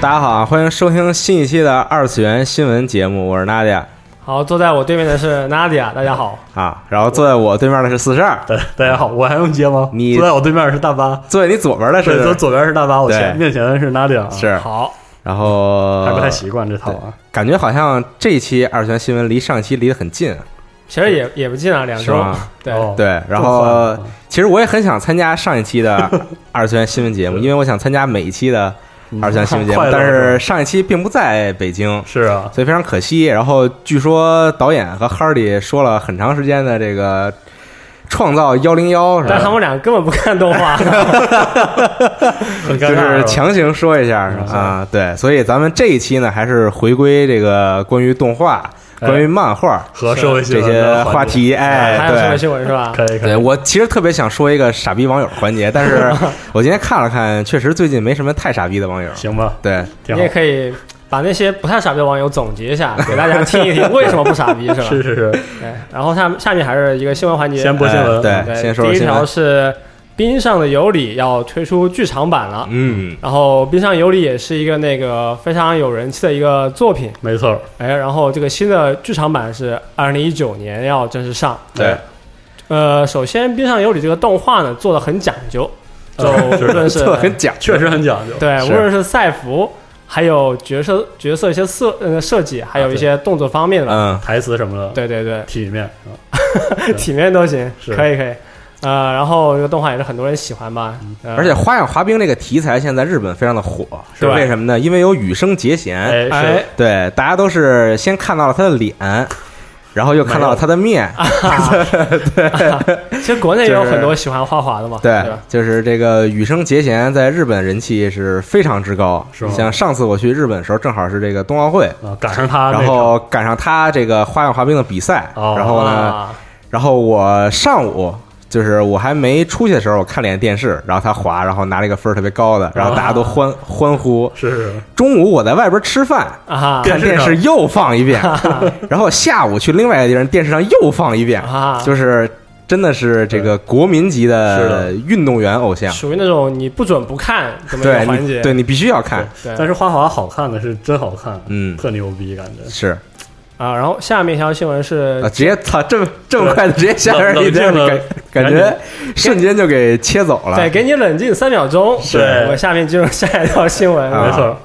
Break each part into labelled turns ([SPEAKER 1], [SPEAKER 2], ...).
[SPEAKER 1] 大家好啊，欢迎收听新一期的二次元新闻节目，我是娜姐
[SPEAKER 2] 好，坐在我对面的是 Nadia，大家好，
[SPEAKER 1] 啊，然后坐在我对面的是四十二，
[SPEAKER 3] 大大家好，我还用接吗？
[SPEAKER 1] 你
[SPEAKER 3] 坐在我对面是大巴，
[SPEAKER 1] 坐在你左边的
[SPEAKER 3] 对，
[SPEAKER 1] 是
[SPEAKER 3] 坐左边是大巴，我前
[SPEAKER 1] 对
[SPEAKER 3] 面前的是 Nadia，啊
[SPEAKER 1] 是，呃
[SPEAKER 2] 好，
[SPEAKER 1] 然后
[SPEAKER 3] 还不太习惯这套啊。
[SPEAKER 1] 感觉好像这一期二次元新闻离上一期离得很近，
[SPEAKER 2] 其实也也不近啊，两
[SPEAKER 1] 是
[SPEAKER 2] 周
[SPEAKER 1] 吗，
[SPEAKER 2] 对，
[SPEAKER 3] 哦
[SPEAKER 1] 对，然
[SPEAKER 3] 这么
[SPEAKER 1] 后
[SPEAKER 3] 快啊
[SPEAKER 1] 其实我也很想参加上一期 的二次元新闻节目，因为我想参加每一期的
[SPEAKER 3] 嗯
[SPEAKER 1] 二次元新闻节目
[SPEAKER 3] 快，乐
[SPEAKER 1] 但是上一期并不在北京，
[SPEAKER 3] 是啊，
[SPEAKER 1] 所以非常可惜。然后据说导演和哈里说了很长时间的这个创造幺零幺，
[SPEAKER 2] 但他们俩根本不看 动画，
[SPEAKER 3] 很
[SPEAKER 1] 就
[SPEAKER 3] 尴尬啊
[SPEAKER 1] 是
[SPEAKER 3] 吧
[SPEAKER 1] 强行说一下啊，对，所以咱们这一期呢还是回归这个关于动画、
[SPEAKER 3] 哎
[SPEAKER 1] 关于漫画
[SPEAKER 3] 和社会新
[SPEAKER 1] 这
[SPEAKER 3] 闻
[SPEAKER 1] 些
[SPEAKER 3] 的
[SPEAKER 1] 话
[SPEAKER 3] 环节，
[SPEAKER 1] 题，哎，
[SPEAKER 2] 还有什么
[SPEAKER 1] 对。
[SPEAKER 2] 新闻是吧？
[SPEAKER 3] 可以可
[SPEAKER 1] 对
[SPEAKER 3] 以，
[SPEAKER 1] 我其实特别想说一个傻逼网友环节，但是我今天看了看，确实最近没什么太傻逼的网友。
[SPEAKER 3] 行吧，
[SPEAKER 1] 对，
[SPEAKER 3] 挺
[SPEAKER 2] 你
[SPEAKER 3] 好
[SPEAKER 2] 也。可以把那些不太傻逼的网友总结一下，给大家听一 听为什么不傻逼，是吧？
[SPEAKER 3] 是是是，
[SPEAKER 2] 对，然后下下面还是一个新闻环节，
[SPEAKER 3] 先播新闻，
[SPEAKER 1] 哎对
[SPEAKER 2] 对，
[SPEAKER 1] 先说说
[SPEAKER 2] 呃第一
[SPEAKER 1] 新闻
[SPEAKER 2] 条是《冰上的尤里》要推出剧场版了。
[SPEAKER 1] 嗯，
[SPEAKER 2] 然后《冰上尤里》也是一个那个非常有人气的一个作品，
[SPEAKER 3] 没错，
[SPEAKER 2] 哎，然后这个新的剧场版是二零一九年要正式上。
[SPEAKER 1] 对，
[SPEAKER 2] 呃，首先《冰上有里》这个动画呢做的很讲究， 就无论是
[SPEAKER 1] 做的很讲究，
[SPEAKER 3] 确实很讲究，
[SPEAKER 2] 对，
[SPEAKER 1] 是
[SPEAKER 2] 无论是赛服，还有角色角色一些设呃设计，还有一些动作方面的，
[SPEAKER 1] 嗯，
[SPEAKER 3] 台词什么的，
[SPEAKER 2] 对对对，
[SPEAKER 3] 体面啊，
[SPEAKER 2] 体面都行，
[SPEAKER 3] 是
[SPEAKER 2] 可以可以。呃，然后这个动画也是很多人喜欢吧，呃
[SPEAKER 1] 嗯而且花样滑冰这个题材现在日本非常的火，
[SPEAKER 2] 是吧
[SPEAKER 1] 为什么呢？因为有羽生结弦，
[SPEAKER 3] 哎
[SPEAKER 2] 哎
[SPEAKER 3] 是，，
[SPEAKER 1] 对，大家都是先看到了他的脸，然后又看到了他的面，
[SPEAKER 2] 其实国内也有很多喜欢花滑的嘛，
[SPEAKER 1] 对
[SPEAKER 2] 吧？，
[SPEAKER 1] 就是这个羽生结弦在日本人气是非常之高。
[SPEAKER 3] 是吗
[SPEAKER 1] 像上次我去日本的时候，正好是这个冬奥会，
[SPEAKER 3] 啊，赶上他那
[SPEAKER 1] 然
[SPEAKER 3] 场，
[SPEAKER 1] 后赶上他这个花样滑冰的比赛，
[SPEAKER 3] 哦
[SPEAKER 1] 然后呢，
[SPEAKER 2] 啊，
[SPEAKER 1] 然后我上午。就是我还没出去的时候，我看了一眼电视，然后他滑，然后拿了一个分儿特别高的，然后大家都欢欢呼。
[SPEAKER 3] 是是
[SPEAKER 1] 中午我在外边吃饭，
[SPEAKER 2] 啊哈
[SPEAKER 1] 看电视又放一遍， 然后下午去另外一个地方电视上又放一遍，
[SPEAKER 2] 啊，
[SPEAKER 1] 就是真的是这个国民级
[SPEAKER 3] 是
[SPEAKER 1] 的
[SPEAKER 3] 的
[SPEAKER 1] 运动员偶像。
[SPEAKER 2] 属于那种你不准不看这么一
[SPEAKER 1] 对
[SPEAKER 2] 个环节，
[SPEAKER 1] 你，对你必须要看，
[SPEAKER 2] 对
[SPEAKER 3] 但是花滑好看的是真好看，
[SPEAKER 1] 嗯
[SPEAKER 3] 特牛逼感觉。
[SPEAKER 1] 是
[SPEAKER 2] 啊，然后下面一条新闻是
[SPEAKER 1] 啊，直接操这么这么快的直接下边
[SPEAKER 3] 冷
[SPEAKER 1] 一阵，
[SPEAKER 3] 冷静了
[SPEAKER 1] 感感觉瞬间就给切走了
[SPEAKER 2] 对，。给你冷静三秒钟。
[SPEAKER 3] 是
[SPEAKER 2] 我下面进入下一条新闻。
[SPEAKER 1] 啊
[SPEAKER 3] 没错，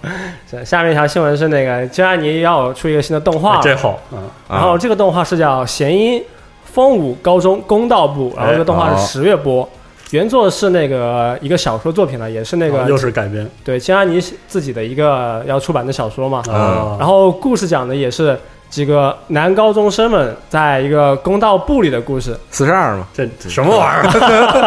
[SPEAKER 2] 是下面一条新闻是那个金安尼要出一个新的动画，
[SPEAKER 3] 这好，嗯，
[SPEAKER 1] 啊
[SPEAKER 2] 然后这个动画是叫《弦音风舞高中公道部》，然后这个动画
[SPEAKER 1] 哎
[SPEAKER 2] 是十月播。原作是那个一个小说作品了，也是那
[SPEAKER 3] 啊又
[SPEAKER 2] 个
[SPEAKER 3] 是改编
[SPEAKER 2] 对金安尼自己的一个要出版的小说嘛。
[SPEAKER 3] 啊，
[SPEAKER 2] 然后故事讲的也是几个男高中生们在一个公道部里的故事。
[SPEAKER 1] 四十二嘛，
[SPEAKER 3] 这什么玩意儿？啊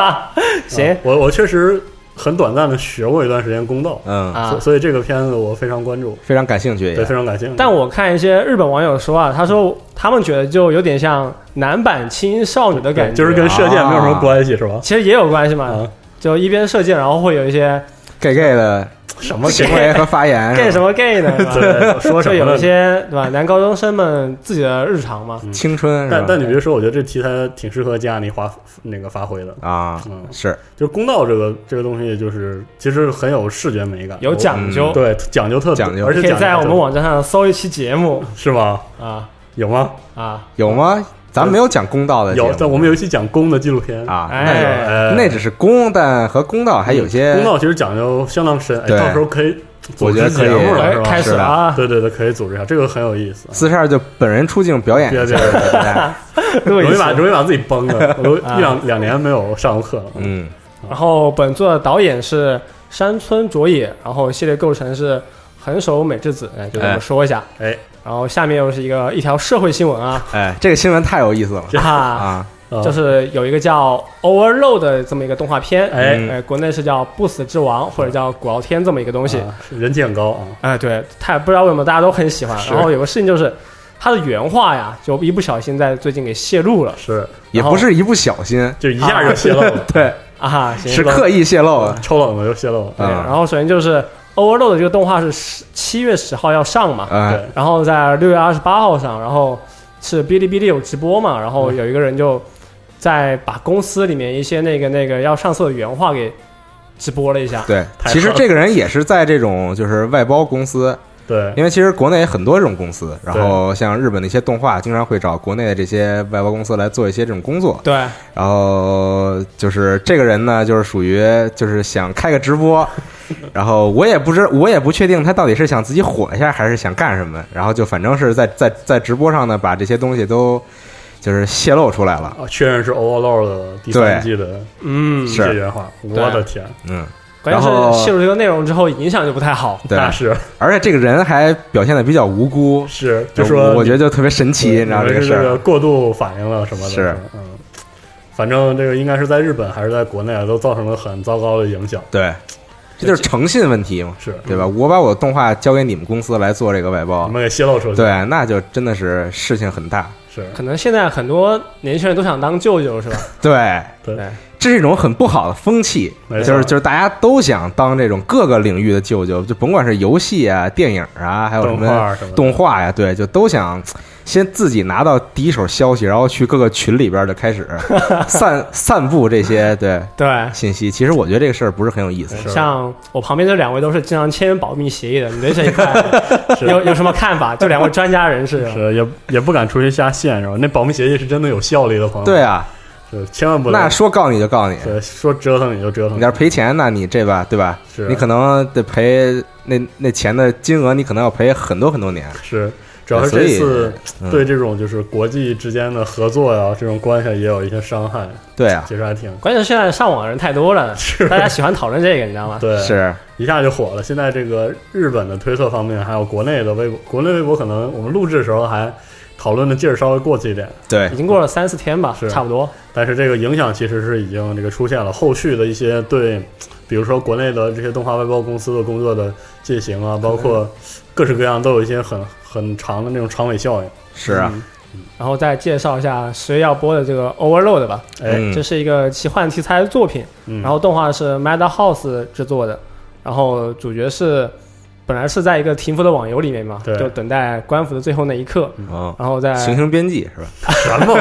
[SPEAKER 2] 行，
[SPEAKER 3] 我我确实很短暂的学过一段时间公道，
[SPEAKER 1] 嗯，
[SPEAKER 2] 啊
[SPEAKER 3] 所，所以这个片子我非常关注，
[SPEAKER 1] 非常感兴趣
[SPEAKER 3] 对，非
[SPEAKER 1] 也。
[SPEAKER 3] 常感兴趣。
[SPEAKER 2] 但我看一些日本网友说啊，他说他们觉得就有点像男版轻音少女的感
[SPEAKER 3] 对
[SPEAKER 2] 觉，啊
[SPEAKER 3] 就是跟射箭没有什么关系，是吧？
[SPEAKER 2] 其实也有关系嘛，
[SPEAKER 3] 啊，
[SPEAKER 2] 就一边射箭，然后会有一些
[SPEAKER 1] gay gay 的
[SPEAKER 3] 什么
[SPEAKER 1] 行
[SPEAKER 3] 行为？
[SPEAKER 1] 为和发言，
[SPEAKER 2] gay 什
[SPEAKER 1] 么
[SPEAKER 2] 么 gay 呢，是吧
[SPEAKER 3] 哎 对， 说
[SPEAKER 2] 就
[SPEAKER 3] 什么
[SPEAKER 2] 有
[SPEAKER 3] 了
[SPEAKER 2] 一？些对吧？男高中生们自己的日常
[SPEAKER 3] 嗯
[SPEAKER 2] 嘛，
[SPEAKER 1] 青春
[SPEAKER 3] 但
[SPEAKER 1] 是吧？
[SPEAKER 3] 但你别说，我觉得这题材挺适合加尼华那个发挥的，
[SPEAKER 1] 啊，
[SPEAKER 3] 嗯，
[SPEAKER 1] 是
[SPEAKER 3] 就是公道这个这个东西，就是其实很有视觉美感，
[SPEAKER 2] 有讲究
[SPEAKER 3] 我，对讲究特
[SPEAKER 1] 讲究
[SPEAKER 3] 而且
[SPEAKER 2] 可以
[SPEAKER 3] 嗯讲究
[SPEAKER 2] 在我们
[SPEAKER 3] 特
[SPEAKER 2] 网站上搜一期节目
[SPEAKER 3] 是吗？
[SPEAKER 2] 啊
[SPEAKER 3] 有吗？
[SPEAKER 2] 啊，
[SPEAKER 1] 有吗？咱呃们没有讲公道的节目
[SPEAKER 3] 有，但我们有一期讲公的纪录片
[SPEAKER 1] 啊，那有
[SPEAKER 2] 哎
[SPEAKER 3] 哎嗯
[SPEAKER 1] 那只是公，但和公道还有些
[SPEAKER 3] 公道其实讲究相当深，哎，
[SPEAKER 1] 对
[SPEAKER 3] 到时候可以
[SPEAKER 1] 我
[SPEAKER 3] 组
[SPEAKER 1] 觉得
[SPEAKER 3] 织
[SPEAKER 1] 可以
[SPEAKER 3] 节
[SPEAKER 1] 是
[SPEAKER 3] 目了，
[SPEAKER 2] 哎
[SPEAKER 3] 是吧？
[SPEAKER 2] 开始
[SPEAKER 1] 是的
[SPEAKER 2] 了啊，
[SPEAKER 3] 对对对，可以组织一下，这个很有意思。
[SPEAKER 1] 四十二就本人出镜表演
[SPEAKER 3] 别
[SPEAKER 1] 一下，
[SPEAKER 3] 别 别，
[SPEAKER 2] 录一
[SPEAKER 3] 容易
[SPEAKER 2] 期
[SPEAKER 3] 把。容易把自己崩 了，我都一
[SPEAKER 2] 啊
[SPEAKER 3] 两两年没有上过课了。
[SPEAKER 1] 嗯，
[SPEAKER 2] 然后本作的导演是山村卓也，然后系列构成是横手美智子，哎，就这
[SPEAKER 1] 哎
[SPEAKER 2] 么说一下。
[SPEAKER 3] 哎
[SPEAKER 2] 然后下面又是一个一条社会新闻啊
[SPEAKER 1] 哎， 这个新闻太有意思了
[SPEAKER 2] 啊，
[SPEAKER 1] 啊！
[SPEAKER 3] 啊
[SPEAKER 2] 就是有一个叫《Overload》的这么一个动画片，
[SPEAKER 3] 哎
[SPEAKER 1] 嗯
[SPEAKER 2] 呃，国内是叫《不死之王》或者叫《古傲天》这么一个东西。
[SPEAKER 3] 啊人气很高啊，
[SPEAKER 2] 哎，对，太不知道为什么大家都很喜欢。
[SPEAKER 3] 是
[SPEAKER 2] 然后有个事情就是，它的原话呀，就一不小心在最近给泄露了
[SPEAKER 3] 是
[SPEAKER 1] 也不是一不小心，
[SPEAKER 3] 就一下就泄 露了，
[SPEAKER 1] 对，
[SPEAKER 2] 啊。行
[SPEAKER 1] 是
[SPEAKER 2] 吧
[SPEAKER 1] 刻意泄露的。
[SPEAKER 3] 抽冷子就泄露
[SPEAKER 2] 对。
[SPEAKER 3] 了。
[SPEAKER 1] 啊
[SPEAKER 2] 然后首先就是《Overload》这个动画是十七月十号要上嘛，
[SPEAKER 1] 啊，
[SPEAKER 3] 对，
[SPEAKER 2] 然后在六月二十八号上，然后是哔哩哔哩有直播嘛，然后有一个人就在把公司里面一些那个那个要上色的原话给直播了一下，
[SPEAKER 1] 对，
[SPEAKER 3] 太
[SPEAKER 1] 其实
[SPEAKER 3] 好了
[SPEAKER 1] 这个人也是在这种就是外包公司，
[SPEAKER 3] 对
[SPEAKER 1] 因为其实国内也很多这种公司，然后像日本的一些动画，经常会找国内的这些外包公司来做一些这种工作。
[SPEAKER 2] 对，
[SPEAKER 1] 然后就是这个人呢，就是属于就是想开个直播，然后我也不知我也不确定他到底是想自己火一下还是想干什么，然后就反正是在在在直播上呢把这些东西都就是泄露出来了，
[SPEAKER 3] 啊，确认是 Overlord 的第三季的
[SPEAKER 2] 嗯，
[SPEAKER 1] 是
[SPEAKER 3] 这原话，我的天，
[SPEAKER 1] 嗯，
[SPEAKER 2] 关键
[SPEAKER 1] 然后
[SPEAKER 2] 是泄露这个内容之后影响就不太好，
[SPEAKER 1] 对，
[SPEAKER 3] 那是
[SPEAKER 1] 而且这个人还表现的比较无辜，
[SPEAKER 3] 是，就说
[SPEAKER 1] 我觉
[SPEAKER 3] 得
[SPEAKER 1] 得就特别神奇，你知道这个
[SPEAKER 3] 是
[SPEAKER 1] 事
[SPEAKER 3] 这
[SPEAKER 1] 儿啊
[SPEAKER 3] 个。过度反应了什么的，
[SPEAKER 1] 是
[SPEAKER 3] 嗯，反正这个应该是在日本还是在国内啊，都造成了很糟糕的影响，
[SPEAKER 1] 对，这就是诚信问题嘛，
[SPEAKER 3] 是
[SPEAKER 1] 对吧？我把我的动画交给你们公司来做这个外包
[SPEAKER 3] 你，们给泄露出去，
[SPEAKER 1] 对，那就真的是事情很大。
[SPEAKER 3] 是
[SPEAKER 2] 可能现在很多年轻人都想当舅舅是吧？
[SPEAKER 1] 对，
[SPEAKER 3] 对
[SPEAKER 2] 对
[SPEAKER 1] 这是一种很不好的风气，
[SPEAKER 3] 没错
[SPEAKER 1] 就是就是大家都想当这种各个领域的舅舅，就甭管是游戏啊、电影啊，还有什
[SPEAKER 3] 动
[SPEAKER 1] 么
[SPEAKER 3] 画什么的，
[SPEAKER 1] 动画呀、对，就都想先自己拿到第一手消息，然后去各个群里边就开始 散散布这些对
[SPEAKER 2] 对。
[SPEAKER 1] 信息。其实我觉得这个事儿不是很有意思，
[SPEAKER 3] 是
[SPEAKER 2] 像我旁边这两位都是经常签保密协议的，你对这一块
[SPEAKER 3] 是
[SPEAKER 2] 有有什么看法？就两位专家人士，
[SPEAKER 3] 是也也不敢出去下线，是吧？那保密协议是真的有效力的，朋友，
[SPEAKER 1] 对，啊，
[SPEAKER 3] 是千万不能
[SPEAKER 1] 那说告你就告你，
[SPEAKER 3] 对说折腾也就折腾，
[SPEAKER 1] 你要是赔钱，那你这吧，对吧？
[SPEAKER 3] 是
[SPEAKER 1] 你可能得赔那那钱的金额，你可能要赔很多很多年。
[SPEAKER 3] 是，主要是
[SPEAKER 1] 所
[SPEAKER 3] 这
[SPEAKER 1] 以
[SPEAKER 3] 次
[SPEAKER 1] 嗯
[SPEAKER 3] 对这种就是国际之间的合作呀、这种关系也有一些伤害，
[SPEAKER 1] 对啊，
[SPEAKER 3] 其实还挺
[SPEAKER 2] 关键是现在上网的人太多了，大家喜欢讨论这个，你知道吗？
[SPEAKER 3] 对，
[SPEAKER 1] 是
[SPEAKER 3] 一下就火了。现在这个日本的推特方面，还有国内的微博，国内微博可能我们录制的时候还讨论的劲儿稍微过去一点，
[SPEAKER 1] 对
[SPEAKER 2] 已，经过了三四天吧
[SPEAKER 3] 是，
[SPEAKER 2] 差不多。
[SPEAKER 3] 但是这个影响其实是已经这个出现了，后续的一些对，比如说国内的这些动画外包公司的工作的进行啊，包括各式各样都有一些很很长的那种长尾效应。
[SPEAKER 1] 是啊，
[SPEAKER 2] 嗯然后再介绍一下十月要播的这个《Overload》吧，
[SPEAKER 3] 哎，
[SPEAKER 1] 嗯
[SPEAKER 2] 这是一个奇幻题材的作品，
[SPEAKER 3] 嗯，
[SPEAKER 2] 然后动画是 Madhouse 制作的，然后主角是本来是在一个停服的网游里面嘛，
[SPEAKER 3] 对
[SPEAKER 2] 就等待官服的最后那一刻，
[SPEAKER 1] 嗯，
[SPEAKER 2] 然后在
[SPEAKER 1] 行星编辑是吧？
[SPEAKER 3] 什么？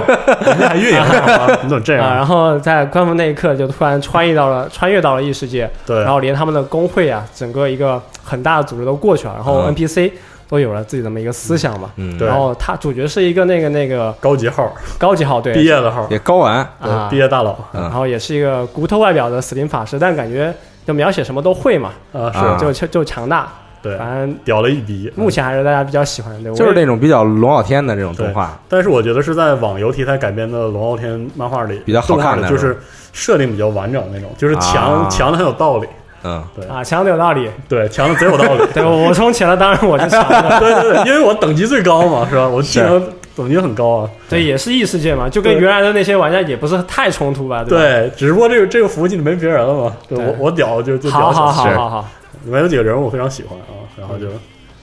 [SPEAKER 3] 人家 还 运营好吗？你怎么这
[SPEAKER 2] 啊，
[SPEAKER 3] 样？
[SPEAKER 2] 然后在官服那一刻就突然穿越到了穿越到了异世界，
[SPEAKER 3] 对
[SPEAKER 2] 然，后连他们的工会啊，整个一个很大的组织都过去了，然后
[SPEAKER 1] 嗯
[SPEAKER 2] NPC 都有了自己这么一个思想嘛。
[SPEAKER 1] 嗯，
[SPEAKER 3] 对
[SPEAKER 2] 然后他主角是一个那个那个
[SPEAKER 3] 高级号，
[SPEAKER 2] 高级号队
[SPEAKER 3] 毕业的号，
[SPEAKER 1] 也睾丸，
[SPEAKER 2] 啊
[SPEAKER 3] 对，毕业大佬
[SPEAKER 1] 嗯
[SPEAKER 2] 然后也是一个骨头外表的死灵法师，但感觉就描写什么都会嘛，
[SPEAKER 1] 啊
[SPEAKER 3] 啊，
[SPEAKER 2] 就就就强大。
[SPEAKER 3] 是对，
[SPEAKER 2] 反正
[SPEAKER 3] 屌了一逼。
[SPEAKER 2] 啊目前还是大家比较喜欢的，对
[SPEAKER 1] 就是
[SPEAKER 2] 我也
[SPEAKER 1] 那种比较龙傲天的这种动画，
[SPEAKER 3] 但是我觉得是在网游题材改编的龙傲天漫画里
[SPEAKER 1] 比较好看的
[SPEAKER 3] 动画
[SPEAKER 1] 那
[SPEAKER 3] 里
[SPEAKER 1] 种
[SPEAKER 3] 就是设定比较完整那种，就是强、
[SPEAKER 1] 啊
[SPEAKER 3] 强的很有道理，
[SPEAKER 1] 嗯，
[SPEAKER 2] 啊，强的有道理。
[SPEAKER 3] 对，强的贼有道理。
[SPEAKER 2] 对，我我充钱了，当然我是强 的。
[SPEAKER 3] 对对对，因为我等级最高嘛，是吧？我技能等级很高啊。
[SPEAKER 2] 对，也是异世界嘛，就跟
[SPEAKER 3] 对
[SPEAKER 2] 原来的那些玩家也不是太冲突吧，吧？
[SPEAKER 3] 对，只不过这个这个服务器里没别人了嘛，对
[SPEAKER 2] 对
[SPEAKER 3] 我我屌就就
[SPEAKER 2] 对，好
[SPEAKER 3] 屌
[SPEAKER 2] 好好
[SPEAKER 1] 是
[SPEAKER 2] 好好。
[SPEAKER 3] 里面有几个人物我非常喜欢啊，然后就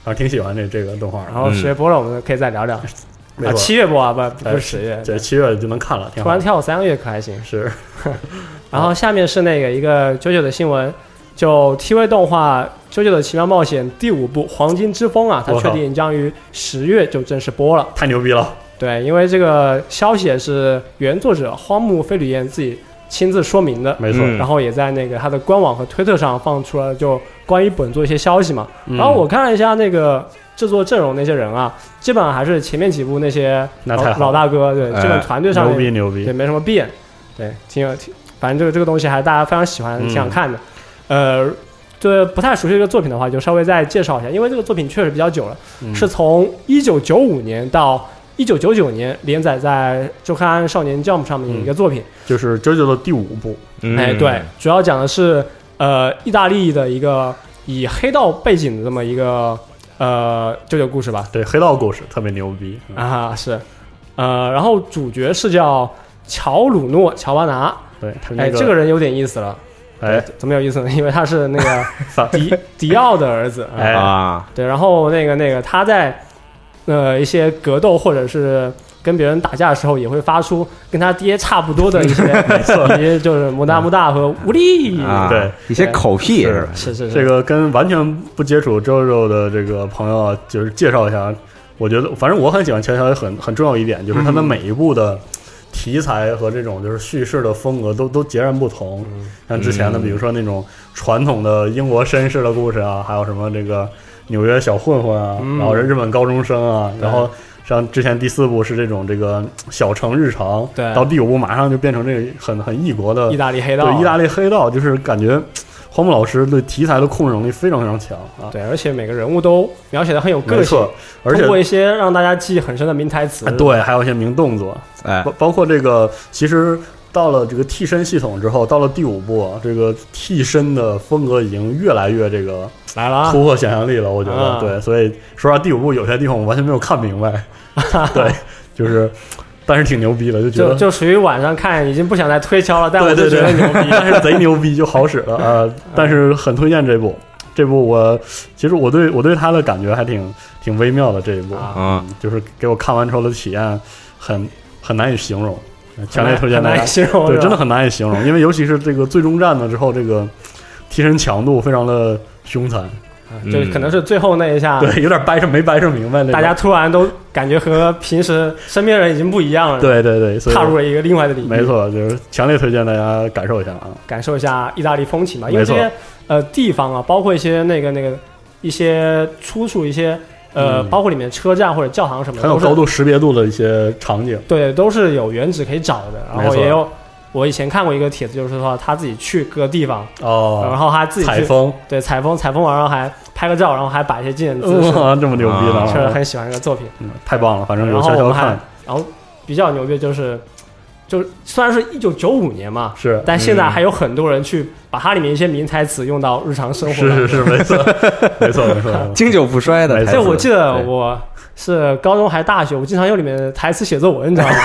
[SPEAKER 3] 还是挺喜欢这这个动画的。
[SPEAKER 2] 然后十月播了，我们可以再聊聊。
[SPEAKER 3] 嗯没
[SPEAKER 2] 啊，
[SPEAKER 3] 错，
[SPEAKER 2] 七月播啊，不不
[SPEAKER 3] 哎
[SPEAKER 2] 是十月，
[SPEAKER 3] 这七月就能看了，挺
[SPEAKER 2] 突
[SPEAKER 3] 好
[SPEAKER 2] 然。跳三个月可还行。
[SPEAKER 3] 是
[SPEAKER 2] 然后下面是那个一个 JoJo 的新闻，就 TV 动画《JoJo 的奇妙冒险》第五部《黄金之风》啊，它
[SPEAKER 3] 我靠
[SPEAKER 2] 确定将于十月就正式播了。
[SPEAKER 3] 太牛逼了，
[SPEAKER 2] 对，因为这个消息也是原作者荒木飞吕彦自己亲自说明的，
[SPEAKER 3] 没错。
[SPEAKER 1] 嗯
[SPEAKER 2] 然后也在那个他的官网和推特上放出了就关于本作一些消息嘛。
[SPEAKER 3] 嗯
[SPEAKER 2] 然后我看了一下那个制作阵容，那些人啊，基本上还是前面几部那些
[SPEAKER 3] 那
[SPEAKER 2] 老
[SPEAKER 3] 太好
[SPEAKER 2] 老大哥，对，
[SPEAKER 1] 哎
[SPEAKER 2] 基本团队上
[SPEAKER 3] 牛
[SPEAKER 2] 面
[SPEAKER 3] 逼牛逼
[SPEAKER 2] 对，，没什么变，对，挺有，挺，反正这个这个东西还是大家非常喜欢，
[SPEAKER 3] 嗯
[SPEAKER 2] 挺想看的。呃，对不太熟悉这个作品的话，就稍微再介绍一下，因为这个作品确实比较久了，
[SPEAKER 3] 嗯
[SPEAKER 2] 是从一九九五年到一九九九年连载在周刊《少年 Jump》上面的一个作品。
[SPEAKER 3] 就是《JoJo》的第五部，
[SPEAKER 1] 嗯
[SPEAKER 2] 哎，对，主要讲的是呃意大利的一个以黑道背景的这么一个呃舅舅故事吧。
[SPEAKER 3] 对黑道故事特别牛逼，嗯
[SPEAKER 2] 啊，是，呃，然后主角是叫乔鲁诺·乔巴拿，
[SPEAKER 3] 对他
[SPEAKER 2] 哎，
[SPEAKER 3] 那
[SPEAKER 2] 这个人有点意思了。
[SPEAKER 3] 哎
[SPEAKER 2] 怎么有意思呢？因为他是那个
[SPEAKER 3] 反
[SPEAKER 2] 迪 迪奥的儿子，啊
[SPEAKER 3] 哎
[SPEAKER 1] 啊，
[SPEAKER 2] 对，然后那个那个他在呃一些格斗或者是跟别人打架的时候，也会发出跟他爹差不多的 一些，一些就是摩大摩大和无力，
[SPEAKER 1] 啊，
[SPEAKER 3] 对，
[SPEAKER 1] 一些口癖
[SPEAKER 3] 是
[SPEAKER 1] 是吧？
[SPEAKER 2] 嗯是是是，
[SPEAKER 3] 这个跟完全不接触 JoJo 的这个朋友啊，就是介绍一下。我觉得，反正我很喜欢乔乔，很很重要一点就是他们
[SPEAKER 2] 嗯
[SPEAKER 3] 每一部的题材和这种就是叙事的风格都都截然不同。像之前的，
[SPEAKER 1] 嗯
[SPEAKER 3] 比如说那种传统的英国绅士的故事啊，还有什么这个纽约小混混啊，
[SPEAKER 2] 嗯
[SPEAKER 3] 然后日本高中生啊，
[SPEAKER 2] 对
[SPEAKER 3] 然后像之前第四部是这种这个小城日常，
[SPEAKER 2] 对
[SPEAKER 3] 到第五部马上就变成这个很很异国的
[SPEAKER 2] 意大利黑道，啊
[SPEAKER 3] 对意大利黑道，就是感觉荒木老师对题材的控制能力非常非常强啊。
[SPEAKER 2] 对，而且每个人物都描写的很有
[SPEAKER 3] 没
[SPEAKER 2] 个性，
[SPEAKER 3] 错，而且
[SPEAKER 2] 通过一些让大家记忆很深的名台词，
[SPEAKER 3] 哎对，还有一些名动作，
[SPEAKER 1] 哎，
[SPEAKER 3] 包包括这个，其实到了这个替身系统之后，到了第五部啊，这个替身的风格已经越来越这个
[SPEAKER 2] 来了啊，
[SPEAKER 3] 突破想象力了，我觉得、
[SPEAKER 2] 啊
[SPEAKER 3] 对，所以说到第五部有些地方我完全没有看明 白，对，就是，但是挺牛逼的，就觉
[SPEAKER 2] 就
[SPEAKER 3] 得。
[SPEAKER 2] 就属于晚上看，已经不想再推敲了，但我就
[SPEAKER 3] 对对
[SPEAKER 2] 觉
[SPEAKER 3] 对
[SPEAKER 2] 得牛， 嗯
[SPEAKER 3] 但是贼牛逼就好使了啊、呃！但是很推荐这部，这部我其实我对我对他的感觉还挺挺微妙的这一部，
[SPEAKER 2] 啊
[SPEAKER 1] 嗯，
[SPEAKER 3] 就是给我看完之后的体验很很难以形容，强烈推荐
[SPEAKER 2] 很
[SPEAKER 3] 大
[SPEAKER 2] 难
[SPEAKER 3] 家
[SPEAKER 2] 以形容，
[SPEAKER 3] 对，
[SPEAKER 2] 是吧
[SPEAKER 3] 真的很难以形容，因为尤其是这个最终战呢之后，这个替身强度非常的凶残，
[SPEAKER 1] 嗯
[SPEAKER 2] 就可能是最后那一下，
[SPEAKER 3] 对，有点掰扯没掰扯明白那种
[SPEAKER 2] 啊大家突然都感觉和平时身边人已经不一样了，，
[SPEAKER 3] 对对对，所以
[SPEAKER 2] 踏入了一个另外的领域，
[SPEAKER 3] 没，错，就是强烈推荐大家感受一下啊，
[SPEAKER 2] 感受一下意大利风情吧，因为
[SPEAKER 3] 没
[SPEAKER 2] 这
[SPEAKER 3] 错
[SPEAKER 2] 些呃地方啊，包括一些那个那个一些出处，一些呃，
[SPEAKER 3] 嗯
[SPEAKER 2] 包括里面车站或者教堂什么的，
[SPEAKER 3] 很有
[SPEAKER 2] 都是
[SPEAKER 3] 高度识别度的一些场景，
[SPEAKER 2] 对，都是有原址可以找的，然
[SPEAKER 3] 没
[SPEAKER 2] 后
[SPEAKER 3] 错
[SPEAKER 2] 也有。我以前看过一个帖子，就是说他自己去各地方，然
[SPEAKER 3] 哦，
[SPEAKER 2] 后啊他自己
[SPEAKER 3] 采
[SPEAKER 2] 去
[SPEAKER 3] 风，
[SPEAKER 2] 对采风，采风完然后还拍个照，然后还摆一些纪念姿势，
[SPEAKER 3] 哇，这么牛逼
[SPEAKER 1] 啊
[SPEAKER 2] 确实
[SPEAKER 3] 的，
[SPEAKER 2] 很喜欢这个作品。
[SPEAKER 3] 嗯太棒了，反正
[SPEAKER 2] 然
[SPEAKER 3] 有
[SPEAKER 2] 后
[SPEAKER 3] 悄
[SPEAKER 2] 我
[SPEAKER 3] 悄
[SPEAKER 2] 们还
[SPEAKER 3] 看，，
[SPEAKER 2] 然后比较牛逼的就是，就是虽然是一九九五年嘛，
[SPEAKER 3] 是
[SPEAKER 2] 但现在
[SPEAKER 1] 嗯
[SPEAKER 2] 还有很多人去把它里面一些名台词用到日常生活
[SPEAKER 3] 是
[SPEAKER 2] 当中。
[SPEAKER 3] 是是，没 错，没错没错没错，
[SPEAKER 1] 经久不衰的
[SPEAKER 3] 没
[SPEAKER 1] 台
[SPEAKER 3] 错
[SPEAKER 1] 词。
[SPEAKER 2] 所以我记得
[SPEAKER 1] 对
[SPEAKER 2] 我是高中还大学，我经常用里面的台词写作文，你知道吗？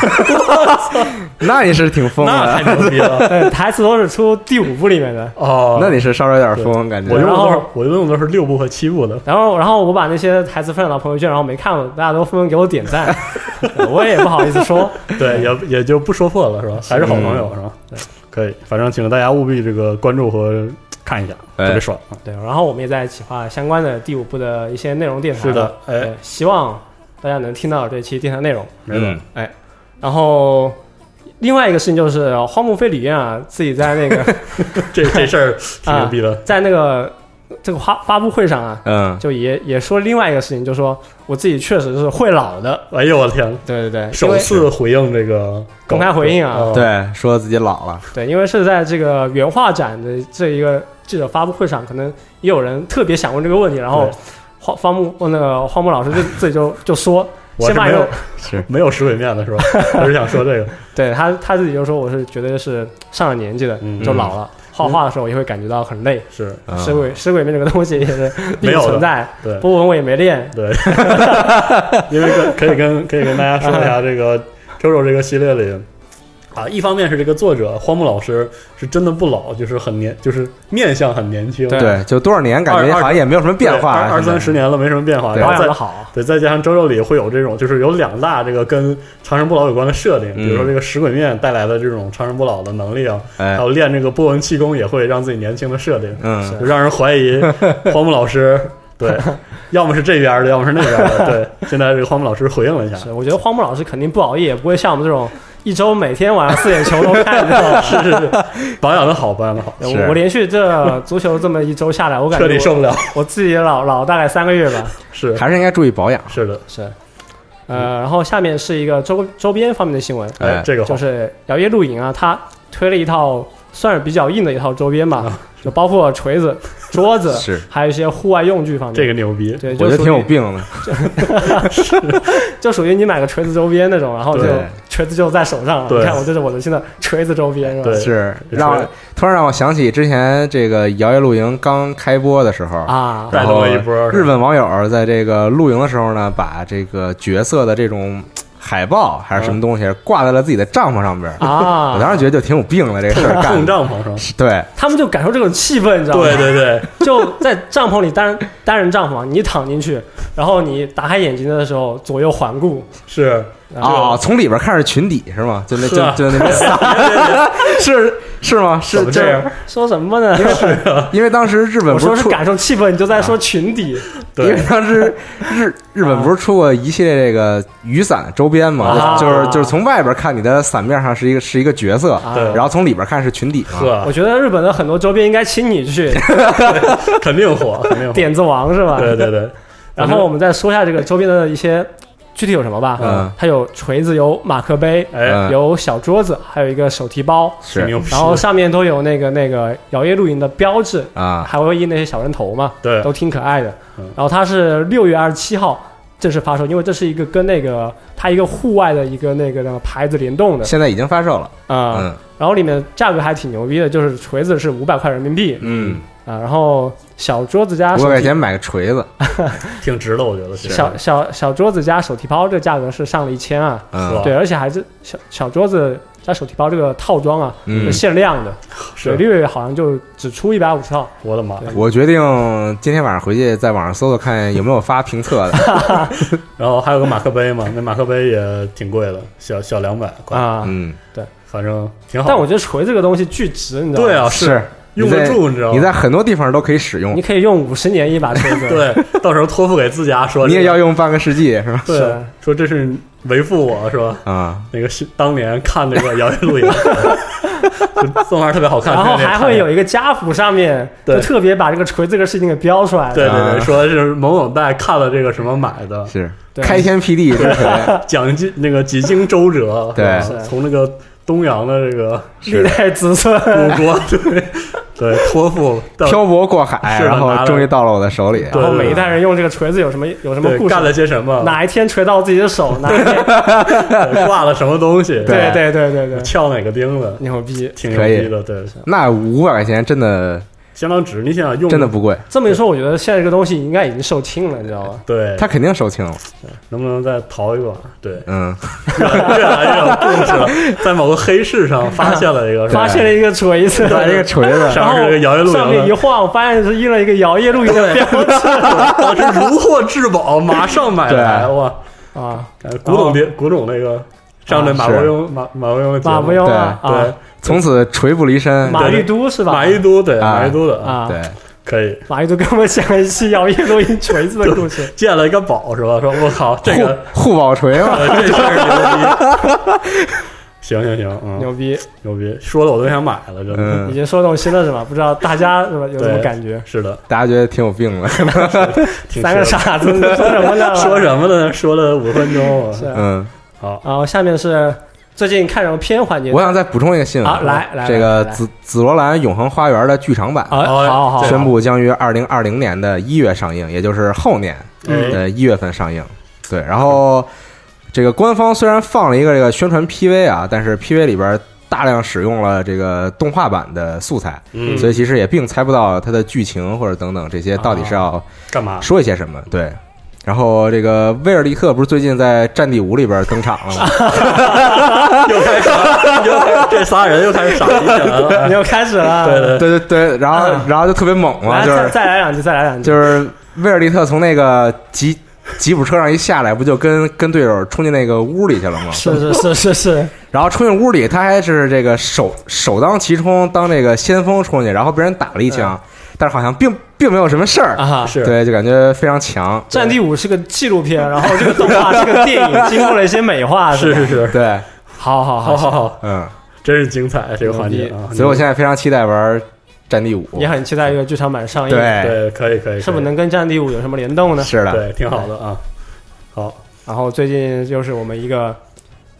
[SPEAKER 1] 那你是挺疯
[SPEAKER 3] 那
[SPEAKER 1] 的，
[SPEAKER 3] 太牛逼了，
[SPEAKER 2] 对，呃台词都是出第五部里面的。
[SPEAKER 3] 哦，
[SPEAKER 1] 那你是稍微有点疯，感觉
[SPEAKER 3] 我用的都
[SPEAKER 2] 然
[SPEAKER 3] 是
[SPEAKER 2] 后
[SPEAKER 3] 我用的都是六部和七 部的，
[SPEAKER 2] 然后，然后我把那些台词分享到朋友圈，然后没看过，大家都纷纷给我点赞， 我也不好意思说。
[SPEAKER 3] 对，也也就不说破了，是吧？还是好朋友，是吧？对，可以，反正请大家务必这个关注和看一下，
[SPEAKER 1] 哎
[SPEAKER 3] 特别爽啊！
[SPEAKER 2] 对，然后我们也在企划相关的第五部的一些内容电台。
[SPEAKER 3] 是的，哎，
[SPEAKER 2] 对，希望大家能听到这期电台内容。
[SPEAKER 3] 没错，
[SPEAKER 1] 嗯
[SPEAKER 2] 哎，然后另外一个事情就是荒木飞吕彦啊，自己在那 个
[SPEAKER 3] 这这
[SPEAKER 2] ，
[SPEAKER 3] 事儿挺牛逼的
[SPEAKER 2] 在那个这个发发布会上啊，
[SPEAKER 1] 嗯，
[SPEAKER 2] 就也也说另外一个事情，就说我自己确实是会老的。
[SPEAKER 3] 哎呦我的天，
[SPEAKER 2] 对对对，啊因
[SPEAKER 3] 首
[SPEAKER 2] 为
[SPEAKER 3] 次回应这个
[SPEAKER 2] 公开回应啊
[SPEAKER 3] 哦
[SPEAKER 1] 对，说自己老了，
[SPEAKER 2] 对，因为是在这个原画展的这一个记者发布会上，可能也有人特别想问这个问题，然后
[SPEAKER 3] 对
[SPEAKER 2] 荒荒木那个荒木老师就自己就就说，
[SPEAKER 3] 我
[SPEAKER 2] 先
[SPEAKER 3] 是
[SPEAKER 2] 把
[SPEAKER 3] 没
[SPEAKER 2] 一
[SPEAKER 3] 有
[SPEAKER 2] 个
[SPEAKER 1] 是
[SPEAKER 3] 没有实鬼面 的是吧？我是想说这个，
[SPEAKER 2] 对他他自己就说我是觉得是上了年纪的，
[SPEAKER 3] 嗯
[SPEAKER 2] 就老了，画画的时候也会感觉到很累。
[SPEAKER 3] 是
[SPEAKER 1] 嗯
[SPEAKER 2] 尸鬼尸鬼面这个东西也 是
[SPEAKER 3] 啊没
[SPEAKER 2] 并
[SPEAKER 3] 有的
[SPEAKER 2] 存在，
[SPEAKER 3] 对
[SPEAKER 2] 波纹我也没练，
[SPEAKER 3] 对， 因为跟可以跟可以跟大家说一下这个 JoJo 这个系列里。啊，一方面是这个作者荒木老师是真的不老，就是很年，就是面相很年轻，
[SPEAKER 2] 对
[SPEAKER 1] 对，就多少年感觉好像也没有什么变化，
[SPEAKER 3] 二二
[SPEAKER 1] 现在
[SPEAKER 3] 三十年了没什么变化，
[SPEAKER 1] 对
[SPEAKER 3] 然
[SPEAKER 2] 保
[SPEAKER 3] 后
[SPEAKER 2] 养
[SPEAKER 3] 再
[SPEAKER 2] 的好，
[SPEAKER 3] 对，再加上周六里会有这种，就是有两大这个跟长生不老有关的设定，比如说
[SPEAKER 1] 嗯
[SPEAKER 3] 这个食鬼面带来的这种长生不老的能力啊，还
[SPEAKER 1] 哎，
[SPEAKER 3] 有练这个波纹气功也会让自己年轻的设定，
[SPEAKER 1] 嗯，
[SPEAKER 3] 就让人 怀疑荒木老师对，要么是这边儿的，要么是那边儿的。 对，现在这个荒木老师回应了一下，
[SPEAKER 2] 是我觉得荒木老师肯定不熬夜，也不会像我们这种一周每天晚上四点球都看的。
[SPEAKER 3] 是是是，保养的好，保养的好，
[SPEAKER 2] 对
[SPEAKER 1] 是
[SPEAKER 2] 我我连续这足球这么一周下来，我感
[SPEAKER 3] 彻底
[SPEAKER 2] 觉
[SPEAKER 3] 受
[SPEAKER 2] 我
[SPEAKER 3] 不 了，
[SPEAKER 2] 我自己老老大概三个月吧。
[SPEAKER 3] 是
[SPEAKER 1] 还是应该注意保养。
[SPEAKER 3] 是的，
[SPEAKER 2] 是，呃，然后下面是一个周周边方面的新闻，
[SPEAKER 3] 哎
[SPEAKER 1] 哎，
[SPEAKER 3] 这个好
[SPEAKER 2] 就，是摇曳露营啊，他推了一套算是比较硬的一套周边吧，
[SPEAKER 3] 啊
[SPEAKER 2] 就包括锤 子、桌子，
[SPEAKER 1] 是
[SPEAKER 2] 还有一些户外用具方面。
[SPEAKER 3] 这个牛逼，
[SPEAKER 2] 对，
[SPEAKER 1] 我
[SPEAKER 2] 就
[SPEAKER 1] 觉得
[SPEAKER 2] 属
[SPEAKER 1] 挺有
[SPEAKER 2] 于
[SPEAKER 1] 病的，
[SPEAKER 2] 就属于你买个锤子周边那种，然后就
[SPEAKER 1] 对
[SPEAKER 2] 锤子就在手上了。
[SPEAKER 3] 对
[SPEAKER 2] 你看，我这是我的现在锤子周边是吧？
[SPEAKER 3] 对
[SPEAKER 1] 是
[SPEAKER 3] 是
[SPEAKER 1] 让我突然让我想起之前这个《摇曳露营》刚开播的时候，
[SPEAKER 2] 啊，
[SPEAKER 3] 带
[SPEAKER 1] 然
[SPEAKER 3] 动
[SPEAKER 1] 后
[SPEAKER 3] 了一波是吧
[SPEAKER 1] 日本网友在这个露营的时候呢，把这个角色的这种海报还是什么东西挂在了自己的帐篷上边儿。
[SPEAKER 2] 啊，
[SPEAKER 1] 我当时觉得就挺有病的这个 事儿干
[SPEAKER 3] 碰
[SPEAKER 1] 的，
[SPEAKER 3] 帐啊篷上，
[SPEAKER 1] 是对，
[SPEAKER 2] 他们就感受这种气氛，你知道吗？
[SPEAKER 3] 对对对，
[SPEAKER 2] 就在帐篷里单单人帐篷，你躺进去，然后你打开眼睛的时候左右环顾，啊
[SPEAKER 3] 是
[SPEAKER 1] 哦哦，从里边看是裙底是吗？就那就是
[SPEAKER 3] 啊
[SPEAKER 1] 就那种 是是吗？是
[SPEAKER 3] 怎么
[SPEAKER 1] 就
[SPEAKER 3] 这
[SPEAKER 1] 是
[SPEAKER 3] 样？
[SPEAKER 2] 说什么呢？
[SPEAKER 1] 因为当时日本
[SPEAKER 2] 我
[SPEAKER 1] 不
[SPEAKER 2] 说
[SPEAKER 1] 是
[SPEAKER 2] 是
[SPEAKER 1] 出，
[SPEAKER 2] 感受气氛，你就在说群体。
[SPEAKER 1] 因
[SPEAKER 3] 对
[SPEAKER 1] 为，当时 日日本不是出过一系列这个雨伞周边嘛，
[SPEAKER 2] 啊
[SPEAKER 1] 就是就是从外边看你的伞面上是一个是一个角色，
[SPEAKER 2] 啊
[SPEAKER 3] 对
[SPEAKER 1] 然后从里边看是群体嘛。
[SPEAKER 3] 呵
[SPEAKER 2] 我，觉得日本的很多周边应该请你 去
[SPEAKER 3] 肯定火，肯定火。
[SPEAKER 2] 点子王是吧？
[SPEAKER 3] 对对对，
[SPEAKER 2] 然后我们再说一下这个周边的一些具体有什么吧。
[SPEAKER 1] 嗯
[SPEAKER 2] 它有锤子，有马克杯，
[SPEAKER 3] 哎，
[SPEAKER 1] 嗯
[SPEAKER 2] 有小桌子，还有一个手提包，
[SPEAKER 1] 是
[SPEAKER 3] 牛逼
[SPEAKER 2] 然后上面都有那个那个摇曳露营的标志，
[SPEAKER 1] 啊，
[SPEAKER 2] 还会印那些小人头嘛，
[SPEAKER 3] 对
[SPEAKER 2] 都挺可爱的
[SPEAKER 3] 嗯。
[SPEAKER 2] 然后它是六月二十七号正式发售，因为这是一个跟那个它一个户外的一个那个那个牌子联动的
[SPEAKER 1] 现在已经发售了。
[SPEAKER 2] 啊。
[SPEAKER 1] 嗯
[SPEAKER 2] 然后里面价格还挺牛逼的，就是锤子是五百块人民币
[SPEAKER 1] 嗯，
[SPEAKER 2] 啊，然后小桌子加
[SPEAKER 1] 五
[SPEAKER 2] 手
[SPEAKER 1] 百块
[SPEAKER 2] 提
[SPEAKER 1] 钱买个锤子，
[SPEAKER 3] 挺值的，我觉得其实
[SPEAKER 2] 小小小桌子加手提包，这价格是上了一千啊。
[SPEAKER 1] 嗯
[SPEAKER 3] 哇
[SPEAKER 2] 对，而且还是小小桌子加手提包这个套装啊，
[SPEAKER 1] 嗯
[SPEAKER 2] 是。限量的，对，
[SPEAKER 3] 是，
[SPEAKER 2] 六月好像就只出一百五十套。
[SPEAKER 3] 我的妈！
[SPEAKER 1] 我决定今天晚上回去在网上搜搜看有没有发评测 的。
[SPEAKER 3] 然后还有个马克杯嘛，那马克杯也挺贵的，小小两百块，
[SPEAKER 2] 啊，
[SPEAKER 1] 嗯，
[SPEAKER 3] 反正挺好。
[SPEAKER 2] 但我觉得锤这个东西巨值，你知道吗？
[SPEAKER 3] 对，啊，
[SPEAKER 1] 是
[SPEAKER 3] 用得住，你知道
[SPEAKER 1] 你在
[SPEAKER 3] 吗？
[SPEAKER 1] 很多地方都可以使用
[SPEAKER 2] 你，可以用五十年一把锤子，，
[SPEAKER 3] 对，啊到时候托付给自家说
[SPEAKER 1] 你也
[SPEAKER 3] 这个
[SPEAKER 1] 要用半个世纪 是吧？
[SPEAKER 3] 对
[SPEAKER 2] 是，
[SPEAKER 3] 说这是为父我是吧？
[SPEAKER 1] 啊，
[SPEAKER 3] 那个是当年看那个《摇曳露营》，就动画特别好 看，
[SPEAKER 2] 然后
[SPEAKER 3] 天天
[SPEAKER 2] 还
[SPEAKER 3] 看
[SPEAKER 2] 会有一个家谱上面
[SPEAKER 3] 对
[SPEAKER 2] 就特别把这个锤这个事情给标出来，
[SPEAKER 3] 对对
[SPEAKER 1] 啊
[SPEAKER 3] 对，说是某某代看了这个什么买的，
[SPEAKER 1] 是
[SPEAKER 2] 对
[SPEAKER 1] 开天辟地，这可
[SPEAKER 3] 讲经那个几经周折，
[SPEAKER 1] 对
[SPEAKER 3] 是吧从那个东洋的这个
[SPEAKER 2] 历代子孙。
[SPEAKER 3] 古国， 对 对，托付
[SPEAKER 1] 以
[SPEAKER 3] 到
[SPEAKER 1] 漂泊过海，
[SPEAKER 3] 是的
[SPEAKER 1] 然
[SPEAKER 3] 拿
[SPEAKER 1] 后
[SPEAKER 3] 了
[SPEAKER 1] 终于到了我的手里。
[SPEAKER 2] 然后
[SPEAKER 3] 对对
[SPEAKER 2] 每一代人用这个锤子有什么有什么
[SPEAKER 3] 对
[SPEAKER 2] 故事
[SPEAKER 3] 干？了些什么，
[SPEAKER 2] 哪一天锤到自己的 手？哪一天？
[SPEAKER 3] 对挂了什么东西，
[SPEAKER 2] 对对对对对，
[SPEAKER 3] 撬哪个钉子，
[SPEAKER 2] 牛逼！
[SPEAKER 3] 挺牛逼的，对，
[SPEAKER 1] 那五百块钱真的
[SPEAKER 3] 相当值。你想想用
[SPEAKER 1] 真的不贵，
[SPEAKER 2] 这么一说，我觉得现在这个东西应该已经售罄了，你知道吗？
[SPEAKER 3] 对，
[SPEAKER 1] 他肯定收清了。
[SPEAKER 3] 能不能再淘一把？ 对，
[SPEAKER 1] 嗯，
[SPEAKER 3] 越来越有故事了，在某个黑市上发现了 一个，是吧
[SPEAKER 2] 发现了一个锤子，
[SPEAKER 1] 把这个锤子，
[SPEAKER 2] 然
[SPEAKER 3] 上
[SPEAKER 2] 后
[SPEAKER 3] 面是个摇曳露
[SPEAKER 2] 上面
[SPEAKER 3] 营
[SPEAKER 2] 一
[SPEAKER 3] 的，
[SPEAKER 2] 晃，发现是印了一个摇曳露营的标志
[SPEAKER 3] 当时如获至宝，马上买来，
[SPEAKER 1] 对
[SPEAKER 3] 哇！
[SPEAKER 2] 啊！
[SPEAKER 3] 呃古董店，古董那个上那马伯庸马马伯庸的节目
[SPEAKER 2] 马不用啊
[SPEAKER 3] 对
[SPEAKER 2] 啊，
[SPEAKER 1] 从此锤不离身。
[SPEAKER 2] 马玉都是吧？
[SPEAKER 3] 马一都对
[SPEAKER 1] 啊
[SPEAKER 3] 马一都的
[SPEAKER 2] 啊
[SPEAKER 1] 对，
[SPEAKER 3] 可以
[SPEAKER 2] 马玉都给我们讲一期摇曳 露营锤子的故事。
[SPEAKER 3] 见了一个宝是吧？说我靠这个
[SPEAKER 1] 护护宝锤嘛，
[SPEAKER 3] 呃这事儿牛逼，行行行，嗯，
[SPEAKER 2] 牛逼！
[SPEAKER 3] 牛逼，说的我都想买了，真的
[SPEAKER 2] 已
[SPEAKER 1] 嗯，
[SPEAKER 2] 经说动心了是吧？不知道大家是吧有什么
[SPEAKER 3] 对
[SPEAKER 2] 感觉？
[SPEAKER 3] 是的，
[SPEAKER 1] 大家觉得挺有病的。
[SPEAKER 3] 挺
[SPEAKER 2] 三个
[SPEAKER 3] 值得
[SPEAKER 2] 傻子你说什么呢？
[SPEAKER 3] 的 说什么呢？说了五分钟啊，
[SPEAKER 2] 是
[SPEAKER 1] 嗯，
[SPEAKER 3] 好，
[SPEAKER 2] 然后下面是最近看什么片环节？
[SPEAKER 1] 我想再补充一个新闻
[SPEAKER 2] 啊来来
[SPEAKER 1] 这个
[SPEAKER 2] 来来
[SPEAKER 1] 紫紫罗兰永恒花园的剧场版
[SPEAKER 2] 啊，
[SPEAKER 3] 哦
[SPEAKER 2] 好好好，
[SPEAKER 3] 对
[SPEAKER 1] 宣布将于二零二零年的一月上映，也就是后年
[SPEAKER 3] 嗯
[SPEAKER 1] 的一月份上映。对，然后这个官方虽然放了一个这个宣传 PV 啊，但是 PV 里边大量使用了这个动画版的素材，
[SPEAKER 3] 嗯，
[SPEAKER 1] 所以其实也并猜不到它的剧情或者等等这些到底是要
[SPEAKER 3] 干嘛？
[SPEAKER 1] 说一些什么。对。然后这个威尔利特不是最近在《战地五》里边登场了吗？
[SPEAKER 3] 又开始傻，又开始这仨人又开始傻逼起来了，
[SPEAKER 2] 你又开始了。
[SPEAKER 3] 对对，对
[SPEAKER 1] 对对对，然后然后就特别猛嘛，
[SPEAKER 2] 来
[SPEAKER 1] 就
[SPEAKER 2] 再
[SPEAKER 1] 是
[SPEAKER 2] 再来两句，再来两句。
[SPEAKER 1] 就是威尔利特从那个吉吉普车上一下来，不就跟跟队友冲进那个屋里去了吗？
[SPEAKER 2] 是是是是 是，
[SPEAKER 1] 然后冲进屋里，他还是这个首首当其冲，当这个先锋冲进，然后被人打了一
[SPEAKER 3] 嗯
[SPEAKER 1] 枪，但是好像并并没有什么事儿，
[SPEAKER 2] 啊哈。
[SPEAKER 3] 是
[SPEAKER 1] 对，就感觉非常强，
[SPEAKER 2] 《战地五》是个纪录片，然后这个动画是个电影，经过了一些美化，
[SPEAKER 3] 是
[SPEAKER 2] 吧
[SPEAKER 3] 是是，
[SPEAKER 1] 对，
[SPEAKER 2] 好好
[SPEAKER 3] 好
[SPEAKER 2] 好，
[SPEAKER 3] 好好。
[SPEAKER 1] 嗯，
[SPEAKER 3] 真是精彩这个环节啊！
[SPEAKER 1] 所以我现在非常期待玩《战地五》，
[SPEAKER 2] 也很期待这个剧场版上映，
[SPEAKER 1] 对，
[SPEAKER 3] 对可以可以，可以
[SPEAKER 2] 是不是能跟《战地五》有什么联动呢？
[SPEAKER 1] 是的，
[SPEAKER 3] 对挺好的啊。好，
[SPEAKER 2] 然后最近就是我们一个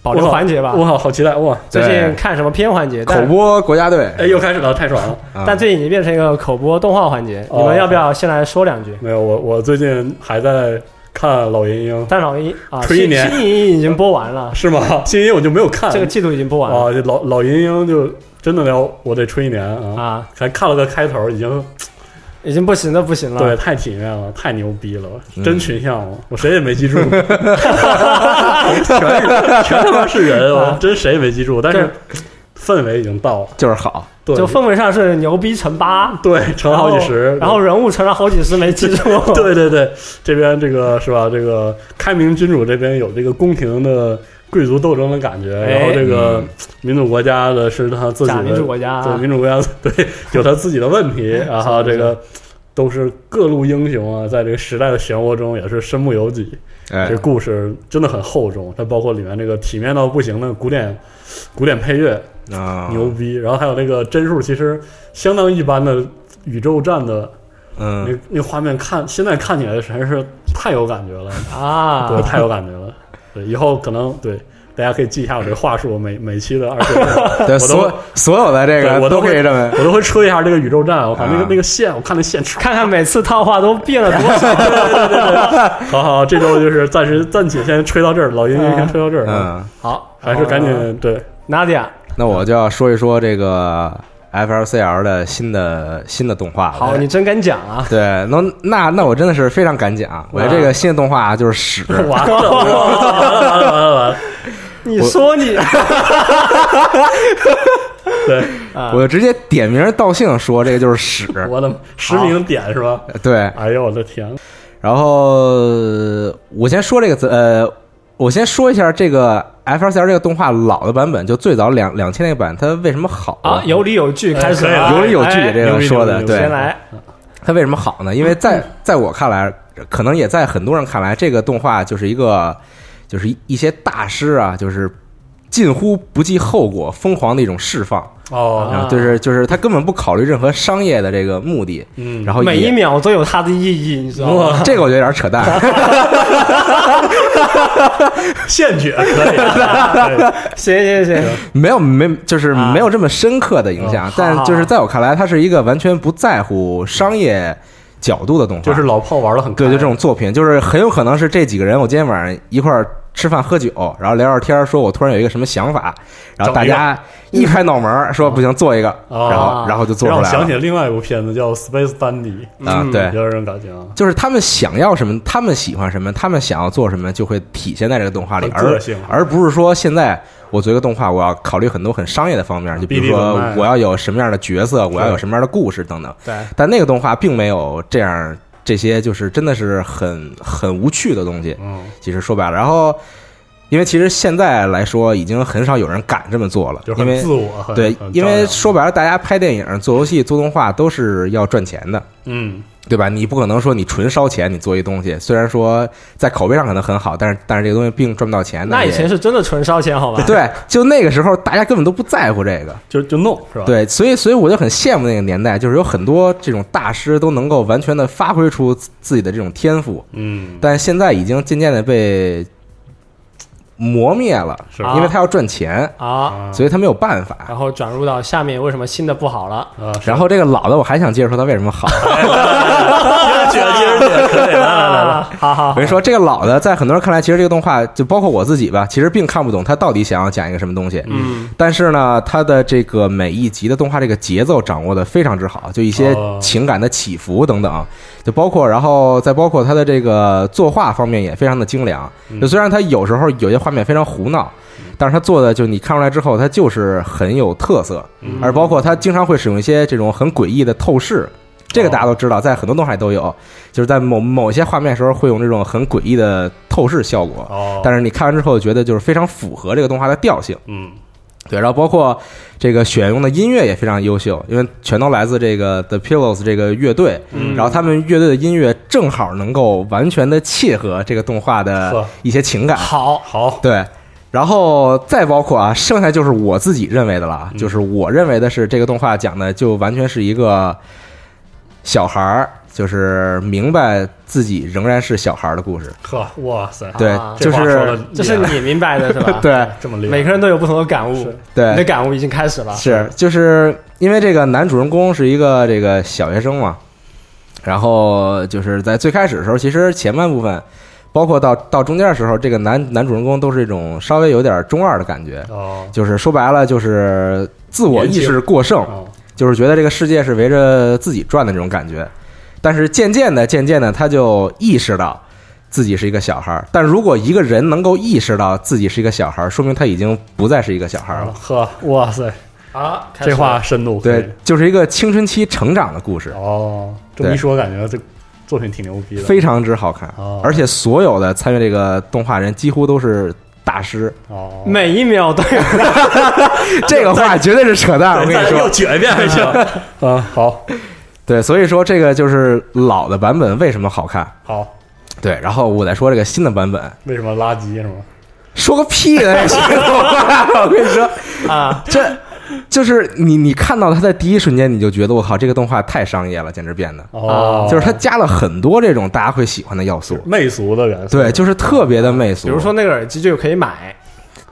[SPEAKER 2] 保
[SPEAKER 3] 保
[SPEAKER 2] 留环节吧，
[SPEAKER 3] 我好好期待哇！
[SPEAKER 2] 最近
[SPEAKER 1] 对
[SPEAKER 2] 看什么片环节？
[SPEAKER 1] 口
[SPEAKER 2] 但
[SPEAKER 1] 播国家队，
[SPEAKER 3] 哎，又开始了，太爽了！
[SPEAKER 1] 嗯
[SPEAKER 2] 但最近已经变成一个口播动画环节，
[SPEAKER 3] 哦
[SPEAKER 2] 你们要不要先来说两句？
[SPEAKER 3] 没有我，我最近还在看老银鹰，
[SPEAKER 2] 但老鹰啊，
[SPEAKER 3] 吹一
[SPEAKER 2] 新
[SPEAKER 3] 年
[SPEAKER 2] 新影已经播完 了，
[SPEAKER 3] 是吗？新鹰我就没有看，
[SPEAKER 2] 这个季度已经播完了
[SPEAKER 3] 啊，这老老银鹰就真的要我得吹一年啊！
[SPEAKER 2] 啊，
[SPEAKER 3] 还看了个开头，已经
[SPEAKER 2] 已经不行的不行了
[SPEAKER 3] 对，。太体面了，太牛逼了，
[SPEAKER 1] 嗯
[SPEAKER 3] 真群像了，我谁也没 记住，全
[SPEAKER 2] 啊
[SPEAKER 3] 全他妈是人，我真谁也没记住，但是
[SPEAKER 2] 这
[SPEAKER 3] 氛围已经到了，
[SPEAKER 1] 就是好，
[SPEAKER 3] 对，
[SPEAKER 2] 就氛围上是牛逼乘八，
[SPEAKER 3] 对乘了好几十，
[SPEAKER 2] 然后人物乘了好几十没记住，
[SPEAKER 3] 对对对，这边这个是吧？这个开明君主这边有这个宫廷的贵族斗争的感觉，
[SPEAKER 2] 哎
[SPEAKER 3] 然后这个
[SPEAKER 1] 嗯
[SPEAKER 3] 民主国家的是他自己
[SPEAKER 2] 假民主
[SPEAKER 3] 的，
[SPEAKER 2] 国
[SPEAKER 1] 啊
[SPEAKER 2] 家，
[SPEAKER 3] 对民主国家对有他自己的问题，
[SPEAKER 1] 哎
[SPEAKER 3] 然后这个都是各路英雄啊，在这个时代的漩涡中也是身不由己。
[SPEAKER 1] 哎
[SPEAKER 3] 这，故事真的很厚重，它包括里面这个体面到不行的古典古典配乐，
[SPEAKER 1] 啊，
[SPEAKER 3] 牛，逼，然后还有那个帧数其实相当一般的宇宙战的那
[SPEAKER 1] 嗯，
[SPEAKER 3] 那画面看，现在看起来实在是太有感觉 了，
[SPEAKER 2] 啊，
[SPEAKER 3] 对，太有感觉了。对，以后可能对大家可以记一下我这话术，每每期的二十分钟，
[SPEAKER 1] 对，
[SPEAKER 3] 都
[SPEAKER 1] 所所有的这
[SPEAKER 3] 对
[SPEAKER 1] 个
[SPEAKER 3] 我
[SPEAKER 1] 都
[SPEAKER 3] 都
[SPEAKER 1] 可以这么，
[SPEAKER 3] 我都会吹一下这个宇宙战。我靠，那个
[SPEAKER 1] 啊
[SPEAKER 3] 那个线，我看那线，唰
[SPEAKER 2] 看看每次套话都变了 多少，
[SPEAKER 3] 好好，这周就是暂时暂且先吹到这儿，老爷爷先吹到这儿，，啊
[SPEAKER 1] 嗯，
[SPEAKER 2] 好，
[SPEAKER 3] 还是赶
[SPEAKER 2] 呃
[SPEAKER 3] 紧对，
[SPEAKER 2] Nadia，
[SPEAKER 1] 那我就要说一说这个 FLCL 的新的新的动画了。
[SPEAKER 3] 哎
[SPEAKER 2] 好，你真敢讲啊，
[SPEAKER 1] 对，那那那我真的是非常敢讲，我觉得这个新的动画啊就是 屎。
[SPEAKER 3] 完了完了 完了完了完了完了，
[SPEAKER 2] 你说你
[SPEAKER 3] 对，
[SPEAKER 2] 啊
[SPEAKER 1] 我就直接点名道姓说这个就是 屎。
[SPEAKER 3] 我的实名点是吧？
[SPEAKER 1] 对，
[SPEAKER 3] 哎呦我的天，
[SPEAKER 1] 然后我先说这个字，呃，我先说一下这个 FLCL 这个动画老的版本，就最早两两千那个版，它为什么好
[SPEAKER 2] 啊，有理有据，开始
[SPEAKER 3] 可以
[SPEAKER 2] 了
[SPEAKER 3] 了
[SPEAKER 1] 有理有据，
[SPEAKER 2] 哎
[SPEAKER 1] 这
[SPEAKER 3] 牛
[SPEAKER 1] 个
[SPEAKER 3] 逼
[SPEAKER 1] 说的
[SPEAKER 3] 牛逼
[SPEAKER 1] 对。
[SPEAKER 2] 先来，
[SPEAKER 1] 它为什么好呢？因为
[SPEAKER 2] 嗯
[SPEAKER 1] 在在我看来，可能也在很多人看来，这个动画就是一个，就是一一些大师啊，就是近乎不计后果、疯狂的一种释放，
[SPEAKER 3] 哦，
[SPEAKER 1] 然
[SPEAKER 2] 啊
[SPEAKER 1] 后就是就是他根本不考虑任何商业的这个目的，
[SPEAKER 3] 嗯，
[SPEAKER 1] 然后
[SPEAKER 2] 每一
[SPEAKER 1] 也
[SPEAKER 2] 秒都有它的意义，你知道吗？
[SPEAKER 1] 这个我觉得有点扯 淡，
[SPEAKER 3] 献血 可以，对
[SPEAKER 2] 行行行，
[SPEAKER 1] 没有没就是
[SPEAKER 2] 啊
[SPEAKER 1] 没有这么深刻的影响
[SPEAKER 2] 嗯，
[SPEAKER 1] 但
[SPEAKER 2] 好
[SPEAKER 1] 就是在我看来，它是一个完全不在乎商业角度的动画，
[SPEAKER 3] 就是老炮玩的很开
[SPEAKER 1] 对，就这种作品，就是很有可能是这几个人，我今天晚上一块儿吃饭喝酒，然后聊聊天儿，说我突然有一个什么想法，然后大家一拍脑门儿说不行，做一个，
[SPEAKER 3] 哦
[SPEAKER 1] 然后然后就做
[SPEAKER 3] 让
[SPEAKER 1] 出
[SPEAKER 3] 我
[SPEAKER 1] 来
[SPEAKER 3] 想
[SPEAKER 1] 了
[SPEAKER 3] 起另外一部片子叫《Space Dandy》
[SPEAKER 1] 啊，
[SPEAKER 3] 嗯
[SPEAKER 1] 对。
[SPEAKER 3] 有这种感觉啊，
[SPEAKER 1] 就是他们想要什么，他们喜欢什么，他们想要做什么，就会体现在这个动画里，
[SPEAKER 3] 很
[SPEAKER 1] 而
[SPEAKER 3] 个性
[SPEAKER 1] 而不是说现在我做一个动画，我要考虑很多很商业的方面，就比如
[SPEAKER 3] 比例怎
[SPEAKER 1] 说
[SPEAKER 3] 么卖
[SPEAKER 1] 我要有什么样的角色，我要有什么样的故事等等。
[SPEAKER 2] 对，
[SPEAKER 1] 但那个动画并没有这样，这些就是真的是很很无趣的东西。
[SPEAKER 3] 嗯，
[SPEAKER 1] 其实说白了，然后因为其实现在来说，已经很少有人敢这么做了
[SPEAKER 3] 就，
[SPEAKER 1] 因
[SPEAKER 3] 很
[SPEAKER 1] 为
[SPEAKER 3] 自我，很
[SPEAKER 1] 对，
[SPEAKER 3] 很
[SPEAKER 1] 因
[SPEAKER 3] 张
[SPEAKER 1] 为
[SPEAKER 3] 扬
[SPEAKER 1] 说白了，大家拍电影、做游戏、做动画都是要赚钱的。
[SPEAKER 3] 嗯，
[SPEAKER 1] 对吧？你不可能说你纯烧钱，你做一东西，虽然说在口碑上可能很好，但是但是这个东西并赚不到钱。
[SPEAKER 2] 那
[SPEAKER 1] 也
[SPEAKER 2] 以前是真的纯烧钱，好吧？
[SPEAKER 1] 对，就那个时候大家根本都不在乎这个，
[SPEAKER 3] 就就弄是吧？，
[SPEAKER 1] 对，所以所以我就很羡慕那个年代，就是有很多这种大师都能够完全的发挥出自自己的这种天赋，
[SPEAKER 3] 嗯，
[SPEAKER 1] 但现在已经渐渐的被磨灭了，
[SPEAKER 3] 是
[SPEAKER 1] 因为他要赚钱，
[SPEAKER 2] 啊，
[SPEAKER 3] 啊
[SPEAKER 1] 所以他没有办法。
[SPEAKER 2] 然后转入到下面为什么新的不好 了？
[SPEAKER 3] 啊，
[SPEAKER 1] 然后这个老的我还想接着说他为什么好，
[SPEAKER 3] 接着接着 接着，可以来来来来，
[SPEAKER 2] 啊， 好好
[SPEAKER 1] 我跟你
[SPEAKER 3] 哦
[SPEAKER 1] 说这个老的在很多人看来，其实这个动画就包括我自己吧，其实并看不懂他到底想要讲一个什么东西。
[SPEAKER 2] 嗯，
[SPEAKER 1] 但是呢，它的这个每一集的动画这个节奏掌握的非常之好，就一些
[SPEAKER 3] 哦
[SPEAKER 1] 情感的起伏等等，就包括然后再包括它的这个作画方面也非常的精良。
[SPEAKER 3] 嗯
[SPEAKER 1] 就虽然它有时候有些画面非常胡闹，但是它做的就你看出来之后，它就是很有特色。
[SPEAKER 3] 嗯
[SPEAKER 1] 而包括它经常会使用一些这种很诡异的透视。这个
[SPEAKER 3] 哦
[SPEAKER 1] 大家都知道，在很多动画里都有，就是在某某些画面时候会用这种很诡异的透视效果，
[SPEAKER 3] 哦，
[SPEAKER 1] 但
[SPEAKER 3] 是
[SPEAKER 1] 是你看完之后觉得就是非常符合这个动画的调性。
[SPEAKER 3] 嗯，
[SPEAKER 1] 对，然后包括这个选用的音乐也非常优秀，因为全都来自这个 The Pillows 这个乐队，
[SPEAKER 3] 嗯
[SPEAKER 1] 然后他们乐队的音乐正好能够完全的切合这个动画的
[SPEAKER 3] 呵
[SPEAKER 1] 一些情感，
[SPEAKER 2] 好，
[SPEAKER 3] 好，
[SPEAKER 1] 对。然后再包括啊，剩下就是我自己认为的了啊，
[SPEAKER 3] 嗯
[SPEAKER 1] 就是我认为的是这个动画讲的就完全是一个小孩儿，就是明白自己仍然是小孩儿的故事。
[SPEAKER 3] 呵，哇塞，
[SPEAKER 1] 对
[SPEAKER 2] 啊，
[SPEAKER 1] 就
[SPEAKER 3] 这话说
[SPEAKER 1] 是
[SPEAKER 3] 的
[SPEAKER 2] 这是你明白的是吧？，
[SPEAKER 1] 对
[SPEAKER 3] 这么厉害，
[SPEAKER 2] 每个人都有不同的感悟
[SPEAKER 3] 是，
[SPEAKER 1] 对
[SPEAKER 2] 你的感悟已经开始了。
[SPEAKER 1] 是，就是因为这个男主人公是一个这个小学生嘛，然后就是在最开始的时候，其实前半部分，包括到到中间的时候，这个男男主人公都是一种稍微有点中二的感觉，
[SPEAKER 3] 哦
[SPEAKER 1] 就是说白了就是自我意识过剩，
[SPEAKER 3] 哦，
[SPEAKER 1] 就是觉得这个世界是围着自己转的这种感觉。但是渐渐的，渐渐的，他就意识到自己是一个小孩儿。但如果一个人能够意识到自己是一个小孩儿，说明他已经不再是一个小孩儿了。
[SPEAKER 3] 嗯呵，哇塞，
[SPEAKER 2] 啊，开始
[SPEAKER 3] 这话深度可以
[SPEAKER 1] 哦对，就是一个青春期成长的故事，
[SPEAKER 3] 哦，这么
[SPEAKER 1] 对
[SPEAKER 3] 一说，感觉这作品挺牛逼的。
[SPEAKER 1] 非常之好看
[SPEAKER 3] 哦，
[SPEAKER 1] 而且所有的参与这个动画人几乎都是大 师，
[SPEAKER 3] 哦，
[SPEAKER 1] 嗯
[SPEAKER 2] 每一秒都有。
[SPEAKER 1] 这个话绝对是扯淡，我跟你
[SPEAKER 3] 再
[SPEAKER 1] 说
[SPEAKER 3] 又，卷一遍还行。 嗯，好，
[SPEAKER 1] 对，所以说这个就是老的版本为什么好看，
[SPEAKER 3] 好，
[SPEAKER 1] 对，然后我再说这个新的版本，
[SPEAKER 3] 为什么垃圾是吗？
[SPEAKER 1] 说个屁的，这个动画我跟你说
[SPEAKER 2] 啊，
[SPEAKER 1] 这。就是你，你看到它的第一瞬间，你就觉得我靠，这个动画太商业了，简直变的。
[SPEAKER 3] 哦，
[SPEAKER 1] 啊就是它加了很多这种大家会喜欢的要素，
[SPEAKER 3] 媚俗的元素。
[SPEAKER 1] 对，就是特别的媚俗。
[SPEAKER 2] 比如说那个耳机就可以买，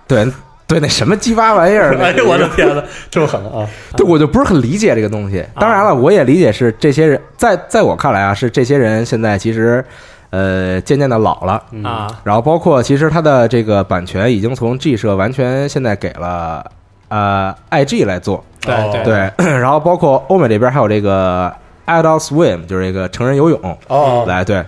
[SPEAKER 1] 对对，那什么鸡巴玩意儿，
[SPEAKER 3] 哎
[SPEAKER 1] 那
[SPEAKER 3] 呦我的天呐，这么狠啊！
[SPEAKER 1] 对我就不是很理解这个东西。当然了，我也理解是这些人，在在我看来啊，是这些人现在其实呃渐渐的老了。
[SPEAKER 3] 嗯
[SPEAKER 2] 啊，
[SPEAKER 1] 然后包括其实它的这个版权已经从 G 社完全现在给了呃 IG 来做，
[SPEAKER 2] 对
[SPEAKER 3] 哦
[SPEAKER 2] 对
[SPEAKER 1] 对。 然后包括欧美这边还有这个 Adult Swim，就是这个成人游泳，
[SPEAKER 3] 哦，
[SPEAKER 1] 来对，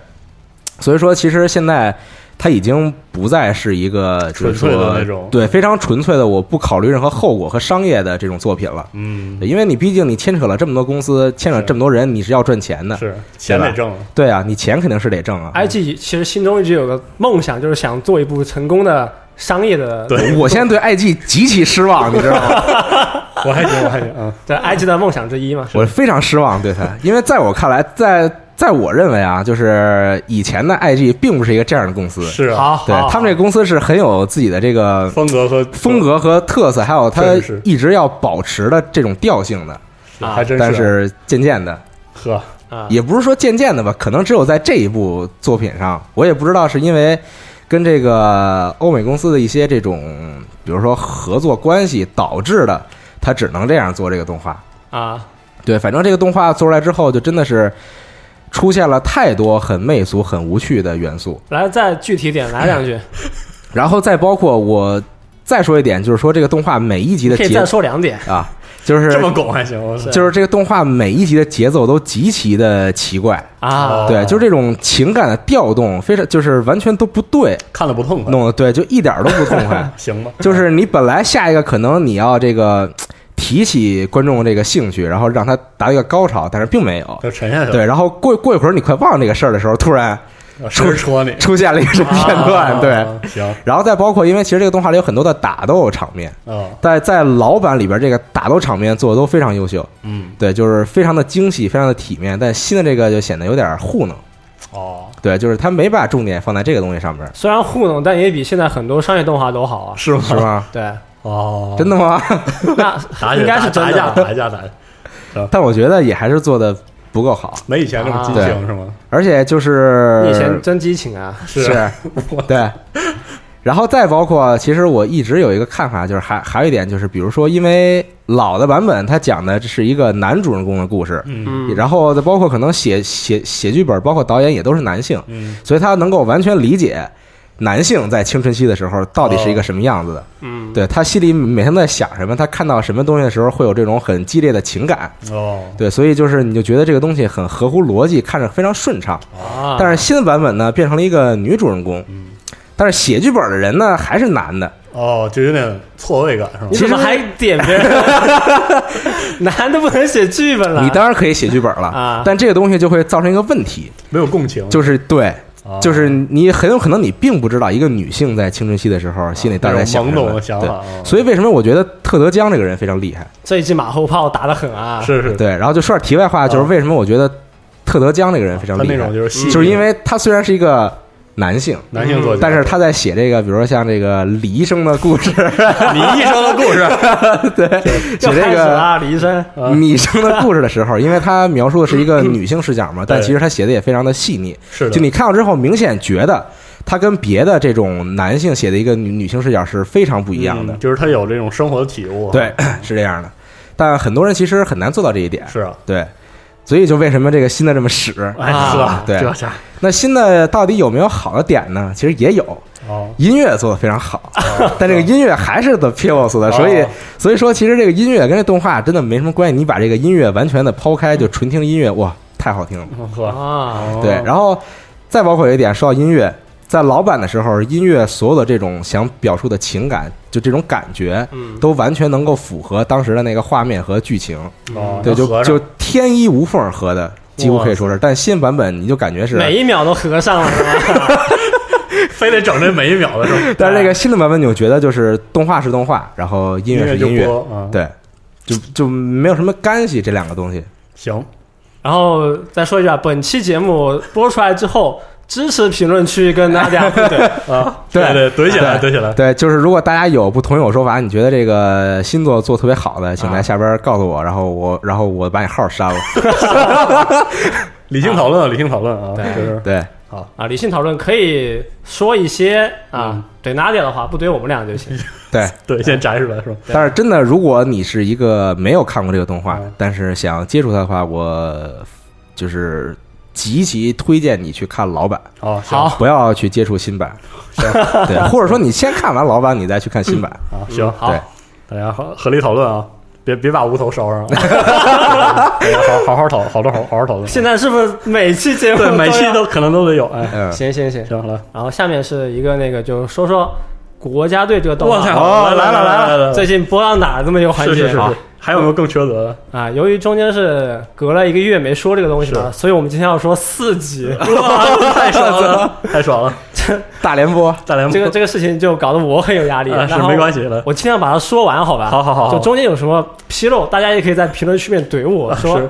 [SPEAKER 1] 所以说其实现在它已经不再是一个就是
[SPEAKER 3] 纯粹的
[SPEAKER 1] 说
[SPEAKER 3] 那种
[SPEAKER 1] 对非常纯粹的，我不考虑任何后果和商业的这种作品了。
[SPEAKER 3] 嗯，
[SPEAKER 1] 对因为你毕竟你牵扯了这么多公司，牵扯
[SPEAKER 3] 是
[SPEAKER 1] 这么多人，你是要赚钱的。
[SPEAKER 3] 是哎钱得挣，
[SPEAKER 1] 对啊，你钱肯定是得挣啊。
[SPEAKER 2] ，IG 其实心中一直有个梦想，就是想做一部成功的商业的。
[SPEAKER 3] 对
[SPEAKER 1] 我现在对 IG 极其失望，你知道 吗？
[SPEAKER 3] 我还行，我还行啊。
[SPEAKER 2] 对 IG 的梦想之一嘛。
[SPEAKER 1] 我非常失望对它，因为在我看来，在在我认为啊，就是以前的 IG 并不是一个这样的公司。
[SPEAKER 3] 是啊，
[SPEAKER 2] 好，
[SPEAKER 1] 对
[SPEAKER 2] 好
[SPEAKER 1] 他们这个公司是很有自己的这个
[SPEAKER 3] 风格和
[SPEAKER 1] 风格和特色，还有它
[SPEAKER 3] 确实是
[SPEAKER 1] 一直要保持的这种调性的，
[SPEAKER 3] 是还真
[SPEAKER 1] 但是渐渐的，
[SPEAKER 3] 呵，
[SPEAKER 2] 啊，
[SPEAKER 1] 也不是说渐渐的吧，可能只有在这一部作品上，我也不知道是因为跟这个欧美公司的一些这种，比如说合作关系导致的，它只能这样做这个动画。
[SPEAKER 2] 啊，
[SPEAKER 1] 对，反正这个动画做出来之后，就真的是出现了太多很媚俗、很无趣的元素。
[SPEAKER 2] 来再具体点来 两句，
[SPEAKER 1] 然后再包括我再说一点，就是说这个动画每一集的
[SPEAKER 2] 可以
[SPEAKER 1] 节
[SPEAKER 2] 再说两点。
[SPEAKER 1] 啊，就是
[SPEAKER 3] 这么拱还行，我
[SPEAKER 1] 就是这个动画每一集的节奏都极其的奇怪，
[SPEAKER 2] 啊
[SPEAKER 3] 哦
[SPEAKER 1] 对，就是这种情感的调动非常就是完全都不对，
[SPEAKER 3] 看的不痛 快，。
[SPEAKER 1] 弄得对就一点儿都不痛快
[SPEAKER 3] 行吧？
[SPEAKER 1] 就是你本来下一个可能你要这个提起观众这个兴趣，然后让他达到一个高潮，但是并没有。
[SPEAKER 3] 就沉下去了，
[SPEAKER 1] 对，然后过过一会儿你快忘这个事儿的时候，突然
[SPEAKER 3] 戳戳你
[SPEAKER 1] 出现了一个片段，对。
[SPEAKER 3] 啊行
[SPEAKER 1] 然后再包括，因为其实这个动画里有很多的打斗场面，
[SPEAKER 3] 啊，
[SPEAKER 1] 在在老版里边这个打斗场面做的都非常优秀，
[SPEAKER 3] 嗯，
[SPEAKER 1] 对，就是非常的精细，非常的体面，但新的这个就显得有点糊弄。
[SPEAKER 3] 哦，
[SPEAKER 1] 对，就是他没把重点放在这个东西上面，
[SPEAKER 2] 虽然糊弄，但也比现在很多商业动画都好啊。
[SPEAKER 3] 是吗？
[SPEAKER 1] 是 吗？
[SPEAKER 2] 对，
[SPEAKER 3] 哦，
[SPEAKER 1] 真的吗？
[SPEAKER 2] 那
[SPEAKER 3] 打起来
[SPEAKER 2] 应该是真
[SPEAKER 3] 打架，
[SPEAKER 2] 的。啊
[SPEAKER 3] 打架，打架，
[SPEAKER 1] 但我觉得也还是做的不够好，
[SPEAKER 3] 没以前那么
[SPEAKER 1] 啊
[SPEAKER 3] 激情是吗？
[SPEAKER 1] 而且就是
[SPEAKER 2] 你以
[SPEAKER 3] 嗯
[SPEAKER 2] 前真激情啊！
[SPEAKER 1] 是
[SPEAKER 3] 是
[SPEAKER 1] 对， 然后再包括，其实我一直有一个看法，就是还还有一点就是，比如说，因为老的版本它讲的是一个男主人公的故事，
[SPEAKER 3] 嗯
[SPEAKER 2] 嗯，
[SPEAKER 1] 然后再包括可能写写写剧本，包括导演也都是男性，
[SPEAKER 3] 嗯，
[SPEAKER 1] 所以他能够完全理解男性在青春期的时候到底是一个什么样子的。
[SPEAKER 2] 嗯，
[SPEAKER 1] 对他心里每天都在想什么，他看到什么东西的时候会有这种很激烈的情感。
[SPEAKER 3] 哦，
[SPEAKER 1] 对，所以就是你就觉得这个东西很合乎逻辑，看着非常顺畅。
[SPEAKER 2] 啊，
[SPEAKER 1] 但是新的版本呢，变成了一个女主人公，
[SPEAKER 3] 嗯，
[SPEAKER 1] 但是写剧本的人呢还是男的。
[SPEAKER 3] 哦，就有点错位感是吗
[SPEAKER 2] 你？怎么
[SPEAKER 1] 其实
[SPEAKER 2] 还点别人？ 男的不能写剧本了。
[SPEAKER 1] 你当然可以写剧本
[SPEAKER 2] 啊
[SPEAKER 1] 了，但这个东西就会造成一个问题，
[SPEAKER 3] 没有共情，
[SPEAKER 1] 就是对，
[SPEAKER 3] 啊
[SPEAKER 1] 就是你很有可能你并不知道一个女性在青春期的时候心里到底在
[SPEAKER 3] 啊那种
[SPEAKER 1] 想
[SPEAKER 3] 懵
[SPEAKER 1] 什
[SPEAKER 3] 懂
[SPEAKER 1] 么。
[SPEAKER 3] 的想法
[SPEAKER 1] 对，
[SPEAKER 3] 啊，
[SPEAKER 1] 所以为什么我觉得特德江这个人非常厉害？
[SPEAKER 2] 这一记马后炮打得很啊！
[SPEAKER 3] 是是，啊
[SPEAKER 1] 对，然后就说点题外话，就是为什么我觉得特德江这个人非常
[SPEAKER 3] 他
[SPEAKER 1] 厉
[SPEAKER 3] 那
[SPEAKER 1] 害
[SPEAKER 3] 种，就是细腻
[SPEAKER 1] 就是因为他虽然是一个男性，
[SPEAKER 3] 男性作家，
[SPEAKER 1] 嗯但是他在写这个，比如说像这个李医生的故事，
[SPEAKER 3] 李医生 的故事，
[SPEAKER 1] 写
[SPEAKER 2] 要
[SPEAKER 1] 这
[SPEAKER 2] 开始了
[SPEAKER 1] 个
[SPEAKER 2] 啊，李医生。
[SPEAKER 3] 啊
[SPEAKER 1] 米生的故事的时候，因为他描述的是一个女性视角嘛，但
[SPEAKER 3] 对
[SPEAKER 1] 其实他写的也非常的细腻。
[SPEAKER 3] 是的，
[SPEAKER 1] 就你看到之后，明显觉得他跟别的这种男性写的一个女女性视角是非常不
[SPEAKER 3] 不
[SPEAKER 1] 一样的。
[SPEAKER 3] 嗯就是他有这种生活的体悟，
[SPEAKER 1] 对，， 是这样的。但很多人其实很难做到这一点。
[SPEAKER 3] 是啊，
[SPEAKER 1] 对，所以就为什么这个新的这么屎？
[SPEAKER 3] 哎
[SPEAKER 2] 啊
[SPEAKER 3] 是吧？
[SPEAKER 1] 对
[SPEAKER 3] 这下
[SPEAKER 1] 那新的到底有没有好的点呢？其实也有，
[SPEAKER 3] 哦，
[SPEAKER 1] 音乐做的非常好，但这个音乐还是 The E Pills 的，所以
[SPEAKER 3] 哦
[SPEAKER 1] 所以说其实这个音乐跟这动画真的没什么关系。你把这个音乐完全的抛开，就纯听音乐，哇，太好听了。
[SPEAKER 3] 呵，
[SPEAKER 2] 啊，
[SPEAKER 3] 哦
[SPEAKER 1] 对，然后再包括有一点，说到音乐，在老版的时候，音乐所有的这种想表述的情感，就这种感觉，
[SPEAKER 2] 嗯，
[SPEAKER 1] 都完全能够符合当时的那个画面和剧情，
[SPEAKER 3] 哦，
[SPEAKER 1] 对，
[SPEAKER 3] 那
[SPEAKER 1] 就
[SPEAKER 3] 合上
[SPEAKER 1] 就天衣无缝合的，几乎可以说是。但新版本你就感觉
[SPEAKER 3] 啊
[SPEAKER 1] 是，
[SPEAKER 2] 每一秒都合上了，是吧
[SPEAKER 3] 非得整这每一秒的是吧？
[SPEAKER 1] 但是那个新的版本你就觉得就是动画是动画，然后 音乐是
[SPEAKER 3] 就
[SPEAKER 1] 音乐，
[SPEAKER 3] 播啊，，
[SPEAKER 1] 对，就就没有什么干系这两个东西。
[SPEAKER 3] 行，
[SPEAKER 2] 然后再说一句啊，本期节目播出来之后，支持评论区跟大家互怼。
[SPEAKER 3] 啊，
[SPEAKER 1] 对
[SPEAKER 3] 对，怼起来，怼起
[SPEAKER 2] 啊
[SPEAKER 3] 来，
[SPEAKER 1] 对，就是如果大家有不同意我说法，你觉得这个新作做得特别好的，请
[SPEAKER 2] 啊
[SPEAKER 1] 来下边告诉我，然后我然后我把你号 删了。
[SPEAKER 3] 理性讨论，理性讨论啊，
[SPEAKER 2] 对
[SPEAKER 3] 就是
[SPEAKER 1] 对，
[SPEAKER 3] 好，
[SPEAKER 2] 啊，理性讨论可以说一些
[SPEAKER 3] 嗯
[SPEAKER 2] 啊，怼 Nadia 的话，不怼我们俩就行。
[SPEAKER 1] 对，
[SPEAKER 3] 对，先摘出来是吧？
[SPEAKER 1] 但是真的，如果你是一个没有看过这个动画
[SPEAKER 2] 啊
[SPEAKER 3] 嗯，
[SPEAKER 1] 但是想要接触它的话，我就是极其推荐你去看老版，
[SPEAKER 3] 好，哦行
[SPEAKER 2] 好
[SPEAKER 1] 不要去接触新版。对，或者说你先看完老版，你再去看新版。
[SPEAKER 3] 啊，行，
[SPEAKER 2] 嗯好
[SPEAKER 1] 对，
[SPEAKER 3] 大家合合理讨论啊，别别把无头烧上，啊！大家好好好讨，好好好好讨论。啊
[SPEAKER 2] 现在是不是每期节目
[SPEAKER 3] 对每期
[SPEAKER 2] 要
[SPEAKER 3] 都可能都得有，哎，
[SPEAKER 1] 嗯，
[SPEAKER 2] 行行行？
[SPEAKER 3] 行了，
[SPEAKER 2] 然后下面是一个那个，就说说国家队这个动
[SPEAKER 3] 哇塞
[SPEAKER 2] 画。
[SPEAKER 3] 好
[SPEAKER 1] 哦，
[SPEAKER 3] 来
[SPEAKER 1] 来
[SPEAKER 3] 了
[SPEAKER 1] 了
[SPEAKER 3] 来
[SPEAKER 1] 来
[SPEAKER 3] 了
[SPEAKER 1] 了，
[SPEAKER 2] 最近播到哪儿这么一个环
[SPEAKER 3] 是
[SPEAKER 2] 节
[SPEAKER 3] 是是
[SPEAKER 2] 啊
[SPEAKER 3] 是，还有没有更缺 德的？
[SPEAKER 2] 啊！由于中间是隔了一个月没说这个东西了，所以我们今天要说四集。
[SPEAKER 3] 哇，太爽了，太爽了！
[SPEAKER 1] 大联播。
[SPEAKER 3] 大联 播
[SPEAKER 2] 这个这个事情就搞得我很有压力。
[SPEAKER 3] 啊是
[SPEAKER 2] 然后
[SPEAKER 3] 没关系的
[SPEAKER 2] 我尽量把它说完，好吧？
[SPEAKER 3] 好好好好
[SPEAKER 2] 就中间有什么纰漏，大家也可以在评论区面怼我
[SPEAKER 3] 啊
[SPEAKER 2] 说
[SPEAKER 3] 是，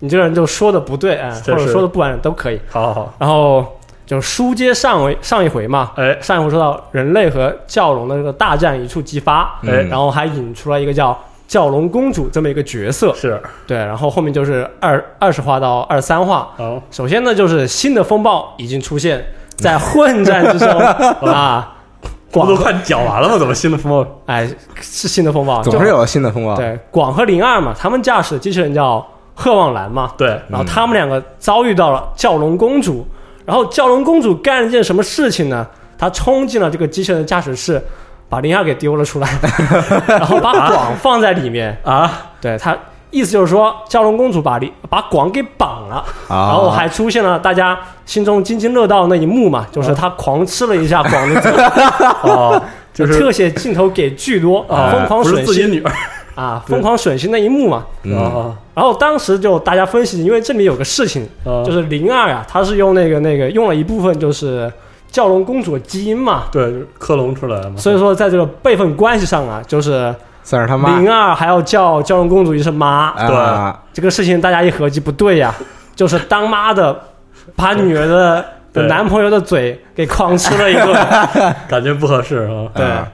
[SPEAKER 2] 你这个人就说的不对，哎，
[SPEAKER 3] 是
[SPEAKER 2] 或者说的不完整都可以。
[SPEAKER 3] 好好好，
[SPEAKER 2] 然后就是书接上回上一回嘛，
[SPEAKER 3] 哎
[SPEAKER 2] 上一回说到人类和蛟龙的这个大战一触即发，
[SPEAKER 1] 嗯
[SPEAKER 3] 哎
[SPEAKER 2] 然后还引出了一个叫。蛟龙公主这么一个角色，
[SPEAKER 3] 是，
[SPEAKER 2] 对，然后后面就是二二十话到二十三话，
[SPEAKER 3] 好，
[SPEAKER 2] 首先呢，就是新的风暴已经出现在混战 之中啊，
[SPEAKER 3] 我
[SPEAKER 2] 广
[SPEAKER 3] 都
[SPEAKER 2] 和
[SPEAKER 3] 快讲完了吗？怎么新的风暴？
[SPEAKER 2] 哎是新的风暴，
[SPEAKER 1] 总是有啊新的风
[SPEAKER 2] 就
[SPEAKER 1] 暴，
[SPEAKER 2] 对广和零二嘛，他们驾驶的机器人叫鹤望兰嘛，
[SPEAKER 3] 对，
[SPEAKER 2] 然后他们两个遭遇到了蛟龙公主，然后蛟龙公主干了件什么事情呢？她冲进了这个机器人的驾驶室，把零二给丢了出 来，然后把广放在里面，
[SPEAKER 3] 啊，
[SPEAKER 2] 对她意思就是说，蛟龙公主把零把广给绑了，
[SPEAKER 1] 啊，
[SPEAKER 2] 然后还出现了大家心中津津乐道的那一幕嘛，
[SPEAKER 3] 啊
[SPEAKER 2] 就是他狂吃了一下广的嘴，
[SPEAKER 3] 哦， 就是哎
[SPEAKER 2] 特写镜头给巨多，
[SPEAKER 1] 啊
[SPEAKER 2] 疯狂
[SPEAKER 3] 不是
[SPEAKER 2] 吮
[SPEAKER 3] 自己
[SPEAKER 2] 吸
[SPEAKER 3] 女儿
[SPEAKER 2] 啊，疯狂吮吸那一幕嘛。
[SPEAKER 1] 嗯，
[SPEAKER 3] 啊
[SPEAKER 2] 然后当时就大家分析，因为这里有个事情，
[SPEAKER 3] 啊，
[SPEAKER 2] 就是零二啊，他是用那个那个用了一部分就是蛟龙公主的基因嘛，
[SPEAKER 3] 对，就是克隆出来了嘛，
[SPEAKER 2] 所以说在这个辈分关系上啊，就是
[SPEAKER 1] 算是他妈
[SPEAKER 2] 零二还要叫蛟龙公主一声
[SPEAKER 3] 哎
[SPEAKER 2] 妈，
[SPEAKER 1] 啊，
[SPEAKER 2] 这个事情大家一合计不对呀、就是当妈的把女儿的
[SPEAKER 3] 对
[SPEAKER 2] 男朋友的嘴给狂 吃了一 顿，
[SPEAKER 3] 感觉不合适啊，
[SPEAKER 2] 对
[SPEAKER 1] 啊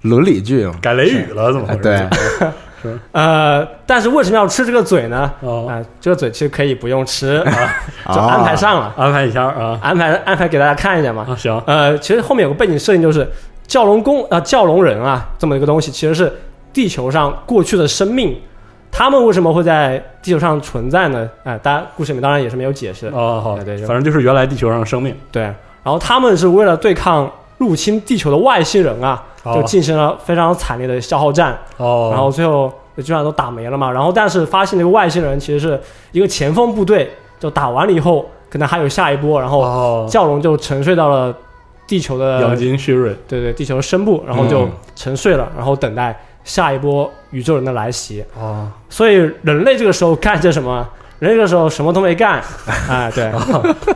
[SPEAKER 1] 伦理剧嘛，
[SPEAKER 3] 改雷雨了，怎么回
[SPEAKER 1] 哎
[SPEAKER 3] 事？
[SPEAKER 1] 对，
[SPEAKER 2] 呃，但是为什么要吃这个嘴呢？啊、
[SPEAKER 3] 哦，
[SPEAKER 2] 这个嘴其实可以不用吃，啊、就
[SPEAKER 1] 啊
[SPEAKER 2] 安排上了，
[SPEAKER 3] 安排一下啊，
[SPEAKER 2] 安排安排给大家看一下嘛。
[SPEAKER 3] 啊，行，
[SPEAKER 2] 呃，其实后面有个背景设定，就是蛟龙公啊、蛟龙人啊这么一个东西，其实是地球上过去的生命，他们为什么会在地球上存在呢？哎、大家故事里面当然也是没有解释，
[SPEAKER 3] 哦，好，
[SPEAKER 2] 对对就
[SPEAKER 3] 反正就是原来地球上的生命，
[SPEAKER 2] 对，然后他们是为了对抗入侵地球的外星人啊，
[SPEAKER 3] 哦
[SPEAKER 2] 就进行了非常惨烈的消耗战，
[SPEAKER 3] 哦，
[SPEAKER 2] 然后最后基本上都打没了嘛。然后但是发现这个外星人其实是一个前锋部队，就打完了以后，可能还有下一波，然后
[SPEAKER 3] 哦，
[SPEAKER 2] 蛟龙就沉睡到了地球的
[SPEAKER 3] 养精蓄锐，
[SPEAKER 2] 对对地球的深部，然后就
[SPEAKER 1] 嗯
[SPEAKER 2] 沉睡了，然后等待下一波宇宙人的来袭。
[SPEAKER 3] 哦，
[SPEAKER 2] 所以人类这个时候干些什么？人类这个时候什么都没 干，哎，对，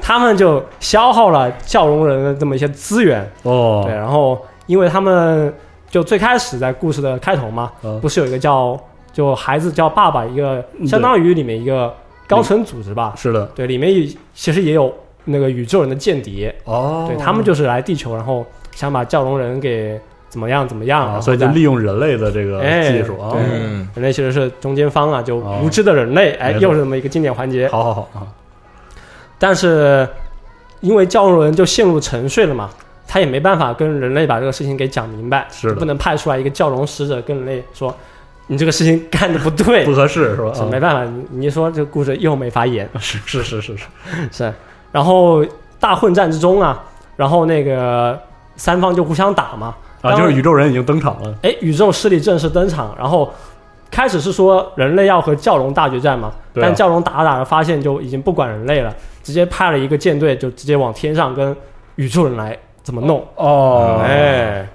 [SPEAKER 2] 他们就消耗了蛟龙人的这么一些资源，对，
[SPEAKER 3] 哦，
[SPEAKER 2] 然后因为他们就最开始在故事的开头嘛，
[SPEAKER 3] 嗯
[SPEAKER 2] 不是有一个叫就孩子叫爸爸一个，
[SPEAKER 3] 嗯
[SPEAKER 2] 相当于里面一个高层组织吧，
[SPEAKER 3] 是的，
[SPEAKER 2] 对，里面也其实也有那个宇宙人的间谍，
[SPEAKER 3] 哦，
[SPEAKER 2] 对他们就是来地球，然后想把蛟龙人给怎么样怎么样，然
[SPEAKER 3] 啊，
[SPEAKER 2] 后
[SPEAKER 3] 所以就
[SPEAKER 2] 再
[SPEAKER 3] 利用人类的这个
[SPEAKER 2] 哎
[SPEAKER 3] 技术啊，
[SPEAKER 2] 对
[SPEAKER 1] 嗯
[SPEAKER 2] 人类其实是中间方啊，就
[SPEAKER 3] 哦
[SPEAKER 2] 无知的人类，哎，
[SPEAKER 3] 没错
[SPEAKER 2] 又是这么一个经典环节。
[SPEAKER 3] 好好好啊，
[SPEAKER 2] 但是因为教龙人就陷入沉睡了嘛，他也没办法跟人类把这个事情给讲明白，
[SPEAKER 3] 是的
[SPEAKER 2] 就不能派出来一个教龙使者跟人类说，你这个事情干的不对
[SPEAKER 3] 不，合适是吧？
[SPEAKER 2] 是
[SPEAKER 3] 啊
[SPEAKER 2] 没办法，你你一说这个故事又没法演，
[SPEAKER 3] 是是是是是，
[SPEAKER 2] 是。然后大混战之中啊，然后那个三方就互相打嘛，
[SPEAKER 3] 啊，就是宇宙人已经登场了，
[SPEAKER 2] 哎，宇宙势力正式登场，然后开始是说人类要和蛟龙大决战嘛，
[SPEAKER 3] 对啊
[SPEAKER 2] 但蛟龙打着打着发现就已经不管人类了，直接派了一个舰队就直接往天上跟宇宙人来怎么弄。
[SPEAKER 3] 哦，
[SPEAKER 2] 哎，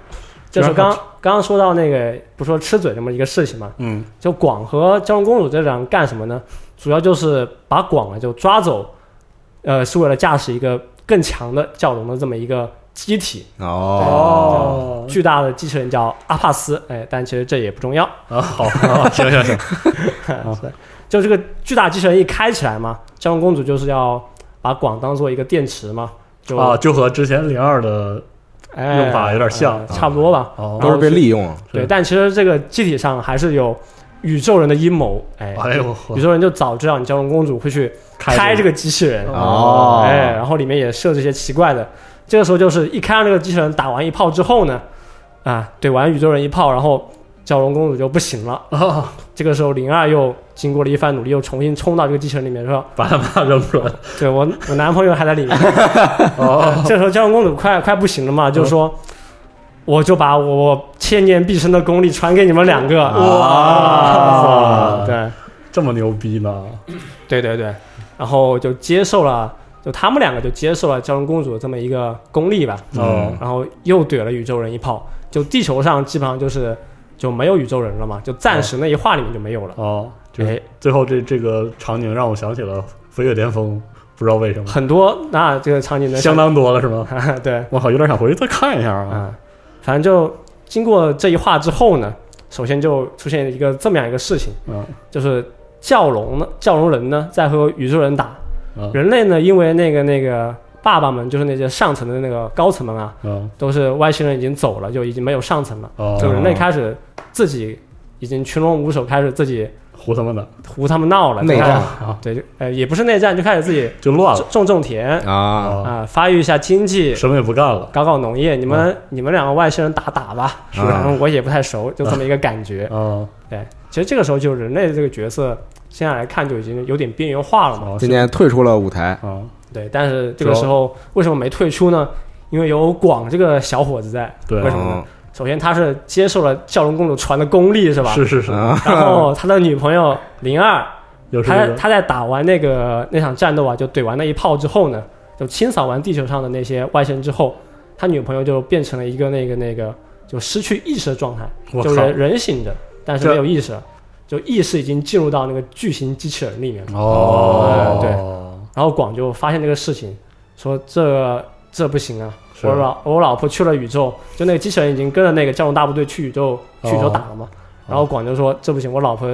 [SPEAKER 2] 就是
[SPEAKER 3] 然后
[SPEAKER 2] 刚刚刚说到那个，不说吃嘴这么一个事情嘛，
[SPEAKER 3] 嗯，
[SPEAKER 2] 就广和交通公主这两个干什么呢？主要就是把广啊就抓走，呃，是为了驾驶一个更强的蛟龙的这么一个机体，
[SPEAKER 1] 哦，
[SPEAKER 2] 巨大的机器人叫阿帕斯，哎，但其实这也不重要，
[SPEAKER 3] 啊，好，好行行行，
[SPEAKER 2] 是就这个巨大机器人一开起来嘛，交通公主就是要把广当做一个电池嘛， 就、
[SPEAKER 3] 啊，就和之前零二的
[SPEAKER 2] 哎、
[SPEAKER 3] 用法有点像
[SPEAKER 2] 哎差不多吧。
[SPEAKER 3] 哦，
[SPEAKER 1] 都是被利用了，
[SPEAKER 2] 对，但其实这个机体上还是有宇宙人的阴谋，哎，
[SPEAKER 3] 哎呦，
[SPEAKER 2] 宇宙人就早知道你蛟龙公主会去开这个机器人，
[SPEAKER 3] 啊
[SPEAKER 1] 哦
[SPEAKER 2] 哎，然后里面也设置一些奇怪的。这个时候就是一开上这个机器人打完一炮之后呢，啊，怼完宇宙人一炮，然后蛟龙公主就不行了。
[SPEAKER 3] 啊，
[SPEAKER 2] 这个时候灵儿又经过了一番努力，又重新冲到这个机器人里面说
[SPEAKER 3] 把他妈扔出来，：“
[SPEAKER 2] 对我我男朋友还在里面。
[SPEAKER 3] 哦，
[SPEAKER 2] 这时候蛟龙公主快快不行了嘛，就说。
[SPEAKER 3] 嗯
[SPEAKER 2] 我就把我千年毕生的功力传给你们两个，
[SPEAKER 3] 哇
[SPEAKER 2] 对，
[SPEAKER 3] 这么牛逼呢？
[SPEAKER 2] 对对对，然后就接受了，就他们两个就接受了蛟龙公主这么一个功力吧，
[SPEAKER 3] 哦，
[SPEAKER 2] 然后又怼了宇宙人一炮，就地球上基本上就是就没有宇宙人了嘛，就暂时那一话里面就没有了。
[SPEAKER 3] 哦，就是
[SPEAKER 2] 哎，
[SPEAKER 3] 最后这这个场景让我想起了《飞跃巅峰》，不知道为什么，
[SPEAKER 2] 很多那这个场景能
[SPEAKER 3] 相当多了是吗？
[SPEAKER 2] 当 对，
[SPEAKER 3] 我靠，有点想回去再看一下啊。
[SPEAKER 2] 啊，反正就经过这一话之后呢，首先就出现一个这么样一个事情，
[SPEAKER 1] 啊
[SPEAKER 3] 嗯，
[SPEAKER 2] 就是教龙呢，教龙人呢在和宇宙人打，
[SPEAKER 1] 啊
[SPEAKER 3] 嗯
[SPEAKER 2] 人类呢因为那个那个爸爸们就是那些上层的那个高层们啊，
[SPEAKER 3] 嗯，
[SPEAKER 2] 都是外星人已经走了，就已经没有上层了，就
[SPEAKER 3] 哦，
[SPEAKER 2] 人类开始自己已经群龙无首，开始自己
[SPEAKER 3] 胡他妈的
[SPEAKER 2] 胡他们闹了，
[SPEAKER 1] 内
[SPEAKER 2] 就开始
[SPEAKER 1] 战
[SPEAKER 3] 啊，
[SPEAKER 2] 对，就呃也不是内战，就开始自己
[SPEAKER 3] 就乱了
[SPEAKER 2] 种种种田啊、
[SPEAKER 1] 啊，
[SPEAKER 3] 啊，
[SPEAKER 2] 发育一下经济，
[SPEAKER 3] 什么也不干了
[SPEAKER 2] 搞搞农业。你们、你们两个外星人打打吧，
[SPEAKER 1] 是
[SPEAKER 2] 然后我也不太熟，就这么一个感觉。
[SPEAKER 3] 啊。
[SPEAKER 2] 对，其实这个时候就人类这个角色。现在来看就已经有点边缘化了嘛，
[SPEAKER 3] 哦
[SPEAKER 1] 今天退出了舞台，
[SPEAKER 3] 啊，
[SPEAKER 2] 对，但是这个时候为什么没退出呢？因为有广这个小伙子在，
[SPEAKER 3] 对
[SPEAKER 2] 为什么呢？首先他是接受了笑容公主传的功力，是吧？
[SPEAKER 3] 是是是，
[SPEAKER 1] 啊，
[SPEAKER 2] 然后他的女朋友灵儿，
[SPEAKER 3] 又是
[SPEAKER 2] 他
[SPEAKER 3] 这个
[SPEAKER 2] 他在打完那个那场战斗啊，就怼完那一炮之后呢，就清扫完地球上的那些外星人之后，他女朋友就变成了一个那个那个就失去意识的状态，
[SPEAKER 3] 我
[SPEAKER 2] 就
[SPEAKER 3] 靠
[SPEAKER 2] 人人醒着，但是
[SPEAKER 3] 这
[SPEAKER 2] 没有意识了，就意识已经进入到那个巨型机器人里
[SPEAKER 3] 嗯
[SPEAKER 2] 面了。
[SPEAKER 3] 哦，
[SPEAKER 2] 对然后广就发现这个事情，说这这不行啊！
[SPEAKER 3] 是
[SPEAKER 2] 我老我老婆去了宇宙，就那个机器人已经跟着那个交通大部队去宇宙去宇宙
[SPEAKER 3] 哦
[SPEAKER 2] 打了嘛。然后广就说这不行，我老婆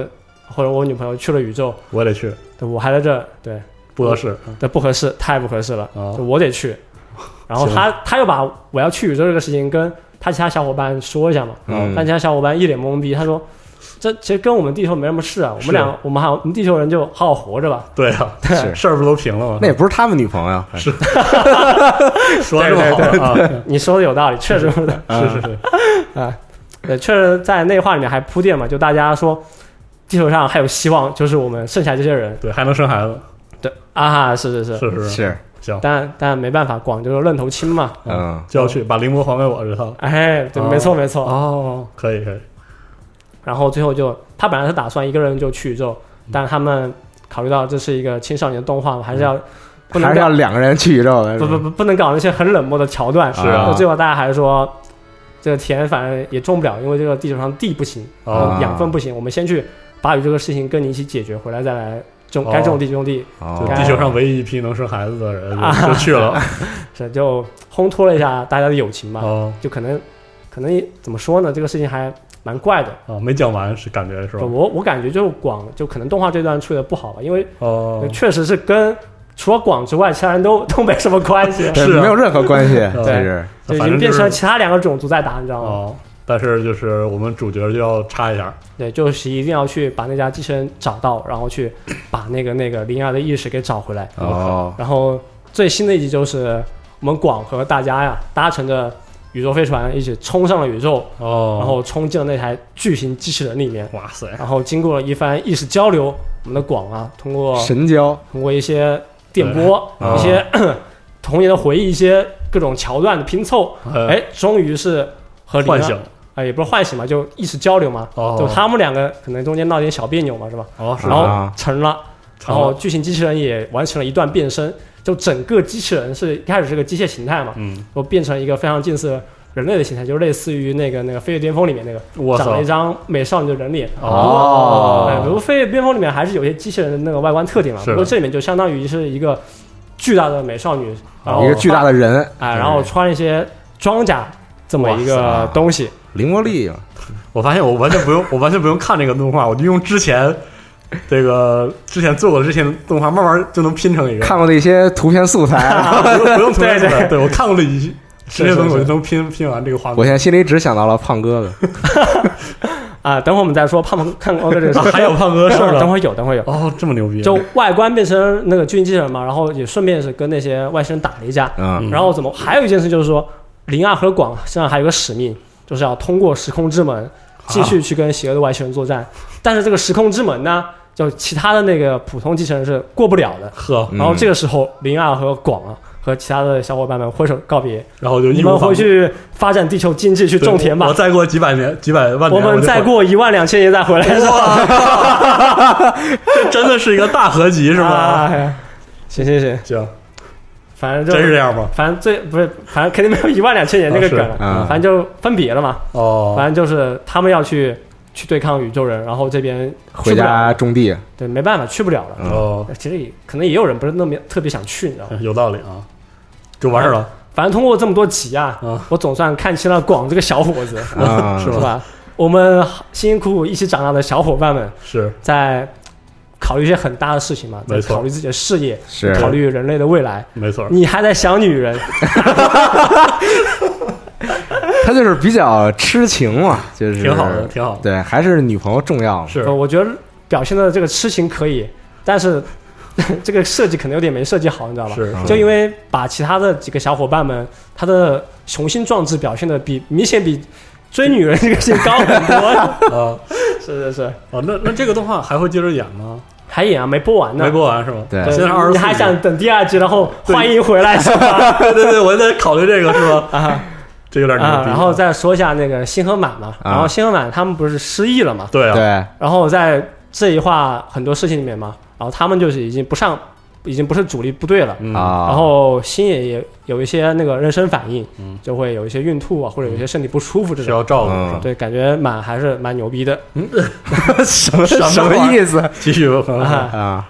[SPEAKER 2] 或者我女朋友去了宇宙，
[SPEAKER 3] 我得去，
[SPEAKER 2] 对我还在这儿，对，
[SPEAKER 3] 不合适
[SPEAKER 2] 这不合适，太不合适了，
[SPEAKER 3] 啊
[SPEAKER 2] 就我得去。然后他他又把我要去宇宙这个事情跟他其他小伙伴说一下嘛，
[SPEAKER 1] 嗯
[SPEAKER 2] 但其他小伙伴一脸懵逼，他说。这其实跟我们地球没什么事啊，我
[SPEAKER 3] 是
[SPEAKER 2] 们俩我们还我们地球人就好好活着吧。
[SPEAKER 3] 对啊，
[SPEAKER 1] 是
[SPEAKER 3] 事儿不都平了吗？
[SPEAKER 1] 那也不是他们女朋友，是
[SPEAKER 3] 说得这么好啊，
[SPEAKER 2] 你说的有道理，确实是
[SPEAKER 3] 是是是，
[SPEAKER 2] 对，确实在内化里面还铺垫嘛，就大家说地球上还有希望，就是我们剩下这些人。
[SPEAKER 3] 对，还能生孩子，
[SPEAKER 2] 对啊，是是是，
[SPEAKER 3] 是是是，
[SPEAKER 1] 是，
[SPEAKER 3] 行，
[SPEAKER 2] 但但没办法，广州愣头青嘛。
[SPEAKER 1] 嗯，
[SPEAKER 3] 就要去把灵魔还给我这套，
[SPEAKER 2] 哎，对，没错没错。
[SPEAKER 3] 哦，可以可以，
[SPEAKER 2] 然后最后就他本来是打算一个人就去宇宙，
[SPEAKER 1] 嗯
[SPEAKER 2] 但他们考虑到这是一个青少年动画嘛，还是要不能
[SPEAKER 1] 嗯还是要
[SPEAKER 2] 搞
[SPEAKER 1] 两个人去宇宙的，
[SPEAKER 2] 不不不不能搞那些很冷漠的桥段。
[SPEAKER 1] 是啊
[SPEAKER 2] 那最后大家还是说。这个田反正也种不了，因为这个地球上地不行，
[SPEAKER 3] 哦
[SPEAKER 2] 呃养分不行。我们先去把宇宙这个事情跟你一起解决，回来再来种，该种地种地，
[SPEAKER 1] 哦
[SPEAKER 3] 就
[SPEAKER 2] 该
[SPEAKER 3] 地球上唯一一批能生孩子的人
[SPEAKER 2] 啊
[SPEAKER 3] 就就 去了，
[SPEAKER 2] 是就烘托了一下大家的友情嘛，
[SPEAKER 3] 哦
[SPEAKER 2] 就可能可能怎么说呢，这个事情还蛮怪的。
[SPEAKER 3] 啊，没讲完是感觉是吧？
[SPEAKER 2] 我我感觉就是广，就可能动画这段处理的不好吧，因为
[SPEAKER 3] 哦，
[SPEAKER 2] 确实是跟除了广之外，其他人都 都没什么关 系，
[SPEAKER 1] 对
[SPEAKER 3] 是啊
[SPEAKER 1] 没有任何关系，其
[SPEAKER 3] 对
[SPEAKER 1] 实
[SPEAKER 2] 就已
[SPEAKER 3] 反
[SPEAKER 2] 经
[SPEAKER 3] 正
[SPEAKER 2] 变
[SPEAKER 3] 就
[SPEAKER 2] 成
[SPEAKER 3] 是
[SPEAKER 2] 其他两个种族在打，你知道吗？
[SPEAKER 3] 哦，但是就是我们主角就要插一下，
[SPEAKER 2] 对，就是一定要去把那家机器人找到，然后去把那个那个灵儿的意识给找回来。
[SPEAKER 1] 哦，
[SPEAKER 2] 然后最新的一集就是我们广和大家呀搭乘着宇宙飞船一起冲上了宇宙，
[SPEAKER 3] 哦，
[SPEAKER 2] 然后冲进了那台巨型机器人里面，
[SPEAKER 3] 哇塞，
[SPEAKER 2] 然后经过了一番意识交流，我们的广啊，通过
[SPEAKER 1] 神交，
[SPEAKER 2] 通过一些电波、
[SPEAKER 3] 对啊
[SPEAKER 2] 一些 童年的回忆、一些各种桥段的拼凑，
[SPEAKER 3] 呃
[SPEAKER 2] 哎，终于是和灵儿
[SPEAKER 3] 唤醒
[SPEAKER 2] 啊，也不是唤醒嘛，就意识交流嘛，
[SPEAKER 3] 哦
[SPEAKER 2] 就他们两个可能中间闹点小别扭嘛，是吧？
[SPEAKER 3] 哦，是
[SPEAKER 2] 然
[SPEAKER 1] 吗
[SPEAKER 2] 后成了，然
[SPEAKER 3] 长
[SPEAKER 2] 后
[SPEAKER 3] 了，
[SPEAKER 2] 巨型机器人也完成了一段变身，就整个机器人是一开始是个机械形态嘛，
[SPEAKER 3] 嗯，
[SPEAKER 2] 我变成一个非常近似人类的形态，就是类似于那个那个《飞跃巅峰》里面那个
[SPEAKER 3] 我
[SPEAKER 2] 长
[SPEAKER 3] 操
[SPEAKER 2] 了一，张美少女的人脸。哎，比
[SPEAKER 1] 哦，
[SPEAKER 2] 如《飞跃巅峰》里面还是有一些机器人的那个外观特点嘛，
[SPEAKER 3] 是
[SPEAKER 2] 不过这里面就相当于是一个巨大的美少女，然后
[SPEAKER 1] 哦一个巨大
[SPEAKER 2] 的
[SPEAKER 1] 的人，
[SPEAKER 2] 哎，然后穿一些装甲这么一
[SPEAKER 1] 哇
[SPEAKER 2] 个
[SPEAKER 1] 塞
[SPEAKER 2] 东西，
[SPEAKER 1] 凌波丽嘛，
[SPEAKER 2] 哦
[SPEAKER 3] 我发现我完全不用，我完全不用看这个动画，我就用之前这个之前做过的这些动画，慢慢就能拼成一个。
[SPEAKER 1] 看过的一些图片素 材。
[SPEAKER 3] 不用不用重
[SPEAKER 2] 对
[SPEAKER 3] 新
[SPEAKER 2] 对
[SPEAKER 3] 对对我看过了一这些
[SPEAKER 2] 是
[SPEAKER 3] 东西，我
[SPEAKER 2] 是
[SPEAKER 3] 就能拼拼完这个画
[SPEAKER 1] 我
[SPEAKER 3] 面。
[SPEAKER 1] 现在心里只想到了胖哥哥，
[SPEAKER 2] 啊，等会儿我们再说胖胖看欧哥这个事儿，
[SPEAKER 3] 还有胖哥事儿
[SPEAKER 2] 等
[SPEAKER 3] 了，
[SPEAKER 2] 会儿有，等会儿有。
[SPEAKER 3] 哦，这么牛逼，
[SPEAKER 2] 就外观变成那个巨型机器人嘛，然后也顺便是跟那些外星人打了一架。
[SPEAKER 1] 嗯，
[SPEAKER 2] 然后怎么还有一件事就是说，林二和广身上还有个使命，就是要通过时空之门继续去跟邪恶的外星人作战。但是这个时空之门呢，就其他的那个普通机器人是过不了的。
[SPEAKER 3] 呵，
[SPEAKER 1] 嗯
[SPEAKER 2] 然后这个时候，林二和广啊和其他的小伙伴们挥手告别，
[SPEAKER 3] 然后就
[SPEAKER 2] 你
[SPEAKER 3] 一
[SPEAKER 2] 们
[SPEAKER 3] 无
[SPEAKER 2] 回去发展地球经济，去种田
[SPEAKER 3] 我
[SPEAKER 2] 吧。
[SPEAKER 3] 再过几百年、几百万
[SPEAKER 2] 我
[SPEAKER 3] 年，
[SPEAKER 2] 们
[SPEAKER 3] 就
[SPEAKER 2] 再过一万两千年再回来
[SPEAKER 3] 回，
[SPEAKER 2] 是吧
[SPEAKER 3] 哇，这真的是一个大合集是 吧？
[SPEAKER 2] 哎呀行行行，
[SPEAKER 3] 行，
[SPEAKER 2] 反正就
[SPEAKER 3] 真是这样吗？
[SPEAKER 2] 反正最不是，反正肯定没有一万两千年这个梗了，
[SPEAKER 1] 啊是啊
[SPEAKER 2] 反正就分别了嘛。
[SPEAKER 3] 哦
[SPEAKER 2] 反，正就是他们要去去对抗宇宙人，然后这边去
[SPEAKER 1] 回
[SPEAKER 2] 不了，
[SPEAKER 1] 家种地，
[SPEAKER 2] 对，没办法去不了了。
[SPEAKER 1] 嗯
[SPEAKER 3] 哦，
[SPEAKER 2] 其实也可能也有人不是那么特别想去，你知道吗？
[SPEAKER 3] 有道理啊，就完事儿了。
[SPEAKER 2] 反正通过这么多集啊，
[SPEAKER 3] 啊
[SPEAKER 2] 我总算看清了广这个小伙子，
[SPEAKER 1] 啊，
[SPEAKER 3] 是吧
[SPEAKER 2] 是吧？我们辛辛苦苦一起长大的小伙伴们，
[SPEAKER 3] 是，
[SPEAKER 2] 在考虑一些很大的事情嘛，在
[SPEAKER 3] 没错嗯
[SPEAKER 2] 考虑自己的事业，
[SPEAKER 1] 是
[SPEAKER 2] 考虑人类的未来。
[SPEAKER 3] 没错儿，
[SPEAKER 2] 你还在想女人，
[SPEAKER 1] 他就是比较痴情嘛，就是
[SPEAKER 3] 挺好的，挺好的。
[SPEAKER 1] 对，还是女朋友重要嘛，
[SPEAKER 3] 是
[SPEAKER 2] 呃，我觉得表现的这个痴情可以，但是 这个设计可能有点没设计好，你知道吧？
[SPEAKER 3] 是
[SPEAKER 1] 嗯
[SPEAKER 2] 就因为把其他的几个小伙伴们他的雄心壮志表现的比明显比追女人这个事情高很 多，
[SPEAKER 3] 啊
[SPEAKER 2] 是是是，
[SPEAKER 3] 啊，那那这个动画还会接着演吗？
[SPEAKER 2] 还演啊没播完呢，
[SPEAKER 3] 没播完是吗？
[SPEAKER 1] 对
[SPEAKER 2] 对
[SPEAKER 3] 现在二
[SPEAKER 2] 你
[SPEAKER 3] 十
[SPEAKER 2] 还想等第二季，然后欢迎回来是吧？
[SPEAKER 3] 对对对，我在考虑这个是吧？
[SPEAKER 2] 啊
[SPEAKER 3] 这有点牛
[SPEAKER 2] 啊，
[SPEAKER 3] 逼。
[SPEAKER 2] 然后再说一下那个星河满嘛，
[SPEAKER 1] 啊
[SPEAKER 2] 然后星河满他们不是失忆了嘛，
[SPEAKER 3] 对啊，
[SPEAKER 1] 对，
[SPEAKER 2] 然后在这一话很多事情里面嘛，然后他们就是已经不上，已经不是主力部队了。
[SPEAKER 3] 嗯
[SPEAKER 1] 啊，
[SPEAKER 2] 然后星野也有一些那个妊娠反应，
[SPEAKER 3] 嗯
[SPEAKER 2] 就会有一些孕吐啊，或者有一些身体不舒服这
[SPEAKER 3] 需
[SPEAKER 2] 种。
[SPEAKER 3] 要照顾是
[SPEAKER 1] 嗯
[SPEAKER 3] 吧？
[SPEAKER 2] 对，感觉蛮还是蛮牛逼的，
[SPEAKER 1] 什么
[SPEAKER 3] 什么
[SPEAKER 1] 什
[SPEAKER 3] 玩
[SPEAKER 1] 么
[SPEAKER 3] 意
[SPEAKER 1] 意思
[SPEAKER 3] 继续吧，
[SPEAKER 2] 啊
[SPEAKER 1] 啊？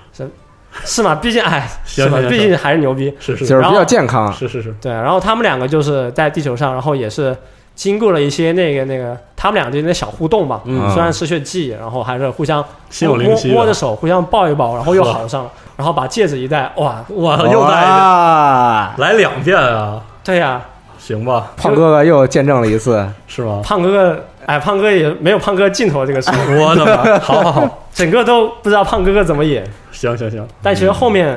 [SPEAKER 2] 是吗？毕竟哎，
[SPEAKER 3] 嗯行
[SPEAKER 2] 是吗？
[SPEAKER 3] 行
[SPEAKER 2] 毕竟还是牛逼。
[SPEAKER 3] 是是
[SPEAKER 1] 就是比较健康，
[SPEAKER 3] 是是是，
[SPEAKER 2] 对，然后他们两个就是在地球上，然后也是经过了一些那个那个他们俩之间的小互动吧。
[SPEAKER 3] 嗯
[SPEAKER 1] 啊
[SPEAKER 2] 虽然失去记忆，然后还是互相
[SPEAKER 3] 心有灵犀
[SPEAKER 2] 摸摸着
[SPEAKER 3] 的。
[SPEAKER 2] 手，互相抱一抱，然后又好上了，然后把戒指一戴，哇，
[SPEAKER 3] 哇， 又
[SPEAKER 1] 啊
[SPEAKER 3] 来
[SPEAKER 1] 哇，
[SPEAKER 3] 来两遍啊，
[SPEAKER 2] 对呀、
[SPEAKER 3] 行吧？
[SPEAKER 1] 胖哥哥又见证了一次，
[SPEAKER 3] 是吗？
[SPEAKER 2] 胖哥哥，哎，胖哥也没有胖哥镜头这个时候，
[SPEAKER 3] 我的妈！啊好好好，
[SPEAKER 2] 整个都不知道胖哥哥怎么演。
[SPEAKER 3] 行行行，
[SPEAKER 2] 但其实后面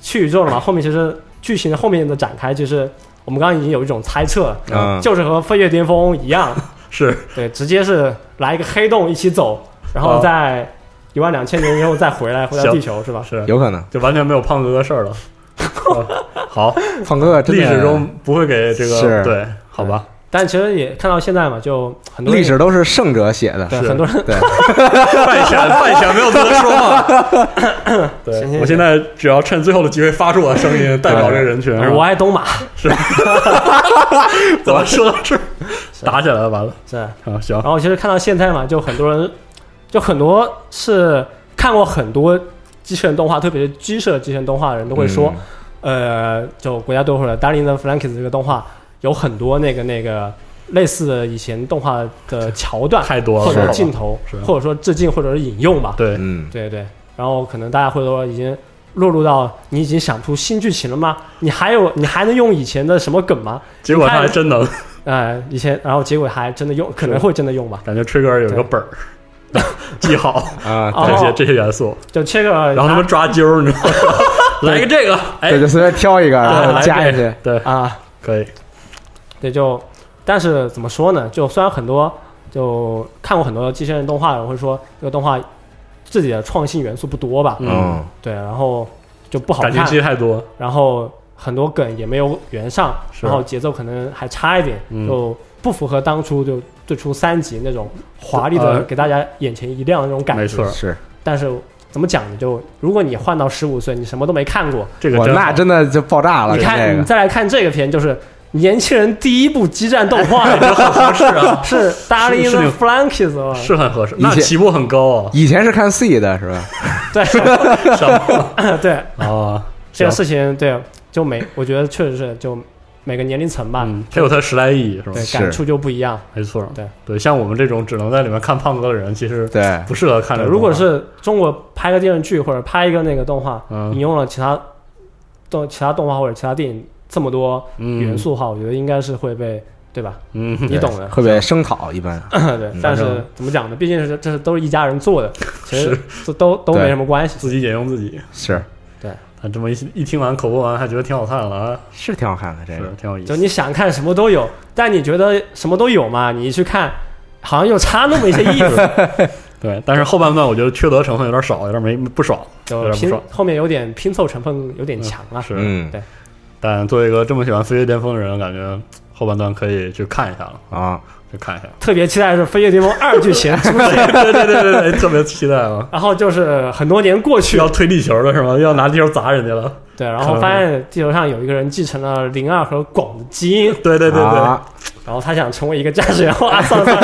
[SPEAKER 2] 去宇宙了嘛，后面其实剧情的后面的展开，就是我们刚刚已经有一种猜测了，
[SPEAKER 1] 嗯，
[SPEAKER 2] 就是和《飞跃巅峰》一样，
[SPEAKER 3] 是
[SPEAKER 2] 对，直接是来一个黑洞一起走，然后
[SPEAKER 3] 哦
[SPEAKER 2] 在一万两千年以后再回来，回到地球是吧？
[SPEAKER 3] 是，
[SPEAKER 1] 有可能
[SPEAKER 3] 就完全没有胖哥哥事儿了。啊好，
[SPEAKER 1] 胖哥哥真
[SPEAKER 3] 历
[SPEAKER 1] 的
[SPEAKER 3] 史中不会给这个
[SPEAKER 1] 是
[SPEAKER 3] 对，好吧？
[SPEAKER 2] 但其实也看到现在嘛，就很多人
[SPEAKER 1] 历史都是胜者写的，
[SPEAKER 2] 对
[SPEAKER 3] 是
[SPEAKER 2] 很多 人
[SPEAKER 1] 对，
[SPEAKER 3] 败犬，败犬没有资格说话。
[SPEAKER 2] 行
[SPEAKER 3] 对，
[SPEAKER 2] 行
[SPEAKER 3] 我现在只要趁最后的机会发出我的声音，代表这个人群。是
[SPEAKER 2] 我
[SPEAKER 3] 吧
[SPEAKER 2] 爱东马，
[SPEAKER 3] 怎么说到这儿打起来了？完了
[SPEAKER 2] 是。
[SPEAKER 3] 啊，行
[SPEAKER 2] 然后其实看到现在嘛，就很多人，就很多是看过很多机器人动画，特别是机社机器人动画的人都会说，
[SPEAKER 3] 嗯
[SPEAKER 2] 呃，就国家队或者《达林的 f r a n k i s 这个动画有很多那个那个类似的以前动画的桥段，
[SPEAKER 3] 太多了
[SPEAKER 2] 或
[SPEAKER 3] 是
[SPEAKER 2] 者
[SPEAKER 3] 吧
[SPEAKER 2] 镜头
[SPEAKER 3] 是，
[SPEAKER 2] 或者说致敬或者是引用吧。
[SPEAKER 3] 对，
[SPEAKER 1] 嗯，
[SPEAKER 2] 对对，然后可能大家会说已经。落入到你已经想出新剧情了吗？你还有你还能用以前的什么梗吗？
[SPEAKER 3] 结果他还真能，
[SPEAKER 2] 呃，以前然后结果还真的用，可能会真的用吧。
[SPEAKER 3] 感觉 Trigger 有一个本 儿记好
[SPEAKER 1] 啊，
[SPEAKER 2] 哦
[SPEAKER 1] 对
[SPEAKER 3] 这些这些元素，
[SPEAKER 2] 就这个，
[SPEAKER 3] 然后他们抓阄，你知道吗？哎啊 来个这个，
[SPEAKER 1] 对，
[SPEAKER 3] 哎，
[SPEAKER 1] 就随便挑一个，
[SPEAKER 3] 啊
[SPEAKER 1] 然后
[SPEAKER 3] 来
[SPEAKER 1] 加
[SPEAKER 3] 这
[SPEAKER 1] 进去，
[SPEAKER 3] 对，
[SPEAKER 2] 啊，
[SPEAKER 3] 可以，
[SPEAKER 2] 对，就但是怎么说呢？就虽然很多就看过很多机器人动画的人会说这个动画自己的创新元素不多吧，
[SPEAKER 3] 嗯，
[SPEAKER 1] 嗯，
[SPEAKER 2] 对，然后就不好
[SPEAKER 3] 感情戏
[SPEAKER 2] 看，
[SPEAKER 3] 太多，
[SPEAKER 2] 然后很多梗也没有圆上，
[SPEAKER 3] 是
[SPEAKER 2] 然后节奏可能还差一点，
[SPEAKER 3] 嗯
[SPEAKER 2] 就不符合当初就最初三集那种华丽
[SPEAKER 3] 呃嗯
[SPEAKER 2] 的给大家眼前一亮的那种感觉。
[SPEAKER 3] 没错，
[SPEAKER 1] 是
[SPEAKER 2] 但是怎么讲呢？就如果你换到十五岁，你什么都没看过，
[SPEAKER 3] 这个
[SPEAKER 1] 我那
[SPEAKER 3] 好
[SPEAKER 1] 真的就爆炸了，
[SPEAKER 2] 你看、
[SPEAKER 1] 这
[SPEAKER 2] 你
[SPEAKER 1] 个
[SPEAKER 2] 再来看这个片，就是年轻人第一部激战动画，
[SPEAKER 3] 是啊，
[SPEAKER 2] 是《Darling
[SPEAKER 3] 是是
[SPEAKER 2] in
[SPEAKER 3] 那个
[SPEAKER 2] Frankies》哦
[SPEAKER 3] 是很合适，那
[SPEAKER 1] 以前
[SPEAKER 3] 起步很高 啊，
[SPEAKER 1] 以前是看 C 的是吧？
[SPEAKER 2] 对
[SPEAKER 3] 什么
[SPEAKER 2] 对，
[SPEAKER 3] 啊？
[SPEAKER 2] 这个
[SPEAKER 3] 行
[SPEAKER 2] 事情对，就每我觉得确实是就每个年龄层吧，
[SPEAKER 3] 嗯，它有它时代意义是吧
[SPEAKER 2] 对？
[SPEAKER 1] 是
[SPEAKER 2] 感触就不一样。
[SPEAKER 3] 没错，
[SPEAKER 2] 对
[SPEAKER 3] 对，像我们这种只能在里面看胖哥的人，其实
[SPEAKER 1] 对，
[SPEAKER 3] 不适合看这
[SPEAKER 2] 对，
[SPEAKER 3] 啊个
[SPEAKER 2] 如果
[SPEAKER 3] 动画
[SPEAKER 2] 是中国拍个电视剧或者拍一个那个动画，
[SPEAKER 3] 嗯
[SPEAKER 2] 引用了其他动其他动画或者其他电影这么多
[SPEAKER 3] 嗯
[SPEAKER 2] 元素的话，我觉得应该是会被对吧？
[SPEAKER 3] 嗯，
[SPEAKER 2] 你懂的
[SPEAKER 1] 对会被声讨一般。
[SPEAKER 2] 对，但
[SPEAKER 3] 反
[SPEAKER 2] 是
[SPEAKER 3] 正
[SPEAKER 2] 怎么讲呢？毕竟是这是都是一家人做的，其实
[SPEAKER 3] 是
[SPEAKER 2] 都都都
[SPEAKER 1] 对
[SPEAKER 2] 没什么关系。
[SPEAKER 3] 自己引用自己。
[SPEAKER 1] 是
[SPEAKER 3] 他这么一一听完口播完，还觉得挺好看了啊，
[SPEAKER 1] 是挺好看的这
[SPEAKER 3] 是
[SPEAKER 1] 个，
[SPEAKER 3] 挺有意
[SPEAKER 2] 哎就
[SPEAKER 3] 思。
[SPEAKER 2] 你想看什么都有，但你觉得什么都有嘛？你一去看，好像又差那么一些意 思。
[SPEAKER 3] 对，但是后半段我觉得缺德成分有点少，有点没不爽，有
[SPEAKER 2] 就
[SPEAKER 3] 点不
[SPEAKER 2] 拼
[SPEAKER 3] 爽。
[SPEAKER 2] 后面有点拼凑成分有点强啊。
[SPEAKER 3] 是，
[SPEAKER 1] 嗯
[SPEAKER 2] 对
[SPEAKER 3] 但作为一个这么喜欢《飞跃巅峰》的人，感觉后半段可以去看一下了，
[SPEAKER 1] 啊，
[SPEAKER 3] 去看一 下。
[SPEAKER 2] 特别期待是《飞跃巅峰二》剧 情出现，
[SPEAKER 3] 对对对对对，特别期待啊！
[SPEAKER 2] 然后就是很多年过去
[SPEAKER 3] 要，推地球了是吗？要拿地球砸人家了？
[SPEAKER 2] 对，然后发现地球上有一个人继承了零二和广的基因，
[SPEAKER 3] 对对对对，
[SPEAKER 1] 啊
[SPEAKER 2] 然后他想成为一个驾驶员或阿桑桑。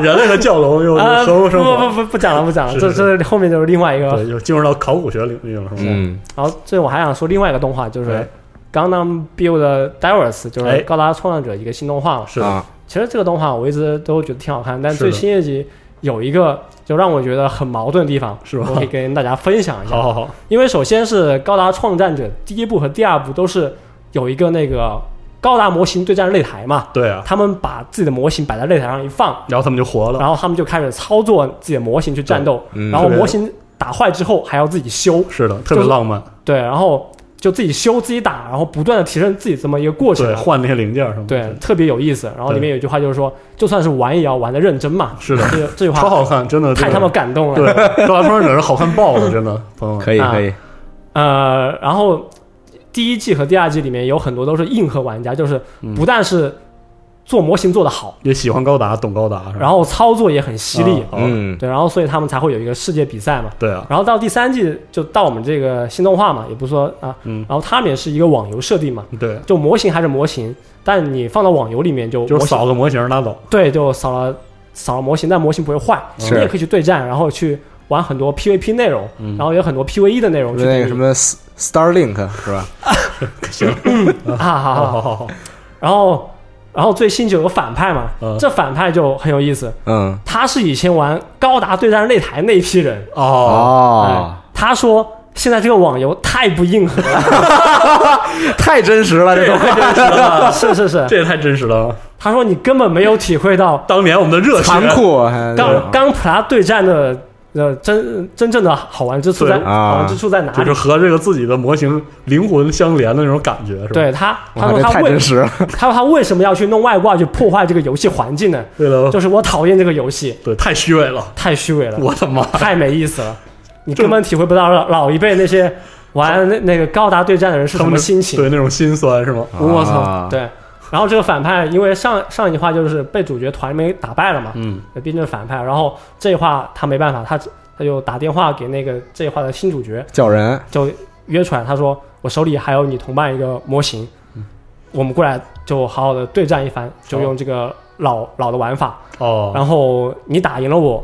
[SPEAKER 3] 人类和教龙又
[SPEAKER 2] 啊，
[SPEAKER 3] 合
[SPEAKER 2] 不
[SPEAKER 3] 不生
[SPEAKER 2] 不
[SPEAKER 3] 活，
[SPEAKER 2] 不不不讲了，不讲了，
[SPEAKER 3] 是
[SPEAKER 2] 这
[SPEAKER 3] 是
[SPEAKER 2] 这后面就是另外一个
[SPEAKER 3] 对，又进入到考古学领域了是吗？
[SPEAKER 1] 嗯，
[SPEAKER 2] 然后最后我还想说另外一个动画，就是《
[SPEAKER 3] 哎
[SPEAKER 2] Gangnam Build Divers》，就是
[SPEAKER 3] 哎
[SPEAKER 2] 《高达创造者》一个新动画嘛。
[SPEAKER 3] 是的，
[SPEAKER 1] 啊，
[SPEAKER 2] 其实这个动画我一直都觉得挺好看，但
[SPEAKER 3] 是
[SPEAKER 2] 最
[SPEAKER 3] 的
[SPEAKER 2] 新一集有一个就让我觉得很矛盾的地方，
[SPEAKER 3] 是吧
[SPEAKER 2] 我可以跟大家分享一下。
[SPEAKER 3] 好好好，
[SPEAKER 2] 因为首先是《高达创战者》第一部和第二部都是有一个那个高达模型对战擂台嘛，
[SPEAKER 3] 对啊，
[SPEAKER 2] 他们把自己的模型摆在擂台上一放，
[SPEAKER 3] 然后他们就活了，
[SPEAKER 2] 然后他们就开始操作自己的模型去战斗，
[SPEAKER 1] 嗯
[SPEAKER 2] 然后模型打坏之后还要自己修，
[SPEAKER 3] 是的，特别浪漫，
[SPEAKER 2] 对，然后就自己修自己打，然后不断的提升自己这么一个过程
[SPEAKER 3] 对，，换那些零件什么的，
[SPEAKER 2] 对，特别有意思。然后里面有一句话就是说，就算是玩也要玩的认真嘛，
[SPEAKER 3] 是的
[SPEAKER 2] 这这句
[SPEAKER 3] 超
[SPEAKER 2] 话
[SPEAKER 3] 好看，真的
[SPEAKER 2] 太他妈感动
[SPEAKER 3] 对
[SPEAKER 2] 了。，
[SPEAKER 3] 高达创世者是好看爆了，真的，朋友们，
[SPEAKER 1] 可以
[SPEAKER 2] 啊
[SPEAKER 1] 可以，
[SPEAKER 2] 呃，然后第一季和第二季里面有很多都是硬核玩家，就是
[SPEAKER 3] 嗯
[SPEAKER 2] 不但是做模型做得好，
[SPEAKER 3] 也喜欢高达，懂高达，是吧
[SPEAKER 2] 然后操作也很犀利
[SPEAKER 3] 啊，好
[SPEAKER 1] 嗯
[SPEAKER 2] 对，然后所以他们才会有一个世界比赛嘛。
[SPEAKER 3] 对啊，
[SPEAKER 2] 然后到第三季就到我们这个新动画嘛，也不是说啊，
[SPEAKER 3] 嗯
[SPEAKER 2] 然后他们也是一个网游设定嘛，
[SPEAKER 3] 对，
[SPEAKER 2] 就模型还是模型，但你放到网游里面就
[SPEAKER 3] 就是
[SPEAKER 2] 模型
[SPEAKER 3] 扫个模型拉倒，
[SPEAKER 2] 对，就扫了扫了模型，但模型不会坏，你
[SPEAKER 1] 嗯是嗯
[SPEAKER 2] 也可以去对战，然后去玩很多 PVP 内容，然后有很多 PVE 的内容去
[SPEAKER 1] 那个
[SPEAKER 2] 对
[SPEAKER 1] 什么 S- Starlink 是吧？
[SPEAKER 3] 行，
[SPEAKER 2] 啊，好
[SPEAKER 3] 好
[SPEAKER 2] 好好，
[SPEAKER 3] 好
[SPEAKER 1] 哦
[SPEAKER 3] 好好，
[SPEAKER 2] 然后然后最新就有个反派嘛，
[SPEAKER 3] 嗯
[SPEAKER 2] 这反派就很有意思，
[SPEAKER 1] 嗯，
[SPEAKER 2] 他是以前玩高达对战擂台那一批人，
[SPEAKER 3] 哦，
[SPEAKER 1] 哦
[SPEAKER 2] 哎，他说现在这个网游太不硬核了。
[SPEAKER 1] 太真实了，这
[SPEAKER 3] 哎这
[SPEAKER 1] 种
[SPEAKER 3] 也太真实 了，
[SPEAKER 2] 是是是，
[SPEAKER 3] 这也太真实了，
[SPEAKER 2] 他说你根本没有体会到
[SPEAKER 3] 当年我们的热血，
[SPEAKER 1] 残酷，啊还
[SPEAKER 2] 钢钢普拉对战的呃真真正的好玩之处在
[SPEAKER 3] 对
[SPEAKER 1] 啊
[SPEAKER 2] 好玩之处在哪
[SPEAKER 3] 就是
[SPEAKER 2] 里？
[SPEAKER 3] 和这个自己的模型灵魂相连的那种感觉，是吧？
[SPEAKER 2] 对他，他
[SPEAKER 1] 哇，
[SPEAKER 2] 说
[SPEAKER 1] 这
[SPEAKER 2] 他
[SPEAKER 1] 太
[SPEAKER 2] 为
[SPEAKER 1] 真实了，
[SPEAKER 2] 他说他为什么要去弄外挂去破坏这个游戏环境呢？
[SPEAKER 3] 为了
[SPEAKER 2] 就是我讨厌这个游戏，
[SPEAKER 3] 对太虚伪了，
[SPEAKER 2] 太虚伪了，
[SPEAKER 3] 我的妈！
[SPEAKER 2] 太没意思了，你根本体会不到老老一辈那些玩那那个高达对战的人是什
[SPEAKER 3] 他们
[SPEAKER 2] 么
[SPEAKER 3] 的
[SPEAKER 2] 心情。
[SPEAKER 3] 对那种心酸是吗？ 我操！
[SPEAKER 1] 啊，
[SPEAKER 2] 对，然后这个反派因为上上一话就是被主角团里面打败了嘛，
[SPEAKER 3] 嗯，
[SPEAKER 2] 毕竟是反派。然后这一话他没办法，他他就打电话给那个这一话的新主角，
[SPEAKER 1] 叫人
[SPEAKER 2] 就约出来，他说我手里还有你同伴一个模型，
[SPEAKER 3] 嗯
[SPEAKER 2] 我们过来就好好的对战一番，就用这个老老的玩法，
[SPEAKER 3] 哦，
[SPEAKER 2] 然后你打赢了我。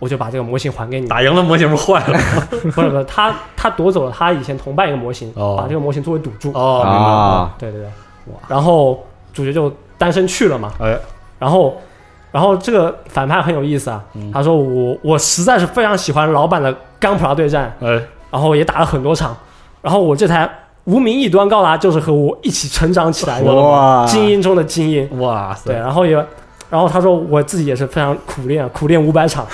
[SPEAKER 2] 我就把这个模型还给你，
[SPEAKER 3] 打赢了模型不坏了，
[SPEAKER 2] 不是不是，他他夺走了他以前同伴一个模型，
[SPEAKER 3] 哦
[SPEAKER 2] 把这个模型作为赌注。
[SPEAKER 3] 哦，明白了
[SPEAKER 1] 啊，
[SPEAKER 2] 对对对，然后主角就单身去了嘛，
[SPEAKER 3] 哎，
[SPEAKER 2] 然后，然后这个反派很有意思啊，
[SPEAKER 3] 嗯
[SPEAKER 2] 他说我我实在是非常喜欢老版的钢普拉对战，
[SPEAKER 3] 哎，
[SPEAKER 2] 然后也打了很多场，然后我这台无名异端高达就是和我一起成长起来
[SPEAKER 1] 哇
[SPEAKER 2] 的精英中的精英，
[SPEAKER 3] 哇
[SPEAKER 2] 对，
[SPEAKER 3] 塞，
[SPEAKER 2] 然后也，然后他说我自己也是非常苦练，苦练五百 场，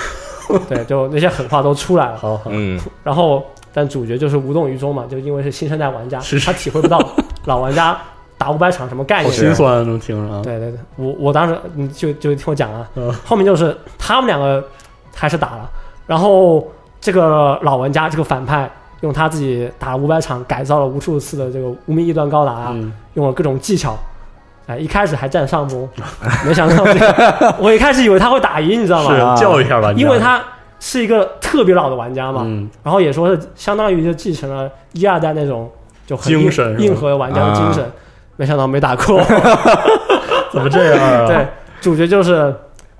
[SPEAKER 2] 对，就那些狠话都出来了，
[SPEAKER 3] 好好，
[SPEAKER 1] 嗯，
[SPEAKER 2] 然后但主角就是无动于衷嘛，就因为是新生代玩家，
[SPEAKER 3] 是是
[SPEAKER 2] 他体会不到老玩家打五百场什么概
[SPEAKER 3] 好
[SPEAKER 2] 念，
[SPEAKER 3] 心酸啊，能听着啊，
[SPEAKER 2] 对对对，我我当时你就就听我讲啊，
[SPEAKER 3] 嗯
[SPEAKER 2] 后面就是他们两个开始打了，然后这个老玩家这个反派用他自己打了五百场，改造了无数次的这个无名异端高达、啊
[SPEAKER 3] 嗯，
[SPEAKER 2] 用了各种技巧。哎，一开始还占 上风，没想到这个，我一开始以为他会打赢，你知道
[SPEAKER 3] 是
[SPEAKER 1] 啊
[SPEAKER 2] 吗？
[SPEAKER 3] 教育一下吧，
[SPEAKER 2] 因为他是一个特别老的玩家嘛，
[SPEAKER 3] 嗯，
[SPEAKER 2] 然后也说是相当于就继承了一二代那种就很硬
[SPEAKER 3] 精神是吧啊
[SPEAKER 2] 硬核玩家的精神，没想到没打过。
[SPEAKER 3] 怎么这样啊？
[SPEAKER 2] 对，，主角就是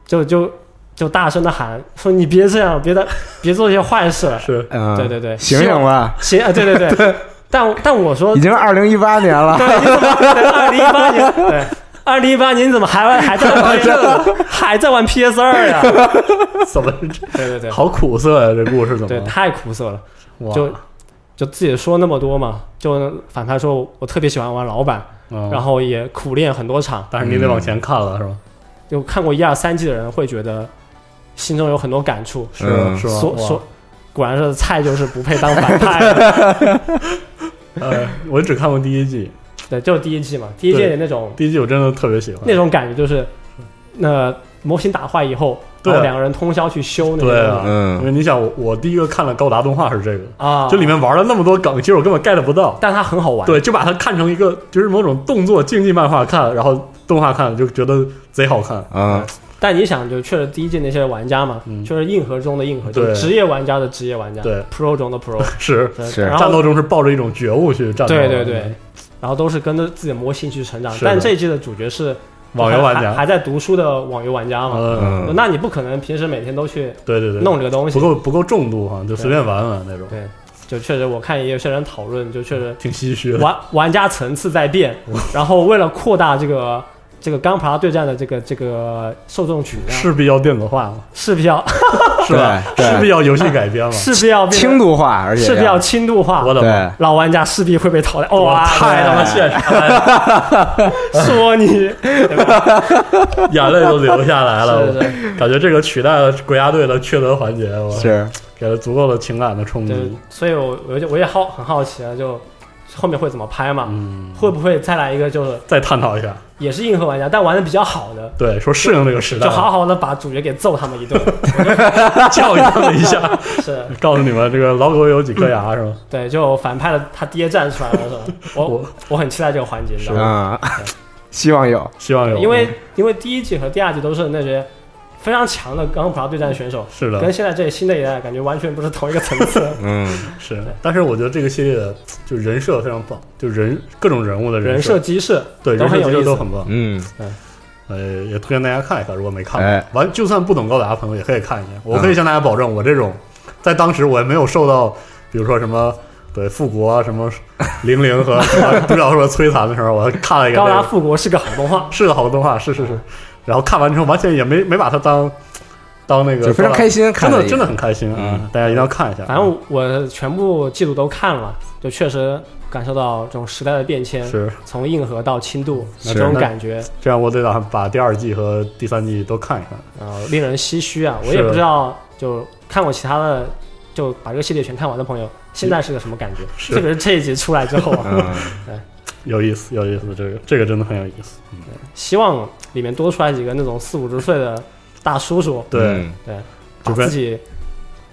[SPEAKER 2] 就就就大声的喊说：“你别这样，别的别做一些坏事了。
[SPEAKER 3] 是
[SPEAKER 1] 嗯，
[SPEAKER 2] 对对对
[SPEAKER 1] 醒醒吧，”
[SPEAKER 2] 行啊，对对对，但但我说
[SPEAKER 1] 已经二零一八年了，
[SPEAKER 2] 二零一八年，对，二零一八年你怎么还玩还在玩还在玩 PS 二呀？
[SPEAKER 3] 怎么这
[SPEAKER 2] 对对对，
[SPEAKER 3] 好苦涩呀、这故事怎
[SPEAKER 2] 对，
[SPEAKER 3] 么？
[SPEAKER 2] 太苦涩了。
[SPEAKER 3] 哇
[SPEAKER 2] 就就自己说那么多嘛，就反派说我特别喜欢玩老版，
[SPEAKER 3] 嗯
[SPEAKER 2] 然后也苦练很多场，
[SPEAKER 3] 但是你得往前看了，是吧？
[SPEAKER 2] 就看过一二三季的人会觉得心中有很多感触，
[SPEAKER 3] 是、
[SPEAKER 1] 嗯
[SPEAKER 3] 是吧？
[SPEAKER 2] 说
[SPEAKER 3] 哇
[SPEAKER 2] 说。果然是菜就是不配当反 派，
[SPEAKER 3] 呃，我只看过第一季，
[SPEAKER 2] 对，就是第一季嘛，第一季
[SPEAKER 3] 对
[SPEAKER 2] 的那种
[SPEAKER 3] 第一季我真的特别喜欢。
[SPEAKER 2] 那种感觉就是，那、模型打坏以后，
[SPEAKER 3] 对
[SPEAKER 2] 然后两个人通宵去修那
[SPEAKER 3] 对
[SPEAKER 2] 个
[SPEAKER 3] 啊因
[SPEAKER 1] 嗯
[SPEAKER 3] 为你想我，我第一个看了高达动画是这个，
[SPEAKER 2] 啊，
[SPEAKER 3] 就里，面玩了那么多梗，其实我根本 get 不到。
[SPEAKER 2] 但它很好玩，
[SPEAKER 3] 对，就把它看成一个就是某种动作竞技漫画看，然后动画看就觉得贼好看。
[SPEAKER 1] 嗯
[SPEAKER 2] 但你想，就确实第一季那些玩家嘛，
[SPEAKER 3] 嗯
[SPEAKER 2] 确实硬核中的硬核，
[SPEAKER 3] 对
[SPEAKER 2] 就是职业玩家的职业玩家，
[SPEAKER 3] 对
[SPEAKER 2] ，pro 中的 pro，
[SPEAKER 3] 是
[SPEAKER 2] 对
[SPEAKER 1] 是
[SPEAKER 2] 然
[SPEAKER 3] 战
[SPEAKER 2] 后
[SPEAKER 3] 斗中是抱着一种觉悟去战斗的，
[SPEAKER 2] 对对对，然后都是跟着自己的模型去成长。
[SPEAKER 3] 嗯是的
[SPEAKER 2] 但这一季的主角是
[SPEAKER 3] 网游玩
[SPEAKER 2] 还还
[SPEAKER 3] 家，
[SPEAKER 2] 还在读书的网游玩家嘛，
[SPEAKER 3] 嗯，
[SPEAKER 1] 嗯
[SPEAKER 2] 那你不可能平时每天都去
[SPEAKER 3] 对对对，
[SPEAKER 2] 弄这个东西
[SPEAKER 3] 不，够不够重度哈，就随便玩玩那种，
[SPEAKER 2] 对，就确实我看也有些人讨论，就确实
[SPEAKER 3] 挺唏嘘的。
[SPEAKER 2] 玩 玩家层次在变，
[SPEAKER 3] 嗯
[SPEAKER 2] 然后为了扩大这个。这个钢爬对战的这个这个受众群量
[SPEAKER 3] 势必要电子化嘛，
[SPEAKER 2] 势必要
[SPEAKER 3] 是吧？
[SPEAKER 1] 对
[SPEAKER 3] 势必要游戏改编 嘛，
[SPEAKER 2] 势必
[SPEAKER 3] 嗯
[SPEAKER 2] 要变
[SPEAKER 1] 轻
[SPEAKER 2] 得
[SPEAKER 1] 度化，而且
[SPEAKER 2] 势必要轻度化，
[SPEAKER 3] 我的妈！
[SPEAKER 1] 对
[SPEAKER 2] 老玩家势必会被淘汰。哇，
[SPEAKER 3] 太他妈现实了，
[SPEAKER 2] 说 你
[SPEAKER 3] 眼泪都流下来了。
[SPEAKER 2] 是是
[SPEAKER 3] 感觉这个取代了国家队的缺德环节，我
[SPEAKER 1] 是
[SPEAKER 3] 给了足够的情感的冲
[SPEAKER 2] 对
[SPEAKER 3] 击。，
[SPEAKER 2] 所以我我就我也好很好奇啊，就后面会怎么拍嘛？
[SPEAKER 3] 嗯，
[SPEAKER 2] 会不会再来一个就是
[SPEAKER 3] 再探讨一下，
[SPEAKER 2] 也是硬核玩家，但玩的比较好的，
[SPEAKER 3] 对，说适应这个时代
[SPEAKER 2] 就，好好的把主角给揍他们一顿？
[SPEAKER 3] 教育他们 一下，
[SPEAKER 2] 是
[SPEAKER 3] 告诉你们这个老狗有几颗牙是吧？
[SPEAKER 2] 对，就反派的他爹站出来了，是 吧？我
[SPEAKER 3] 我
[SPEAKER 2] 我很期待这个环节，你知道吗？
[SPEAKER 1] 嗯， 希望有
[SPEAKER 3] 希望有，
[SPEAKER 2] 因为因为第一季和第二季都是那些非常强的钢普拉对战选手，
[SPEAKER 3] 是的
[SPEAKER 2] 跟，现在这新的一代感觉完全不是同一个层 次。
[SPEAKER 1] 嗯
[SPEAKER 3] 是，但是我觉得这个系列就人设非常棒，就人各种人物的
[SPEAKER 2] 人设
[SPEAKER 3] 设，
[SPEAKER 2] 机制
[SPEAKER 3] 对
[SPEAKER 2] 都
[SPEAKER 3] 人
[SPEAKER 2] 很
[SPEAKER 3] 设
[SPEAKER 2] 有
[SPEAKER 3] 其
[SPEAKER 2] 意
[SPEAKER 3] 实都
[SPEAKER 2] 思，
[SPEAKER 3] 很棒。
[SPEAKER 1] 嗯
[SPEAKER 3] 呃，也推荐大家看一看，如果没看
[SPEAKER 1] 哎嗯
[SPEAKER 3] 过，完就算不懂高达的朋友也可以看一眼。我可以向大家保证，我这种在当时我也没有受到，比如说什么。对复国啊，什么零零 和什么独角兽的摧残的时候，我看了一个
[SPEAKER 2] 高
[SPEAKER 3] 这
[SPEAKER 2] 达
[SPEAKER 3] 个
[SPEAKER 2] 复国是个好动画，
[SPEAKER 3] 是个好动画，是是是。然后看完之后，完全也没没把它当当那个，
[SPEAKER 1] 就非常开
[SPEAKER 3] 心，
[SPEAKER 1] 心，看
[SPEAKER 3] 真的
[SPEAKER 1] 了一
[SPEAKER 3] 真的很开心
[SPEAKER 1] 嗯
[SPEAKER 3] 啊！大家一定要看一下，
[SPEAKER 2] 反正我全部季度都看了，就确实感受到这种时代的变迁，
[SPEAKER 3] 是
[SPEAKER 2] 从硬核到轻度
[SPEAKER 1] 是
[SPEAKER 2] 这种感觉，
[SPEAKER 3] 这样，我得打算把第二季和第三季都看一看。
[SPEAKER 2] 呃，令人唏嘘啊！我
[SPEAKER 3] 是
[SPEAKER 2] 也不知道，就看过其他的，就把这个系列全看完的朋友，现在是个什么感觉？
[SPEAKER 3] 是
[SPEAKER 2] 特别是这一集出来之后啊，
[SPEAKER 1] 嗯
[SPEAKER 3] 有意思，有意思，这个这个真的很有意思。
[SPEAKER 2] 希望里面多出来几个那种四五十岁的大叔叔，
[SPEAKER 3] 对，
[SPEAKER 1] 嗯
[SPEAKER 2] 把
[SPEAKER 3] 就跟
[SPEAKER 2] 自己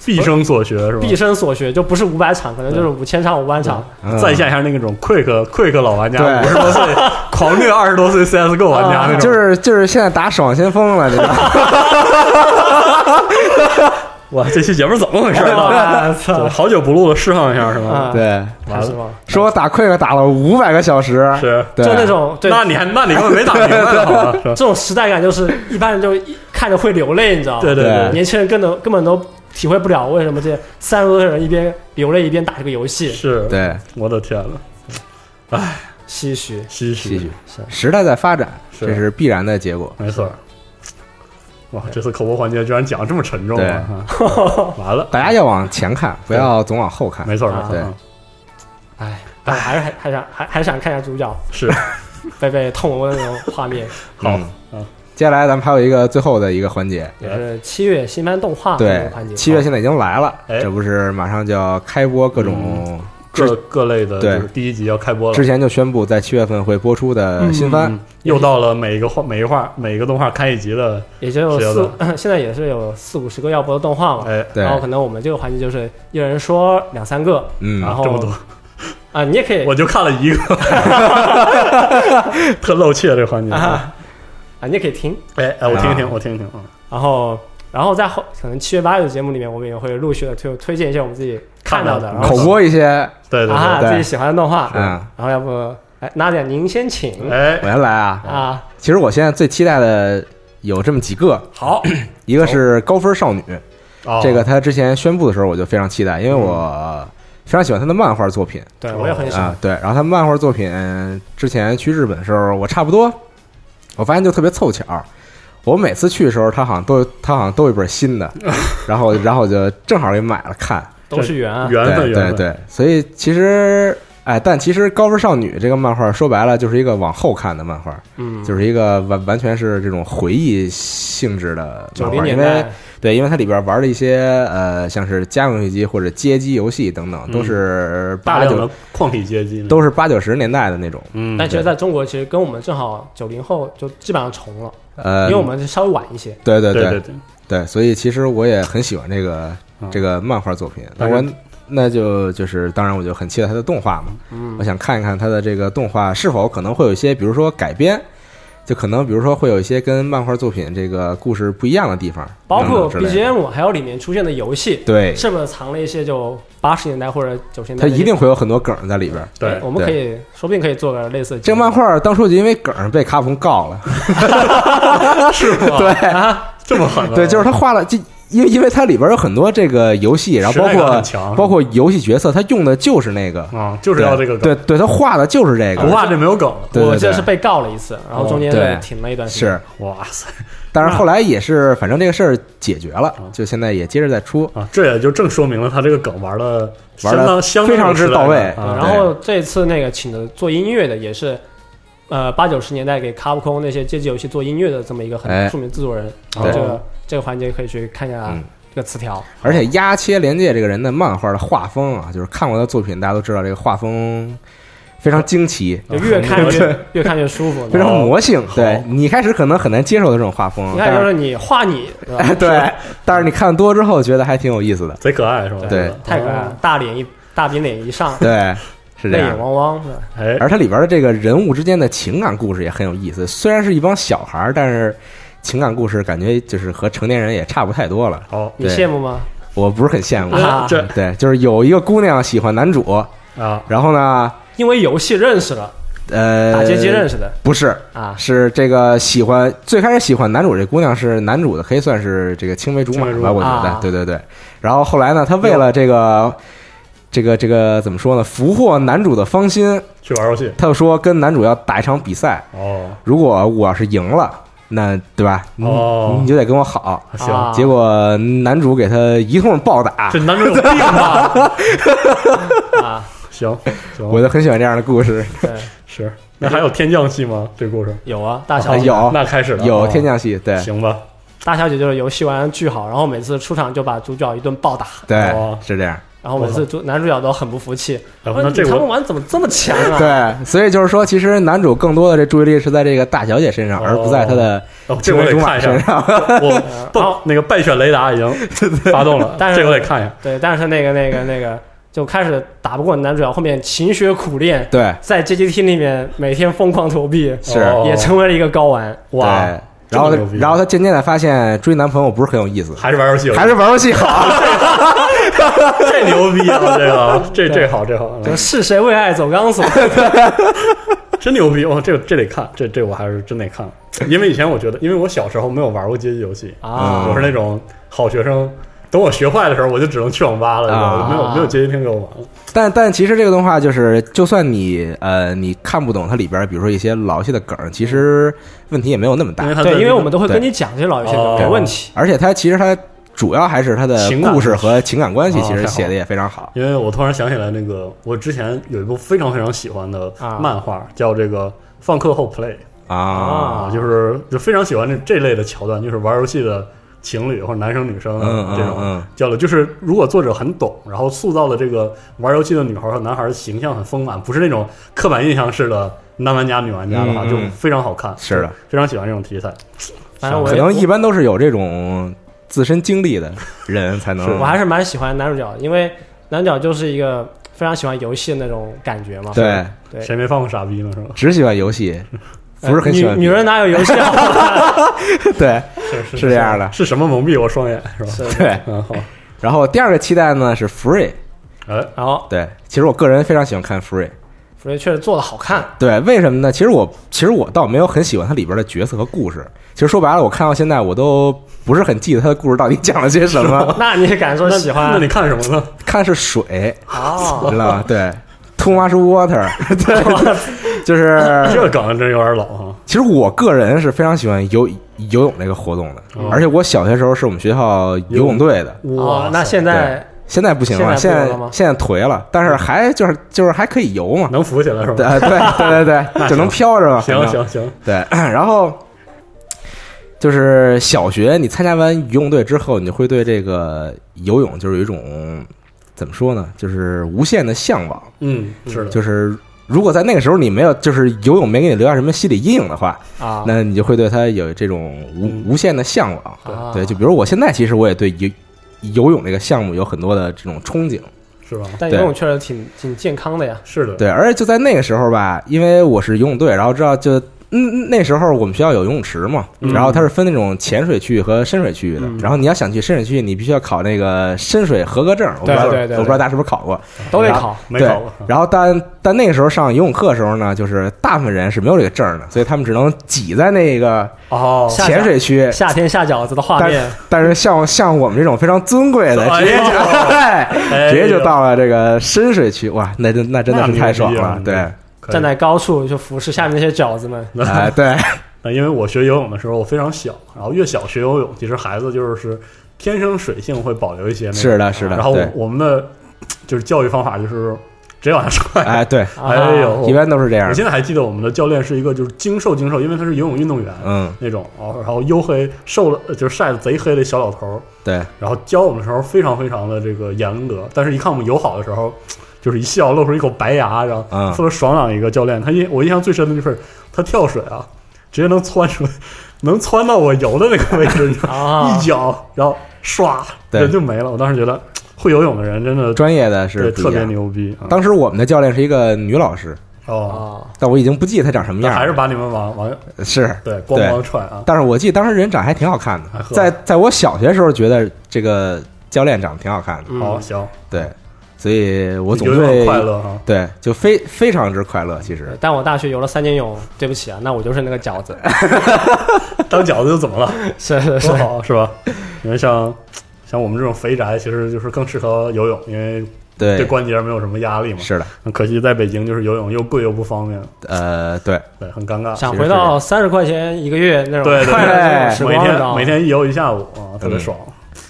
[SPEAKER 3] 毕生所学是吧？
[SPEAKER 2] 毕生所学，就不是五百场，可能就是五千场、五万场，
[SPEAKER 1] 嗯
[SPEAKER 3] 再现一下那种 quick quick 老玩家，
[SPEAKER 1] 对
[SPEAKER 3] 五十多岁狂 虐二十多岁 CSGO 玩家那种，
[SPEAKER 1] 啊就是就是现在打守望先锋了，你知道 吗？
[SPEAKER 3] 哇，这期节目怎么回事啊？
[SPEAKER 2] 我
[SPEAKER 3] 对
[SPEAKER 2] 哎
[SPEAKER 3] 嗯
[SPEAKER 2] 操！
[SPEAKER 3] 好久不录了，释放一下是
[SPEAKER 2] 啊
[SPEAKER 3] 吗？
[SPEAKER 1] 对，
[SPEAKER 2] 还是吗？
[SPEAKER 1] 说我打 Quick 打了五百个小时，
[SPEAKER 3] 是，
[SPEAKER 1] 对，
[SPEAKER 2] 就那种对
[SPEAKER 3] 那你还那你根本没打明白好吧？是 吧
[SPEAKER 2] 这种时代感就是一般人就一看着会流泪，你知道吗？
[SPEAKER 3] 对对
[SPEAKER 1] 对
[SPEAKER 2] 年轻人根本根本都体会不了为什么这三十多岁人一边流泪一边打这个游戏，
[SPEAKER 3] 是，
[SPEAKER 1] 对，
[SPEAKER 3] 我的天呐，
[SPEAKER 2] 唏嘘。
[SPEAKER 1] 继
[SPEAKER 3] 唏嘘
[SPEAKER 1] 续，
[SPEAKER 2] 是
[SPEAKER 1] 时代在发展，
[SPEAKER 3] 是
[SPEAKER 1] 这是必然的结果。
[SPEAKER 3] 没错儿。哇，这次口播环节居然讲这么沉重
[SPEAKER 1] 对
[SPEAKER 3] 啊！啊 完了，
[SPEAKER 1] 大家要往前看，不要总往后看。
[SPEAKER 3] 没错儿
[SPEAKER 2] 啊
[SPEAKER 3] 没错儿，啊
[SPEAKER 2] 哎，但还是还还想还还想看一下主角
[SPEAKER 3] 是
[SPEAKER 2] 被被痛殴的那种画面，
[SPEAKER 3] 好
[SPEAKER 1] 嗯
[SPEAKER 3] 嗯
[SPEAKER 1] 接下来咱们还有一个最后的一个环节，
[SPEAKER 2] 也是七月新番动画的
[SPEAKER 1] 对
[SPEAKER 2] 啊环，节。哦
[SPEAKER 1] 七月现在已经来了，
[SPEAKER 3] 哎
[SPEAKER 1] 这不是马上就要开播各种
[SPEAKER 3] 各各类的，就
[SPEAKER 1] 对
[SPEAKER 3] 是第一集要开播了
[SPEAKER 1] 之，前就宣布在七月份会播出的新番
[SPEAKER 3] 嗯，又到了每一个画每一画每一个动画开一集的，
[SPEAKER 2] 也就有
[SPEAKER 3] 是有
[SPEAKER 2] 四， 现在也是有四五十个要播的动画嘛。
[SPEAKER 3] 哎，
[SPEAKER 1] 对
[SPEAKER 2] 然，后可能我们这个环节就是一人说两三个
[SPEAKER 1] 嗯
[SPEAKER 2] 然
[SPEAKER 3] 啊
[SPEAKER 2] 后
[SPEAKER 3] 这么多，
[SPEAKER 2] 啊，你也可以
[SPEAKER 3] 我就看了一个， 特露怯这环节，
[SPEAKER 2] 啊啊，你也可以听，
[SPEAKER 3] 哎哎，我听一听，
[SPEAKER 1] 啊
[SPEAKER 3] 我听一听啊，
[SPEAKER 2] 然后然后在后可能七月八月的节目里面，我们也会陆续的推推荐一些我们自己看到的，
[SPEAKER 3] 看
[SPEAKER 2] 然
[SPEAKER 3] 到的
[SPEAKER 2] 后
[SPEAKER 1] 口播一些，
[SPEAKER 3] 对对
[SPEAKER 2] 啊
[SPEAKER 1] 对
[SPEAKER 2] 自己喜欢的动画，
[SPEAKER 1] 嗯，
[SPEAKER 2] 然后要不哎，娜姐您先请
[SPEAKER 3] 对，哎
[SPEAKER 1] 我，先来啊。
[SPEAKER 2] 啊，
[SPEAKER 1] 其实我现在最期待的有这么几个，
[SPEAKER 2] 好，
[SPEAKER 1] 一个是高分少女，
[SPEAKER 3] 哦
[SPEAKER 1] 这个他之前宣布的时候我就非常期待，因为我非常喜欢他的漫画作品
[SPEAKER 2] 对我也嗯很喜欢
[SPEAKER 1] 啊，对。然后他漫画作品之前去日本的时候，我差不多，我发现就特别凑巧，我每次去的时候，他好像都他好像都有一本新 的，然后然后我就正好给买了看，
[SPEAKER 2] 都是缘啊，
[SPEAKER 3] 缘分
[SPEAKER 1] 对对
[SPEAKER 3] 缘分，
[SPEAKER 1] 对，所以其实哎，但其实《高分少女》这个漫画说白了就是一个往后看的漫画，
[SPEAKER 2] 嗯，
[SPEAKER 1] 就是一个完完全是这种回忆性质的
[SPEAKER 2] 九
[SPEAKER 1] 漫
[SPEAKER 2] 零
[SPEAKER 1] 画，因
[SPEAKER 2] 年
[SPEAKER 1] 为
[SPEAKER 2] 代，
[SPEAKER 1] 对，因为它里边玩的一些呃，像是家用游戏机或者街机游戏等等，都是
[SPEAKER 3] 大
[SPEAKER 1] 八
[SPEAKER 3] 量
[SPEAKER 1] 九
[SPEAKER 3] 的矿体街机呢
[SPEAKER 1] 都是八九十年代的那种，
[SPEAKER 3] 嗯
[SPEAKER 2] 但其实在中国其实跟我们正好九零后就基本上重了，
[SPEAKER 1] 呃，
[SPEAKER 2] 因为我们稍微晚一些，
[SPEAKER 1] 对对
[SPEAKER 3] 对
[SPEAKER 1] 对
[SPEAKER 3] 对，
[SPEAKER 1] 对，所以其实我也很喜欢这个
[SPEAKER 3] 嗯
[SPEAKER 1] 这个漫画作品，那
[SPEAKER 3] 但是
[SPEAKER 1] 我那就就是当然我就很期待它的动画嘛，
[SPEAKER 2] 嗯
[SPEAKER 1] 我想看一看它的这个动画是否可能会有一些，比如说改编。就可能，比如说会有一些跟漫画作品这个故事不一样的地方，
[SPEAKER 2] 包括
[SPEAKER 1] 等等嗯之类的
[SPEAKER 2] BGM 还有里面出现的游戏，
[SPEAKER 1] 对，
[SPEAKER 2] 是不是藏了一些就八十年代或者九十年代
[SPEAKER 1] 它
[SPEAKER 2] 的？
[SPEAKER 1] 一定会有很多梗在里边。
[SPEAKER 3] 对
[SPEAKER 2] 我们可以说不定可以做个类似的
[SPEAKER 1] 这
[SPEAKER 2] 节
[SPEAKER 1] 个
[SPEAKER 2] 目
[SPEAKER 1] 漫画当初就因为梗儿被卡普空告了，
[SPEAKER 3] 是吗？
[SPEAKER 1] 对
[SPEAKER 2] 啊，
[SPEAKER 3] 这么狠啊，
[SPEAKER 1] 对，就是他画了，就因为因为它里边有很多这个游戏，然后包
[SPEAKER 3] 时代感
[SPEAKER 1] 括
[SPEAKER 3] 很强
[SPEAKER 1] 包括游戏角色，他用的就是那个，啊
[SPEAKER 3] 啊，就是要这个梗，
[SPEAKER 1] 对对，他画的就是这
[SPEAKER 3] 不
[SPEAKER 1] 个，
[SPEAKER 3] 画这没有梗了，
[SPEAKER 1] 对对
[SPEAKER 2] 我记得
[SPEAKER 1] 对
[SPEAKER 2] 是被告了一次，然后中间
[SPEAKER 1] 哦对
[SPEAKER 2] 停了一段时间。嗯
[SPEAKER 1] 是，
[SPEAKER 3] 哇塞
[SPEAKER 1] 但是后来也是，反正这个事儿解决了，就现在也接着再出，
[SPEAKER 3] 啊，这也就正说明了他这个梗玩的
[SPEAKER 1] 玩
[SPEAKER 3] 相
[SPEAKER 1] 得
[SPEAKER 3] 当相当
[SPEAKER 1] 非常之
[SPEAKER 3] 有时代
[SPEAKER 1] 到位
[SPEAKER 3] 感
[SPEAKER 2] 对
[SPEAKER 3] 啊
[SPEAKER 2] 然后这次那个请的做音乐的也是，呃，八九十年代给卡普空那些街机游戏做音乐的这么一个
[SPEAKER 1] 哎
[SPEAKER 2] 很著名的制作人，
[SPEAKER 1] 对
[SPEAKER 2] 这个这个环节可以去看一下
[SPEAKER 1] 嗯
[SPEAKER 2] 这个词条。
[SPEAKER 1] 而且压切连介这个人的漫画的画风啊，就是看过他作品，大家都知道这个画风非常惊奇，
[SPEAKER 2] 就越看越越看越 舒服。
[SPEAKER 1] 非常
[SPEAKER 2] 你
[SPEAKER 1] 魔性。
[SPEAKER 3] 好
[SPEAKER 1] 对你一开始可能很难接受的这种画风，
[SPEAKER 2] 看，
[SPEAKER 1] 但
[SPEAKER 2] 就是是你画你，对吧
[SPEAKER 1] 哎 对，但是你看多之后觉得还挺有意思的，
[SPEAKER 3] 贼可爱是吧？
[SPEAKER 1] 对
[SPEAKER 2] 太可爱
[SPEAKER 3] 哦
[SPEAKER 2] 了，大脸一大饼脸一 上，
[SPEAKER 1] 对，是这
[SPEAKER 2] 泪
[SPEAKER 1] 样
[SPEAKER 2] 眼。汪汪的。
[SPEAKER 3] 哎，
[SPEAKER 1] 而它里边的这个人物之间的情感故事也很有意思，虽然是一帮小孩儿，但是情感故事感觉就是和成年人也差不太多了。
[SPEAKER 3] 好
[SPEAKER 2] 你
[SPEAKER 1] 对
[SPEAKER 2] 羡慕吗？
[SPEAKER 1] 我不是很羡慕，
[SPEAKER 2] 啊
[SPEAKER 3] 这
[SPEAKER 1] 对，就是有一个姑娘喜欢男主，
[SPEAKER 3] 啊，
[SPEAKER 1] 然后呢，
[SPEAKER 2] 因为游戏认识了，
[SPEAKER 1] 呃，
[SPEAKER 2] 打街机认识的
[SPEAKER 1] 不是，
[SPEAKER 2] 啊。
[SPEAKER 1] 是这个喜欢最开始喜欢男主这姑娘是男主的，可以算是这个青梅竹马
[SPEAKER 3] 青梅竹
[SPEAKER 1] 吧，
[SPEAKER 3] 马
[SPEAKER 1] 我觉
[SPEAKER 2] 啊
[SPEAKER 1] 得，对对对。然后后来呢，她为了这个。这个这个怎么说呢？俘获男主的芳心，
[SPEAKER 3] 去玩游戏
[SPEAKER 1] 她就说跟男主要打一场比赛，
[SPEAKER 3] 哦
[SPEAKER 1] 如果我是赢了，那对吧？你
[SPEAKER 3] 哦
[SPEAKER 1] 你就得跟我好。
[SPEAKER 3] 行，
[SPEAKER 2] 啊
[SPEAKER 1] 结果男主给他一通暴打
[SPEAKER 3] 这，男主有 病吧？
[SPEAKER 2] 啊，
[SPEAKER 3] 行行，
[SPEAKER 1] 我就很喜欢这样的故事。
[SPEAKER 2] 对，
[SPEAKER 3] 是那还有天降戏吗？这故事
[SPEAKER 2] 有啊，大小
[SPEAKER 1] 啊
[SPEAKER 2] 姐
[SPEAKER 1] 有
[SPEAKER 3] 那开始了
[SPEAKER 1] 有
[SPEAKER 3] 哦
[SPEAKER 1] 天降系，对
[SPEAKER 3] 行吧？
[SPEAKER 2] 大小姐就是游戏玩得巨好，然后每次出场就把主角一顿暴打，
[SPEAKER 1] 对
[SPEAKER 3] 哦，
[SPEAKER 1] 是这样。
[SPEAKER 2] 然后每次主男主角都很不服气，
[SPEAKER 3] 然后
[SPEAKER 2] 说
[SPEAKER 3] 那这
[SPEAKER 2] 你他们
[SPEAKER 3] 我
[SPEAKER 2] 玩怎么这么强啊？
[SPEAKER 1] 对，所以就是说，其实男主更多的这注意力是在这个大小姐身上，
[SPEAKER 3] 哦
[SPEAKER 1] 而不在他的
[SPEAKER 3] 哦这
[SPEAKER 1] 青
[SPEAKER 3] 我
[SPEAKER 1] 梅
[SPEAKER 3] 得
[SPEAKER 1] 竹
[SPEAKER 3] 看
[SPEAKER 1] 马
[SPEAKER 3] 一
[SPEAKER 1] 身
[SPEAKER 3] 下，
[SPEAKER 1] 上。
[SPEAKER 3] 我不那个败犬雷达已经发动了，
[SPEAKER 2] 但是
[SPEAKER 3] 这我得看一下。
[SPEAKER 2] 对，但是那个那个那个就开始打不过男主角，后面勤学苦练，
[SPEAKER 1] 对，
[SPEAKER 2] 在街机厅里面每天疯狂投币，
[SPEAKER 1] 是
[SPEAKER 3] 哦
[SPEAKER 2] 也成为了一个高玩。
[SPEAKER 3] 哇
[SPEAKER 1] 对，
[SPEAKER 3] 这
[SPEAKER 1] 然
[SPEAKER 3] 么
[SPEAKER 1] 后
[SPEAKER 3] 牛
[SPEAKER 1] 他
[SPEAKER 3] 逼
[SPEAKER 1] 然后他渐渐的发现追男朋友不是很有意思，
[SPEAKER 3] 还是玩游戏有，
[SPEAKER 1] 还是玩游戏好。
[SPEAKER 3] 这牛逼 啊！这个这这好这好，
[SPEAKER 1] 哦
[SPEAKER 2] 就是谁为爱走钢索？
[SPEAKER 3] 真牛逼！哇，哦这这得看，这这我还是真得看，因为以前我觉得，因为我小时候没有玩过街机游戏
[SPEAKER 2] 啊
[SPEAKER 3] 我是那种好学生。等我学坏的时候，我就只能去网吧了，你知道吗
[SPEAKER 1] 啊
[SPEAKER 3] 没有没有街机厅给我玩了。
[SPEAKER 1] 但但其实这个动画就是，就算你呃你看不懂它里边，比如说一些老戏的梗儿，其实问题也没有那么大
[SPEAKER 3] 因为。它在
[SPEAKER 2] 对，因为我们都会
[SPEAKER 1] 对
[SPEAKER 2] 跟你讲这些老游戏
[SPEAKER 3] 哦
[SPEAKER 2] 的问题。
[SPEAKER 1] 而且它其实它主要还是它的
[SPEAKER 3] 情感
[SPEAKER 1] 故事和情感关系，
[SPEAKER 3] 哦
[SPEAKER 1] 其
[SPEAKER 3] 太
[SPEAKER 1] 实
[SPEAKER 3] 好
[SPEAKER 1] 写的也非常好。
[SPEAKER 3] 因为我突然想起来，那个我之前有一部非常非常喜欢的
[SPEAKER 2] 啊
[SPEAKER 3] 漫画，叫这个《放课后 Play》
[SPEAKER 1] 啊，
[SPEAKER 2] 啊
[SPEAKER 3] 就是就非常喜欢这这类的桥段，就是玩游戏的情侣或者男生女生啊
[SPEAKER 1] 嗯嗯
[SPEAKER 3] 这种
[SPEAKER 1] 嗯
[SPEAKER 3] 交流。就是如果作者很懂，然后塑造的这个玩游戏的女孩和男孩的形象很丰满，不是那种刻板印象式的男玩家女玩家的话，
[SPEAKER 1] 嗯嗯
[SPEAKER 3] 就非常好看。
[SPEAKER 1] 是的，
[SPEAKER 3] 非常喜欢这种题材。
[SPEAKER 2] 反正我
[SPEAKER 1] 可
[SPEAKER 2] 也
[SPEAKER 1] 能一般都是有这种自身经历的人才能。
[SPEAKER 2] 我还是蛮喜欢男主角的，因为男主角就是一个非常喜欢游戏的那种感觉嘛。
[SPEAKER 1] 对，
[SPEAKER 2] 对，
[SPEAKER 3] 谁没放过傻逼呢？是吧？
[SPEAKER 1] 只喜欢游戏，不是很喜欢
[SPEAKER 2] 呃女女人哪有游戏啊好 看？
[SPEAKER 1] 对
[SPEAKER 3] 是是
[SPEAKER 1] 是这样的
[SPEAKER 3] 是什么蒙蔽我双眼是吧？
[SPEAKER 1] 对。
[SPEAKER 3] 嗯好，
[SPEAKER 1] 然后第二个期待呢是 Free，
[SPEAKER 3] 哎，
[SPEAKER 2] 然后
[SPEAKER 1] 对，其实我个人非常喜欢看 Free，
[SPEAKER 2] 福瑞确实做的好看，
[SPEAKER 1] 对，为什么呢？其实我其实我倒没有很喜欢它里边的角色和故事。其实说白了，我看到现在我都不是很记得它的故事到底讲了些什 么。
[SPEAKER 2] 那你敢说
[SPEAKER 3] 那
[SPEAKER 2] 喜欢？
[SPEAKER 3] 那你看什么呢？
[SPEAKER 1] 看是水， 你
[SPEAKER 2] 哦，
[SPEAKER 1] 知道 吧？对，too much water，对，就是
[SPEAKER 3] 这梗真有点老啊。
[SPEAKER 1] 其实我个人是非常喜欢游游泳这个活动的，而且我小学时候是我们学校游泳队的。
[SPEAKER 2] 哦，那现在
[SPEAKER 1] 现在不行了，现
[SPEAKER 2] 现在不游
[SPEAKER 1] 在
[SPEAKER 2] 了吗
[SPEAKER 1] 现在颓了，但是还就是就是还可以游 嘛，
[SPEAKER 3] 能浮起来是
[SPEAKER 1] 对
[SPEAKER 3] 吧？
[SPEAKER 1] 啊对对对对，就能飘着嘛。
[SPEAKER 3] 行
[SPEAKER 1] 反正
[SPEAKER 3] 行行，
[SPEAKER 1] 对， 然后就是小学你参加完游泳队之后，你就会对这个游泳就是有一种怎么说呢，就是无限的向往。
[SPEAKER 3] 嗯，是的，
[SPEAKER 1] 就是如果在那个时候你没有就是游泳没给你留下什么心理阴影的话，
[SPEAKER 2] 啊，
[SPEAKER 1] 那你就会对它有这种
[SPEAKER 3] 嗯
[SPEAKER 1] 无无限的向往。
[SPEAKER 2] 啊
[SPEAKER 1] 对，就比如我现在其实我也对游游泳这个项目有很多的这种憧憬。
[SPEAKER 3] 是吧？
[SPEAKER 2] 但游
[SPEAKER 1] 对
[SPEAKER 2] 泳确实挺挺健康的呀。
[SPEAKER 3] 是的，
[SPEAKER 1] 对，而且就在那个时候吧，因为我是游泳队，然后知道就嗯那时候我们学校有游泳池嘛，
[SPEAKER 3] 嗯
[SPEAKER 1] 然后它是分那种浅水区域和深水区域的，
[SPEAKER 3] 嗯
[SPEAKER 1] 然后你要想去深水区域，你必须要考那个深水合格证，我不知道，
[SPEAKER 2] 对对对
[SPEAKER 1] 我不知道大家是不是考过，
[SPEAKER 2] 都得考，
[SPEAKER 3] 没
[SPEAKER 1] 对
[SPEAKER 3] 考过。啊
[SPEAKER 1] 然后但但那个时候上游泳课的时候呢，就是大部分人是没有这个证儿的，所以他们只能挤在那个
[SPEAKER 3] 哦
[SPEAKER 2] 下
[SPEAKER 1] 浅水区。
[SPEAKER 2] 夏天下饺子的画
[SPEAKER 1] 但
[SPEAKER 2] 面，
[SPEAKER 1] 但是像像我们这种非常尊贵的，
[SPEAKER 3] 哎
[SPEAKER 1] 直接
[SPEAKER 3] 呦
[SPEAKER 1] 就、
[SPEAKER 3] 哎
[SPEAKER 1] 对，
[SPEAKER 3] 呦
[SPEAKER 1] 直接就到了这个深水区，哇，那真那真的
[SPEAKER 3] 那
[SPEAKER 1] 是太爽
[SPEAKER 3] 牛逼
[SPEAKER 1] 了
[SPEAKER 3] 啊，
[SPEAKER 1] 对，
[SPEAKER 3] 可以
[SPEAKER 2] 站在高处就俯视下面那些饺子们。
[SPEAKER 1] 哎、对，
[SPEAKER 3] 那呃因为我学游泳的时候我非常小，然后越小学游泳，其实孩子就是呃天生水性会保留一些那个。
[SPEAKER 1] 是的，是的，
[SPEAKER 3] 然后
[SPEAKER 1] 对，
[SPEAKER 3] 我们的就是教育方法就是直接往下踹。
[SPEAKER 1] 哎，对，
[SPEAKER 2] 啊
[SPEAKER 3] 哎呦，
[SPEAKER 1] 一般都是这样
[SPEAKER 3] 我
[SPEAKER 1] 的，
[SPEAKER 3] 现在还记得我们的教练是一个就是精瘦精瘦，因为他是游泳运动员
[SPEAKER 1] 嗯，
[SPEAKER 3] 那种哦，然后黝黑瘦了就是晒得贼黑的小老头儿，
[SPEAKER 1] 对，
[SPEAKER 3] 然后教我们的时候非常非常的这个严格，但是一看我们友好的时候，就是一笑露出一口白牙，然后
[SPEAKER 1] 嗯
[SPEAKER 3] 特别爽朗一个教练，他印我印象最深的就是他跳水啊， 直接能窜出，能窜到我游的那个位置，你知道吗
[SPEAKER 2] 啊
[SPEAKER 3] 一，脚然后唰
[SPEAKER 1] 对
[SPEAKER 3] 人就没了，我当时觉得会游泳的人真的
[SPEAKER 1] 专业的是
[SPEAKER 3] 对
[SPEAKER 1] 不
[SPEAKER 3] 特
[SPEAKER 1] 一
[SPEAKER 3] 别
[SPEAKER 1] 样。
[SPEAKER 3] 牛逼啊！
[SPEAKER 1] 当时我们的教练是一个女老师，
[SPEAKER 3] 哦，
[SPEAKER 2] 啊，
[SPEAKER 1] 但我已经不记得她长什么
[SPEAKER 3] 那
[SPEAKER 1] 样了，
[SPEAKER 3] 还是把你们往往
[SPEAKER 1] 是
[SPEAKER 3] 对咣咣踹啊！
[SPEAKER 1] 但是我记得当时人长还挺好看的
[SPEAKER 3] 还，喝
[SPEAKER 1] 在在我小学时候觉得这个教练长得挺好看的，
[SPEAKER 2] 嗯
[SPEAKER 3] 好行，
[SPEAKER 1] 对，所以我总
[SPEAKER 3] 游泳
[SPEAKER 1] 对
[SPEAKER 3] 很快乐呃啊！
[SPEAKER 1] 对就非非常之快乐，其实
[SPEAKER 2] 但我大学游了三年泳，对不起啊，那我就是那个饺 子，
[SPEAKER 3] 当饺子又怎么了？
[SPEAKER 2] 是是 是
[SPEAKER 3] 多，好是吧？因为像像我们这种肥宅，其实就是更适合游泳，因为对
[SPEAKER 1] 对
[SPEAKER 3] 关节没有什么压力嘛。
[SPEAKER 1] 是的，
[SPEAKER 3] 可惜在北京，就是游泳又贵又不方便，
[SPEAKER 1] 呃，对
[SPEAKER 3] 对，很尴尬。
[SPEAKER 2] 想回到三十块钱一个月那种
[SPEAKER 3] 对对
[SPEAKER 2] 快乐哎的那种
[SPEAKER 1] 对
[SPEAKER 2] 时
[SPEAKER 3] 每
[SPEAKER 2] 光，你知道
[SPEAKER 3] 天
[SPEAKER 2] 吗
[SPEAKER 3] 每天一游一下午啊，特别
[SPEAKER 1] 嗯
[SPEAKER 3] 爽。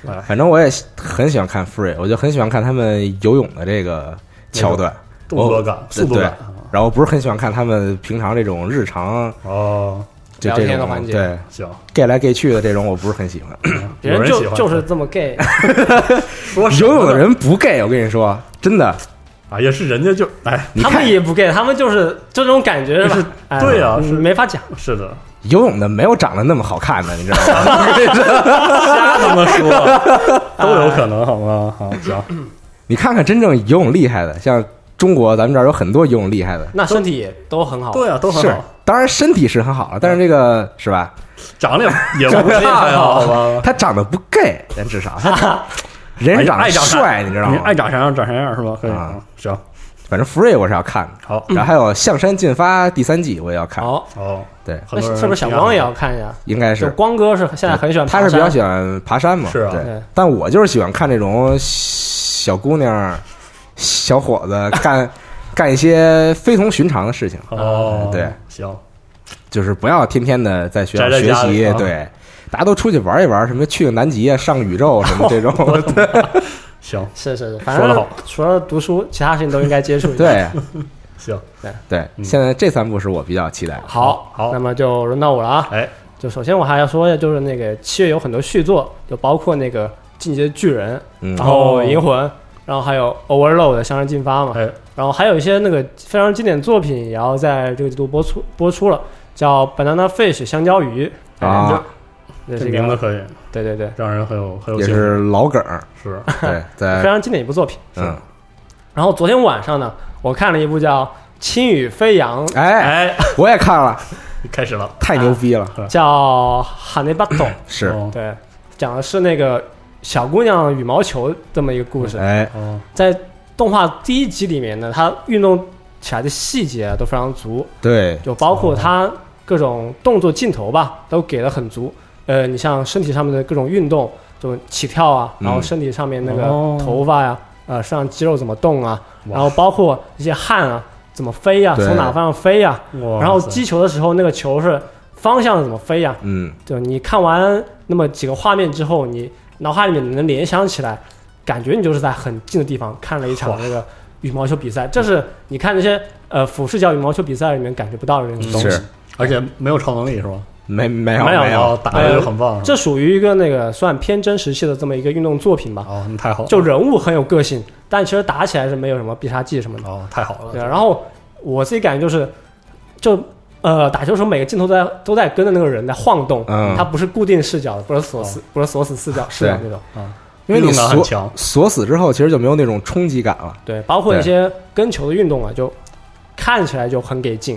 [SPEAKER 3] 哎，
[SPEAKER 1] 反正我也很喜欢看 Free，我就很喜欢看他们游泳的这个桥段，
[SPEAKER 3] 动作感、速度
[SPEAKER 1] 哦对
[SPEAKER 3] 感啊
[SPEAKER 1] 然后不是很喜欢看他们平常这种日常
[SPEAKER 3] 哦，
[SPEAKER 1] 就
[SPEAKER 2] 聊
[SPEAKER 1] 这
[SPEAKER 2] 天的
[SPEAKER 1] 种
[SPEAKER 2] 环节
[SPEAKER 1] 对
[SPEAKER 3] 行，
[SPEAKER 1] gay 来 gay 去的这种，我不是很喜 欢。
[SPEAKER 2] 别
[SPEAKER 3] 有
[SPEAKER 2] 人
[SPEAKER 3] 人喜
[SPEAKER 2] 就
[SPEAKER 3] 欢
[SPEAKER 2] 就是这么 gay，
[SPEAKER 3] 说什
[SPEAKER 1] 游
[SPEAKER 3] 么
[SPEAKER 1] 泳的
[SPEAKER 3] 呢
[SPEAKER 1] 人不 gay，我跟你说，真的，
[SPEAKER 3] 啊，也是人家就哎，
[SPEAKER 1] 你
[SPEAKER 2] 他
[SPEAKER 1] 看
[SPEAKER 2] 们也不 gay，他们就是就这种感觉是吧？哎
[SPEAKER 3] 对啊
[SPEAKER 2] 嗯
[SPEAKER 3] 是
[SPEAKER 2] 没法讲，
[SPEAKER 3] 是的，
[SPEAKER 1] 游泳的没有长得那么好看的，你知道吗？
[SPEAKER 3] 瞎他妈说 都有可能，好吗？好，行，
[SPEAKER 1] 你看看真正游泳厉害的，像中国咱们这儿有很多游泳厉害的，
[SPEAKER 2] 那身体也都很好，
[SPEAKER 3] 对啊，都很
[SPEAKER 1] 是
[SPEAKER 3] 好，，
[SPEAKER 1] 当然身体是很好了，但是这个是吧？
[SPEAKER 3] 长得也也不差呀，好吧？
[SPEAKER 1] 他长得不 gay，人至少他 人长
[SPEAKER 3] 哎
[SPEAKER 1] 得
[SPEAKER 3] 爱长啥
[SPEAKER 1] 帅，你知道
[SPEAKER 3] 你
[SPEAKER 1] 吗
[SPEAKER 3] 爱？长啥样长啥样是吧？可以，
[SPEAKER 1] 啊
[SPEAKER 3] 嗯行，
[SPEAKER 1] 反正 Free 我是要看的，
[SPEAKER 3] 好，
[SPEAKER 2] 嗯
[SPEAKER 1] 然后还有《象山进发》第三季我也要看，
[SPEAKER 3] 哦
[SPEAKER 2] 好，
[SPEAKER 3] 好，
[SPEAKER 1] 对，
[SPEAKER 3] 很
[SPEAKER 2] 那
[SPEAKER 3] 多人
[SPEAKER 2] 是不是小光也要看呀？
[SPEAKER 1] 应该
[SPEAKER 2] 就是光哥是现在很喜欢
[SPEAKER 1] 他
[SPEAKER 2] 爬山，
[SPEAKER 1] 是比较喜欢爬山嘛，
[SPEAKER 3] 是啊
[SPEAKER 1] 对
[SPEAKER 2] 对，
[SPEAKER 1] 但我就是喜欢看这种小姑娘、小伙 子干干一些非同寻常的事情，
[SPEAKER 3] 哦，
[SPEAKER 1] 对，
[SPEAKER 3] 行，
[SPEAKER 1] 就是不要天天的在学校
[SPEAKER 3] 宅在
[SPEAKER 1] 学
[SPEAKER 3] 家里
[SPEAKER 1] 习
[SPEAKER 3] 啊，
[SPEAKER 1] 对，大家都出去玩一玩，什么去个南极啊、上宇宙什么这
[SPEAKER 3] 哦
[SPEAKER 1] 种，对
[SPEAKER 3] 行
[SPEAKER 2] 是是是，反
[SPEAKER 3] 说得
[SPEAKER 2] 正
[SPEAKER 3] 好
[SPEAKER 2] 除了读书，其他事情都应该接触一下。，
[SPEAKER 1] 对
[SPEAKER 3] 行，
[SPEAKER 1] 对。现在这三部是我比较期待的，
[SPEAKER 2] 好，
[SPEAKER 3] 嗯好
[SPEAKER 2] 那么就轮到我了啊。
[SPEAKER 3] 哎，
[SPEAKER 2] 就首先我还要说一下，就是那个七月有很多续作，就包括那个《进阶巨人》，
[SPEAKER 1] 嗯
[SPEAKER 2] 然后
[SPEAKER 3] 哦
[SPEAKER 2] 《银魂》，然后还有《Overload》《向上进发》嘛，
[SPEAKER 3] 哎，
[SPEAKER 2] 然后还有一些那个非常经典作品也要在这个季度播出播出了，叫《Banana Fish》香蕉鱼
[SPEAKER 1] 啊，
[SPEAKER 2] 这
[SPEAKER 3] 这
[SPEAKER 2] 是一
[SPEAKER 3] 名
[SPEAKER 2] 个
[SPEAKER 3] 字可以
[SPEAKER 2] 对对对，
[SPEAKER 3] 让人很有很有
[SPEAKER 1] 也
[SPEAKER 3] 兴趣，
[SPEAKER 1] 是老梗儿，
[SPEAKER 3] 是
[SPEAKER 1] 对，在
[SPEAKER 2] 非常经典一部作品。
[SPEAKER 1] 哎嗯，
[SPEAKER 2] 然后昨天晚上呢，我看了一部叫《轻羽飞扬》，
[SPEAKER 1] 哎，
[SPEAKER 3] 哎，
[SPEAKER 1] 我也看了，
[SPEAKER 3] 开始了，
[SPEAKER 1] 太牛逼了，
[SPEAKER 2] 叫哈内巴 斗，
[SPEAKER 1] 是，
[SPEAKER 3] 哦
[SPEAKER 2] 对，讲的是那个小姑娘羽毛球这么一个故事。
[SPEAKER 1] 哎，
[SPEAKER 3] 哦，
[SPEAKER 2] 在动画第一集里面呢，它运动起来的细节啊都非常足，
[SPEAKER 1] 对，
[SPEAKER 2] 就包括它各种动作镜头吧，都给的很足。呃，你像身体上面的各种运动，就起跳啊，
[SPEAKER 1] 嗯
[SPEAKER 2] 然后身体上面那个
[SPEAKER 3] 哦
[SPEAKER 2] 头发呀、呃，身上肌肉怎么动啊，
[SPEAKER 3] 哇
[SPEAKER 2] 然后包括一些汗啊，怎么飞呀、
[SPEAKER 1] 对
[SPEAKER 2] 从哪方向飞呀、
[SPEAKER 3] 哇
[SPEAKER 2] 然后
[SPEAKER 3] 塞
[SPEAKER 2] 击球的时候那个球是方向怎么飞呀、
[SPEAKER 1] 嗯，
[SPEAKER 2] 就你看完那么几个画面之后，你脑海里面能联想起来，感觉你就是在很近的地方看了一场
[SPEAKER 3] 哇
[SPEAKER 2] 那个羽毛球比赛，这是你看那些呃俯视角羽毛球比赛里面感觉不到的那
[SPEAKER 3] 嗯
[SPEAKER 2] 种东西。
[SPEAKER 1] 是，
[SPEAKER 3] 而且没有超能力是吧？
[SPEAKER 1] 没没有
[SPEAKER 2] 没有
[SPEAKER 1] 没
[SPEAKER 3] 然后
[SPEAKER 1] 有，
[SPEAKER 3] 打的哎就很棒，是吧
[SPEAKER 2] 这属于一个那个算偏真实系的这么一个运动作品吧，
[SPEAKER 3] 哦，那太好了，
[SPEAKER 2] 就人物很有个性，但其实打起来是没有什么必杀技什么的。
[SPEAKER 3] 哦，太好了，
[SPEAKER 2] 对啊，然后我自己感觉就是，就呃打球的时候每个镜头都在都在跟着那个人在晃动，
[SPEAKER 1] 嗯
[SPEAKER 2] 它不是固定视角的，不是锁
[SPEAKER 3] 哦
[SPEAKER 2] 死，不是锁死视角视角那种。
[SPEAKER 1] 因为你
[SPEAKER 3] 运动感很
[SPEAKER 1] 锁
[SPEAKER 3] 强，
[SPEAKER 1] 锁死之后，其实就没有那种冲击感了，
[SPEAKER 2] 对，包括一些跟球的运动啊，就看起来就很给劲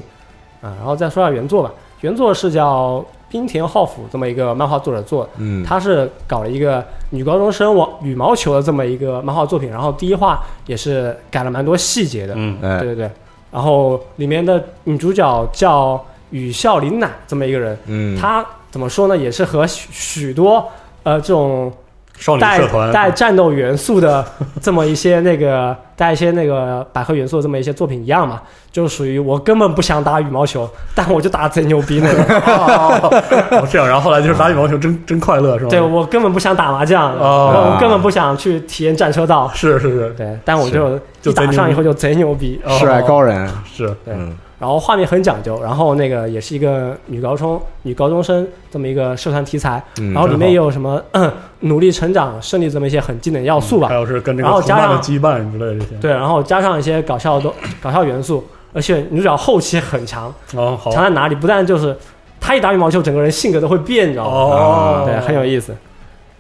[SPEAKER 2] 啊。然后再说下原作吧，原作是叫冰田浩辅这么一个漫画作者做的，
[SPEAKER 1] 嗯，
[SPEAKER 2] 他是搞了一个女高中生网羽毛球的这么一个漫画作品，然后第一话也是改了蛮多细节的，
[SPEAKER 3] 嗯，
[SPEAKER 1] 哎
[SPEAKER 2] 对，对对。然后里面的女主角叫雨孝林乃这么一个人，
[SPEAKER 1] 嗯，
[SPEAKER 2] 她怎么说呢，也是和许许多呃这种
[SPEAKER 3] 少女
[SPEAKER 2] 带
[SPEAKER 3] 社团
[SPEAKER 2] 带战斗元素的这么一些那个带一些那个百合元素的这么一些作品一样嘛，就属于我根本不想打羽毛球，但我就打得贼牛逼那 种。
[SPEAKER 3] 哦，这样，然后后来就是打羽毛球真真快乐是吧？
[SPEAKER 2] 对我根本不想打麻将，
[SPEAKER 3] 哦
[SPEAKER 2] 我根本不想去体验战车道。
[SPEAKER 3] 是是是，
[SPEAKER 2] 对，但我就
[SPEAKER 3] 就
[SPEAKER 2] 一
[SPEAKER 3] 贼
[SPEAKER 2] 打
[SPEAKER 3] 牛
[SPEAKER 2] 上以
[SPEAKER 3] 逼
[SPEAKER 2] 后就贼牛逼。
[SPEAKER 3] 哦
[SPEAKER 1] 世外高人，
[SPEAKER 3] 是
[SPEAKER 2] 对，
[SPEAKER 1] 嗯
[SPEAKER 2] 然后画面很讲究，然后那个也是一个女高中女高中生这么一个社团题材，
[SPEAKER 1] 嗯
[SPEAKER 2] 然后里面也有什么、 努力成长、胜利这么一些很经典的要素吧
[SPEAKER 3] 嗯还。有是跟这个
[SPEAKER 2] 然后
[SPEAKER 3] 同伴
[SPEAKER 2] 加
[SPEAKER 3] 的
[SPEAKER 2] 上
[SPEAKER 3] 羁绊之类的这些，
[SPEAKER 2] 对，然后加上一些搞笑的 搞笑元素，而且女主角后期很强，
[SPEAKER 3] 哦，好
[SPEAKER 2] 强在哪里？不但就是她一打羽毛球，整个人性格都会变，你知道吗？
[SPEAKER 3] 哦，
[SPEAKER 2] 对，很有意思。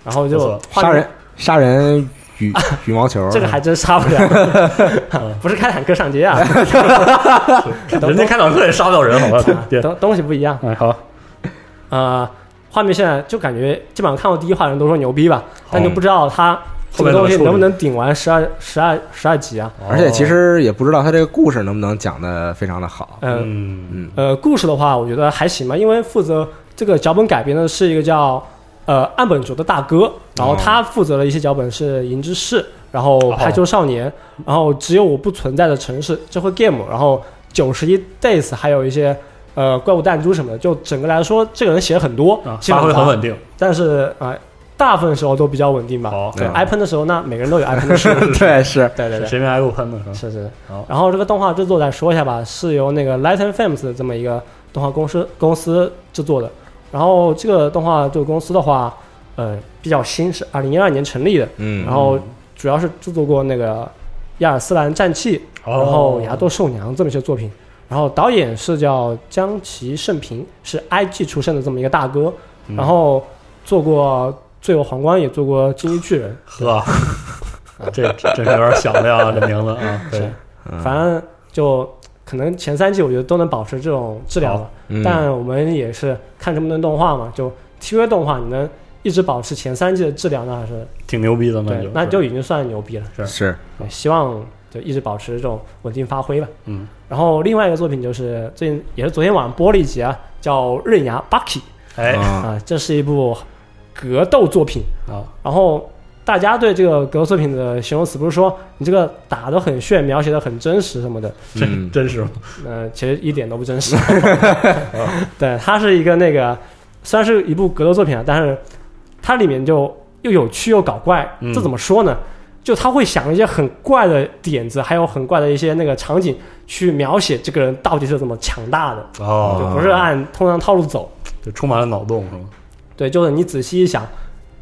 [SPEAKER 2] 然后
[SPEAKER 3] 不
[SPEAKER 2] 就
[SPEAKER 3] 错
[SPEAKER 2] 画
[SPEAKER 1] 杀
[SPEAKER 2] 面
[SPEAKER 1] 人杀人羽 羽毛球，嗯
[SPEAKER 2] 这个还真杀不 了， 不是开坦克上街啊，
[SPEAKER 3] 思。人家开坦克也杀不了人，好 吧？别，
[SPEAKER 2] 啊东东西不一样。
[SPEAKER 3] 哎，好，
[SPEAKER 2] 呃，画面现在就感觉基本上看过第一话的人都说牛逼吧，但就不知道它这个东西能不能顶完十二十二十二集啊？
[SPEAKER 1] 而
[SPEAKER 3] 哦
[SPEAKER 1] 且其实也不知道他这个故事能不能讲的非常的 好，
[SPEAKER 3] 哦，
[SPEAKER 2] 嗯
[SPEAKER 3] 嗯，
[SPEAKER 1] 嗯
[SPEAKER 2] 呃，故事的话，我觉得还行吧，因为负责这个脚本改编的是一个叫呃岸本卓的大哥，然后
[SPEAKER 3] 哦
[SPEAKER 2] 他负责了一些脚本是《银之士》，然后《排球少年》，然后《只有我不存在的城市》这会 game，然后《九十一 days》，还有一些。呃，怪物弹珠什么的，就整个来说，这个人写了很多，
[SPEAKER 3] 啊，
[SPEAKER 2] 基本
[SPEAKER 3] 发挥
[SPEAKER 2] 上
[SPEAKER 3] 很稳定，
[SPEAKER 2] 但是啊、呃大部分时候都比较稳定吧。
[SPEAKER 3] 好，
[SPEAKER 2] 对
[SPEAKER 1] 嗯
[SPEAKER 2] 挨喷的时候呢，每个人都有挨喷的 时候。
[SPEAKER 1] 对，是，
[SPEAKER 2] 对对对，
[SPEAKER 3] 谁没挨过喷呢？是吧？
[SPEAKER 2] 是是
[SPEAKER 3] 嗯好。
[SPEAKER 2] 然后这个动画制作再说一下吧，是由那个 Light and Films 这么一个动画公司公司制作的。然后这个动画这个公司的话，呃，比较新，是二零一二年成立的。
[SPEAKER 1] 嗯
[SPEAKER 2] 然后主要是制作过那个《亚尔斯兰战记》，
[SPEAKER 3] 哦
[SPEAKER 2] 然后《牙多兽娘》这么一些作品。然后导演是叫江崎胜平，是 IG 出身的这么一个大哥，
[SPEAKER 3] 嗯
[SPEAKER 2] 然后做过《罪恶皇冠》，也做过《金鱼巨人
[SPEAKER 3] 呵， 这这是有点想的呀，这名字啊，对，》，
[SPEAKER 2] 反正就可能前三季我觉得都能保持这种质量吧。
[SPEAKER 1] 嗯
[SPEAKER 2] 但我们也是看这么多动画嘛，就 TV 动画你能一直保持前三季的质量，那还是
[SPEAKER 3] 挺牛逼的，那
[SPEAKER 2] 对
[SPEAKER 3] 就，
[SPEAKER 2] 那
[SPEAKER 3] 是
[SPEAKER 2] 就已经算牛逼了。
[SPEAKER 1] 是，
[SPEAKER 2] 对希望就一直保持这种稳定发挥吧。
[SPEAKER 3] 嗯，
[SPEAKER 2] 然后另外一个作品就是最近也是昨天晚上播了一集啊，叫《刃牙 Bucky》
[SPEAKER 3] 哎
[SPEAKER 1] 啊，
[SPEAKER 2] 啊，这是一部格斗作品。
[SPEAKER 3] 啊，
[SPEAKER 2] 然后大家对这个格斗作品的形容词不是说你这个打得很炫，描写得很真实什么的，
[SPEAKER 3] 真
[SPEAKER 1] 嗯
[SPEAKER 3] 真是
[SPEAKER 2] 呃，其实一点都不真 实。对，它是一个那个，虽然是一部格斗作品啊，但是它里面就又有趣又搞怪，
[SPEAKER 3] 嗯
[SPEAKER 2] 这怎么说呢？就他会想一些很怪的点子，还有很怪的一些那个场景，去描写这个人到底是怎么强大的，就
[SPEAKER 3] 哦，
[SPEAKER 2] 不是按通常套路走。
[SPEAKER 3] 就充满了脑洞是吗？
[SPEAKER 2] 对，就是你仔细一想，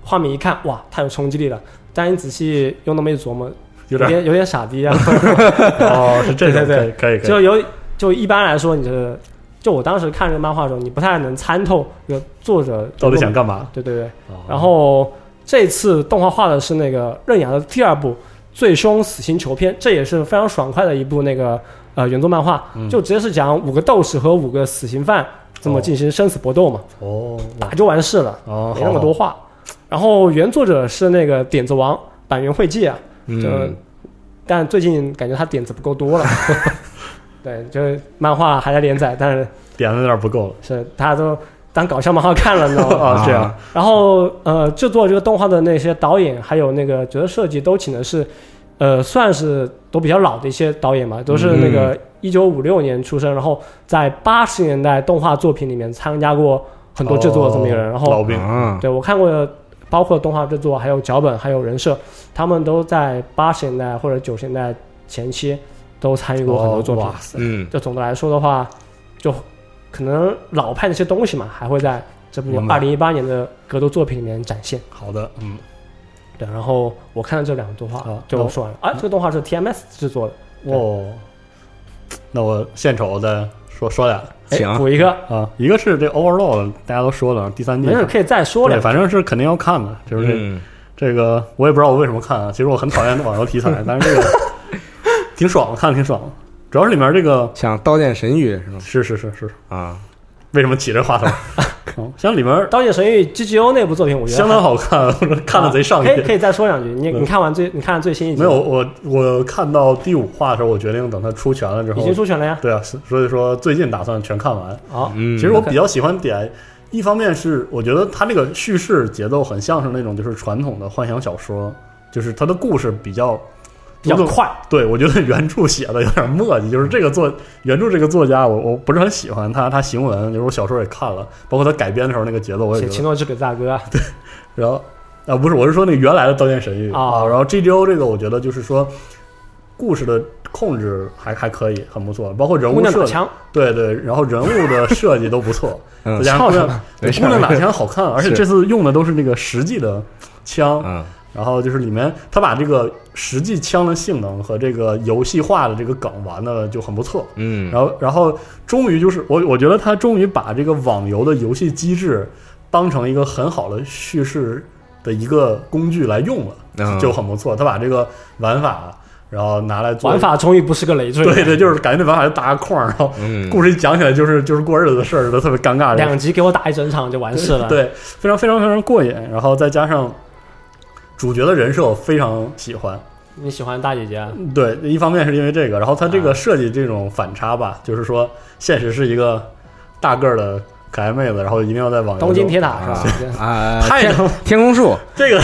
[SPEAKER 2] 画面一看，哇，太有冲击力了。但你仔细又那么一琢磨，有
[SPEAKER 3] 有点
[SPEAKER 2] 点有点傻 逼啊。
[SPEAKER 3] 哦，是这种，
[SPEAKER 2] 对对对
[SPEAKER 3] 可以可以可
[SPEAKER 2] 就
[SPEAKER 3] 以，
[SPEAKER 2] 有就一般来说，你是就我当时看这个漫画的时候，你不太能参透这个作者
[SPEAKER 3] 到底想干嘛？
[SPEAKER 2] 对对对。
[SPEAKER 3] 哦
[SPEAKER 2] 然后这次动画画的是那个《刃牙》的第二部《最凶死刑囚篇》，这也是非
[SPEAKER 3] 嗯
[SPEAKER 2] 常爽快的一部那个呃原作漫画，就直接是讲五个斗士和五个死刑犯这么进行生死搏斗嘛，
[SPEAKER 3] 哦
[SPEAKER 2] 打就完事了，
[SPEAKER 3] 哦，
[SPEAKER 2] 没那么多话。然后原作者是那个点子王板垣惠介啊，
[SPEAKER 1] 嗯，
[SPEAKER 2] 但最近感觉他点子不够多了。对，就是漫画还在连载，但是
[SPEAKER 3] 点的有点不够了
[SPEAKER 2] 是大家都当搞笑漫画看了，你知道吗？
[SPEAKER 3] 啊，这样
[SPEAKER 1] 啊
[SPEAKER 2] 然后呃，制作这个动画的那些导演，还有那个角色设计，都请的是，呃，算是都比较老的一些导演吧，都是那个一九五六年出生，然后在八十年代动画作品里面参加过很多制作的这么一个人。
[SPEAKER 3] 哦
[SPEAKER 2] 然
[SPEAKER 3] 老
[SPEAKER 2] 后，
[SPEAKER 3] 兵
[SPEAKER 1] 啊，
[SPEAKER 2] 对我看过，包括动画制作，还有脚本，还有人设，他们都在八十年代或者九十年代前期都参与过很多作品。
[SPEAKER 3] 哦哇塞，
[SPEAKER 1] 嗯，
[SPEAKER 2] 就总的来说的话，就可能老派那些东西嘛，还会在这部
[SPEAKER 3] 明白
[SPEAKER 2] 二零一八年的格斗作品里面展现。
[SPEAKER 3] 好的，嗯，
[SPEAKER 2] 对，然后我看了这两个动画
[SPEAKER 3] 好，
[SPEAKER 2] 就说完了。啊，这个动画是 TMS 制作的，
[SPEAKER 3] 哦，那我献丑再说说俩
[SPEAKER 2] 哎
[SPEAKER 1] 行
[SPEAKER 2] 补一个，
[SPEAKER 3] 啊，一个是这 Overlord，大家都说了，第三季
[SPEAKER 2] 没事可以再说
[SPEAKER 3] 对，
[SPEAKER 2] 两个。
[SPEAKER 3] 反正是肯定要看的，就是这
[SPEAKER 1] 嗯
[SPEAKER 3] 这个我也不知道我为什么看啊，其实我很讨 厌网游题材，但是这个挺爽的，看的挺爽的，主要是里面这个
[SPEAKER 1] 像《刀剑神域》是吗？
[SPEAKER 3] 是是是是，
[SPEAKER 1] 啊，
[SPEAKER 3] 为什么起这 话头？嗯像里面
[SPEAKER 2] 《刀剑神域》GGO 那部作品，我觉得
[SPEAKER 3] 相当
[SPEAKER 2] 好，
[SPEAKER 3] 好看，我看的贼上
[SPEAKER 2] 啊可以可
[SPEAKER 3] 瘾。
[SPEAKER 2] 以再说两句。你
[SPEAKER 3] 嗯
[SPEAKER 2] 你看完最你看完最新一集
[SPEAKER 3] 没有，我我看到第五话的时候，我决定等它出全了之
[SPEAKER 2] 已
[SPEAKER 3] 后
[SPEAKER 2] 经，出全了呀？
[SPEAKER 3] 对啊，所所以说最近打算全看完。
[SPEAKER 2] 好，
[SPEAKER 1] 嗯，
[SPEAKER 3] 其实我
[SPEAKER 2] OK
[SPEAKER 3] 比较喜欢点，一方面是我觉得它这个叙事节奏很像是那种就是传统的幻想小说，就是它的故事比较
[SPEAKER 2] 比较
[SPEAKER 3] 如果
[SPEAKER 2] 快，嗯
[SPEAKER 3] 对，我觉得原著写的有点墨迹，就是这个作原著这个作家我，我不是很喜欢他，他行文，就是我小说也看了，包括他改编的时候那个节奏我
[SPEAKER 2] 写
[SPEAKER 3] 也
[SPEAKER 2] 《奇
[SPEAKER 3] 觉得。
[SPEAKER 2] 诺之旅》的大哥啊，
[SPEAKER 3] 然后啊，不是，我是说那个原来的《刀剑神域》
[SPEAKER 2] 啊
[SPEAKER 3] 然后 GGO 这个我觉得就是说故事的控制还还可以，很不错，包括人
[SPEAKER 2] 姑
[SPEAKER 3] 物
[SPEAKER 2] 娘打
[SPEAKER 3] 设计，
[SPEAKER 2] 枪，
[SPEAKER 3] 对对，然后人物的设计都不错，
[SPEAKER 1] 嗯
[SPEAKER 3] 再加上
[SPEAKER 2] 笑
[SPEAKER 1] 没
[SPEAKER 2] 什么？
[SPEAKER 3] 姑娘姑
[SPEAKER 1] 事儿
[SPEAKER 3] 娘打枪好看，啊而且
[SPEAKER 1] 是
[SPEAKER 3] 这次用的都是那个实际的枪，
[SPEAKER 1] 嗯
[SPEAKER 3] 然后就是里面他把这个实际枪的性能和这个游戏化的这个梗玩的就很不错。
[SPEAKER 1] 嗯，
[SPEAKER 3] 然后，然后终于就是我，我觉得他终于把这个网游的游戏机制当成一个很好的叙事的一个工具来用了，
[SPEAKER 1] 嗯
[SPEAKER 3] 就很不错。他把这个玩法，然后拿来做
[SPEAKER 2] 玩，法终于不是个累赘，
[SPEAKER 3] 对对，就是感觉这玩法就打个框儿，然后
[SPEAKER 1] 嗯
[SPEAKER 3] 故事一讲起来就是就是过日子的事儿，都特别尴尬。
[SPEAKER 2] 两集给我打一整场就完事了。
[SPEAKER 3] 对，非常非常非常过瘾。然后再加上主角的人设，我非常喜欢。
[SPEAKER 2] 你喜欢大姐姐啊？
[SPEAKER 3] 对，一方面是因为这个，然后它这
[SPEAKER 1] 啊
[SPEAKER 3] 个设计这种反差吧，就是说现实是一个大个儿的可爱妹子，然后一定要在网游
[SPEAKER 2] 东京
[SPEAKER 3] 中
[SPEAKER 2] 铁塔
[SPEAKER 1] 啊
[SPEAKER 2] 是吧？
[SPEAKER 1] 啊，
[SPEAKER 3] 太
[SPEAKER 1] 天
[SPEAKER 3] 他妈
[SPEAKER 1] 天空树，
[SPEAKER 3] 这 个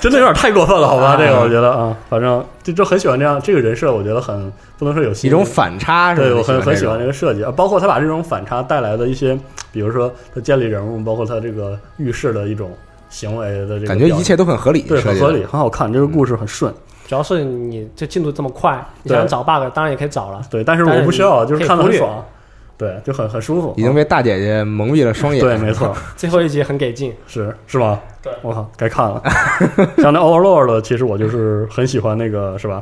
[SPEAKER 3] 真的有点太过分了，好吧？
[SPEAKER 2] 啊
[SPEAKER 3] 这个我觉得啊，反正就就很喜欢这样这个人设，我觉得很不能说有新
[SPEAKER 1] 一种反差是吧？
[SPEAKER 3] 对我很很喜欢这
[SPEAKER 1] 这
[SPEAKER 3] 个设计啊，包括他把这种反差带来的一些，比如说他建立人物，包括他这个遇事的一种行为的这个
[SPEAKER 1] 感觉
[SPEAKER 3] 表
[SPEAKER 1] 一切都很合理，
[SPEAKER 3] 对
[SPEAKER 1] 设
[SPEAKER 3] 很
[SPEAKER 1] 计
[SPEAKER 3] 合
[SPEAKER 1] 的嗯
[SPEAKER 3] 理，，很好看，这个故事很顺。
[SPEAKER 2] 主要是你这进度这么快，你
[SPEAKER 3] 对
[SPEAKER 2] 想找 bug 当然也可以找了。
[SPEAKER 3] 对，但是
[SPEAKER 2] 但
[SPEAKER 3] 我
[SPEAKER 2] 是
[SPEAKER 3] 不
[SPEAKER 2] 你
[SPEAKER 3] 需要，就
[SPEAKER 2] 可
[SPEAKER 3] 是
[SPEAKER 2] 以
[SPEAKER 3] 看的
[SPEAKER 2] 忽
[SPEAKER 3] 很
[SPEAKER 2] 略啊
[SPEAKER 3] 爽，对，就很很舒服。啊
[SPEAKER 1] 已经被大姐姐蒙蔽了双眼，
[SPEAKER 3] 对，没 错，
[SPEAKER 2] 最后一集很给劲，
[SPEAKER 3] 是是吗？
[SPEAKER 2] 对
[SPEAKER 3] 我靠，该看了。 像那 Overlord，其实我就是很喜欢那个，是吧？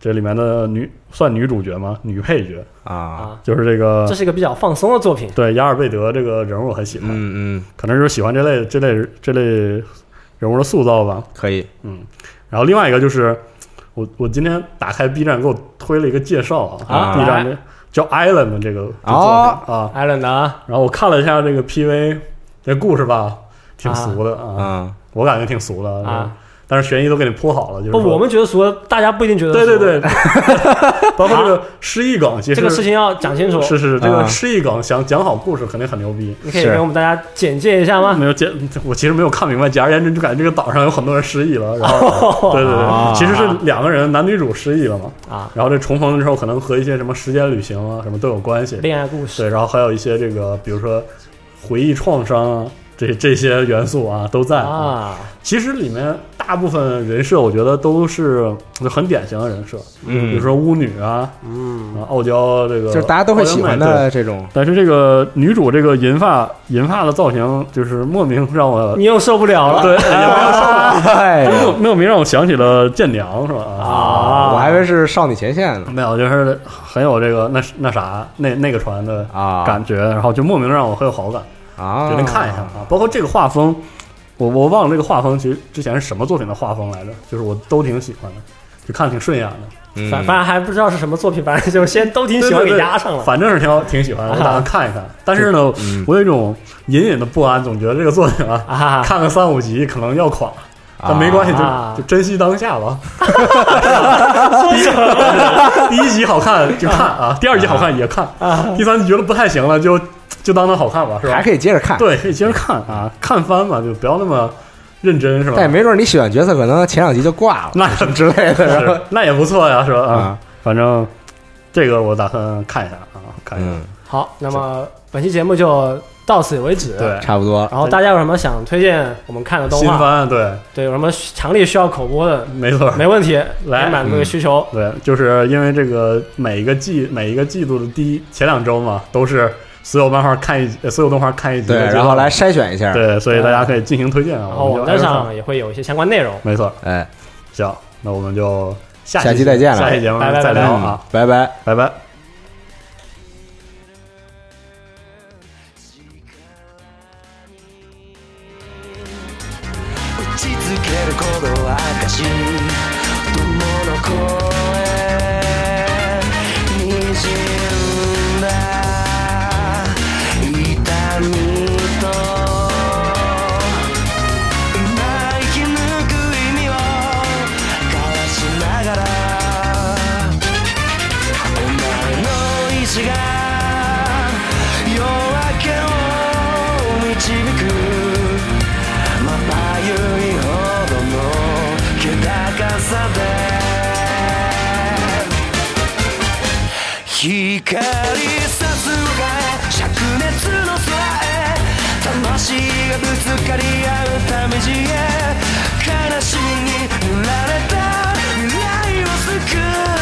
[SPEAKER 3] 这里面的女算女主角吗？女配角
[SPEAKER 1] 啊，
[SPEAKER 2] 啊，
[SPEAKER 3] 就是这个
[SPEAKER 2] 这，是一个比较放松的作品。
[SPEAKER 3] 对雅尔贝德这个人物我很喜欢，
[SPEAKER 1] 嗯嗯，
[SPEAKER 3] 可能就是喜欢这类这类这类人物的塑造吧。
[SPEAKER 1] 可以，
[SPEAKER 3] 嗯，然后另外一个就是我我今天打开 B 站给我推了一个介绍啊
[SPEAKER 1] 啊
[SPEAKER 3] b 站的叫 Island 这个这
[SPEAKER 1] 哦
[SPEAKER 3] 作品啊，
[SPEAKER 2] 艾伦的啊，
[SPEAKER 3] 然后我看了一下这个 PV 这故事吧，挺俗的啊，
[SPEAKER 1] 嗯，
[SPEAKER 3] 我感觉挺俗的
[SPEAKER 2] 啊，
[SPEAKER 3] 但是悬疑都给你铺好了，就是
[SPEAKER 2] 不，
[SPEAKER 3] 说
[SPEAKER 2] 我们觉得俗，大家不一定觉得
[SPEAKER 3] 对对
[SPEAKER 2] 俗，
[SPEAKER 3] 对，包括这个失忆梗，其实
[SPEAKER 2] 这个事情要讲清楚。
[SPEAKER 3] 是是这
[SPEAKER 1] 啊
[SPEAKER 3] 个失忆梗，想讲好故事肯定很牛逼。
[SPEAKER 2] 你可以
[SPEAKER 1] 是
[SPEAKER 2] 给我们大家简介一下吗？
[SPEAKER 3] 没有简，我其实没有看明白。简而言之，就感觉这个岛上有很多人失忆了。然后， 对对
[SPEAKER 1] 啊
[SPEAKER 3] 对，其实是两个人，男女主失忆了嘛。
[SPEAKER 2] 啊，
[SPEAKER 3] 然后这重逢了之后，可能和一些什么时间旅行啊，什么都有关系。
[SPEAKER 2] 恋爱故事
[SPEAKER 3] 对，然后还有一些这个，比如说回忆创伤啊，这 这些元素啊都在。
[SPEAKER 2] 啊，
[SPEAKER 3] 其实里面大部分人设，我觉得都是很典型的人设，
[SPEAKER 1] 嗯
[SPEAKER 3] 比如说巫女啊，
[SPEAKER 2] 嗯，
[SPEAKER 3] 啊傲娇这个，
[SPEAKER 1] 就是大家都会喜欢
[SPEAKER 3] 傲娇妹。
[SPEAKER 1] 的
[SPEAKER 3] 对
[SPEAKER 1] 这 种，
[SPEAKER 3] 但是这个女主这个银发银发的造型，就是莫名让 我
[SPEAKER 2] 你又受不了了。
[SPEAKER 3] 对，
[SPEAKER 1] 哎呀，
[SPEAKER 3] 莫莫名让我想起了剑娘，是吧？
[SPEAKER 2] 啊
[SPEAKER 1] 我还以为是少女前线呢，
[SPEAKER 3] 没有，就是很有这个那那啥那那个船的
[SPEAKER 1] 啊
[SPEAKER 3] 感觉，然后就莫名让我很有好感，
[SPEAKER 1] 啊，
[SPEAKER 3] 决定嗯看一下啊。包括这个画风，我我忘了这个画风，其实之前是什么作品的画风来着，就是我都挺喜欢的，就看挺顺眼的。
[SPEAKER 1] 嗯
[SPEAKER 2] 反反正还不知道是什么作品，反正就是先都挺喜欢给压上了。
[SPEAKER 3] 反正是挺好，挺喜欢
[SPEAKER 1] 啊
[SPEAKER 3] 的，我打算看一看。但是呢，
[SPEAKER 1] 嗯
[SPEAKER 3] 我有一种隐隐的不安，总觉得这个作品啊，
[SPEAKER 2] 啊哈哈，
[SPEAKER 3] 看个三五集可能要垮，但没关系，
[SPEAKER 2] 啊
[SPEAKER 3] 就就珍惜当 下吧。第一集好看就看啊，第二集好看也看，
[SPEAKER 2] 啊
[SPEAKER 3] 第三集觉得不太行了，就就当它好看吧，是
[SPEAKER 1] 还
[SPEAKER 3] 吧？
[SPEAKER 1] 可以接着看。
[SPEAKER 3] 对，可以接着看啊，看番嘛，就不要那么认真，是吧
[SPEAKER 1] 但？也没准你喜欢角色，可能前两集就挂了，
[SPEAKER 3] 那
[SPEAKER 1] 什么之类的。然
[SPEAKER 3] 是
[SPEAKER 1] 后
[SPEAKER 3] 那也不错呀，是吧？啊
[SPEAKER 1] 啊，
[SPEAKER 3] 反正这个我打算看一下啊，看一下。
[SPEAKER 1] 嗯，
[SPEAKER 2] 好，那么本期节目就到此为止。
[SPEAKER 3] 对，
[SPEAKER 1] 嗯差不多。
[SPEAKER 2] 然后大家有什么想推荐我们看的动
[SPEAKER 3] 新
[SPEAKER 2] 画？
[SPEAKER 3] 番对，
[SPEAKER 2] 对，有什么强烈需要口播的？
[SPEAKER 3] 没错，
[SPEAKER 2] 没问题，
[SPEAKER 3] 来
[SPEAKER 2] 来满足这个需求。
[SPEAKER 3] 对，就是因为这个每一个季每一个季度的第一前两周嘛，都是所有漫画看一集，呃所有动画看一集
[SPEAKER 1] 对，
[SPEAKER 3] 的阶段，
[SPEAKER 1] 然后来筛选一下。
[SPEAKER 3] 对，所以大
[SPEAKER 2] 嗯
[SPEAKER 3] 家可以进行推荐啊。
[SPEAKER 2] 然后网
[SPEAKER 3] 们
[SPEAKER 2] 站
[SPEAKER 3] 就
[SPEAKER 2] 上也会有一些相关内容。
[SPEAKER 3] 没错，
[SPEAKER 1] 哎，
[SPEAKER 3] 行，那我们就下
[SPEAKER 1] 下期再见了
[SPEAKER 3] 下期节目
[SPEAKER 2] 拜拜拜
[SPEAKER 3] 再
[SPEAKER 2] 拜
[SPEAKER 3] 聊啊，
[SPEAKER 1] 嗯拜拜。
[SPEAKER 3] 拜拜。
[SPEAKER 4] 打ち続ける鼓動証友の声にじんだ痛みと今生き抜く意味を交わしながらお前の意志が夜明けを導くまばゆいほどの気高さで光さすが灼熱の空へ魂がぶつかり合うため地へ悲しみに塗られた未来を救う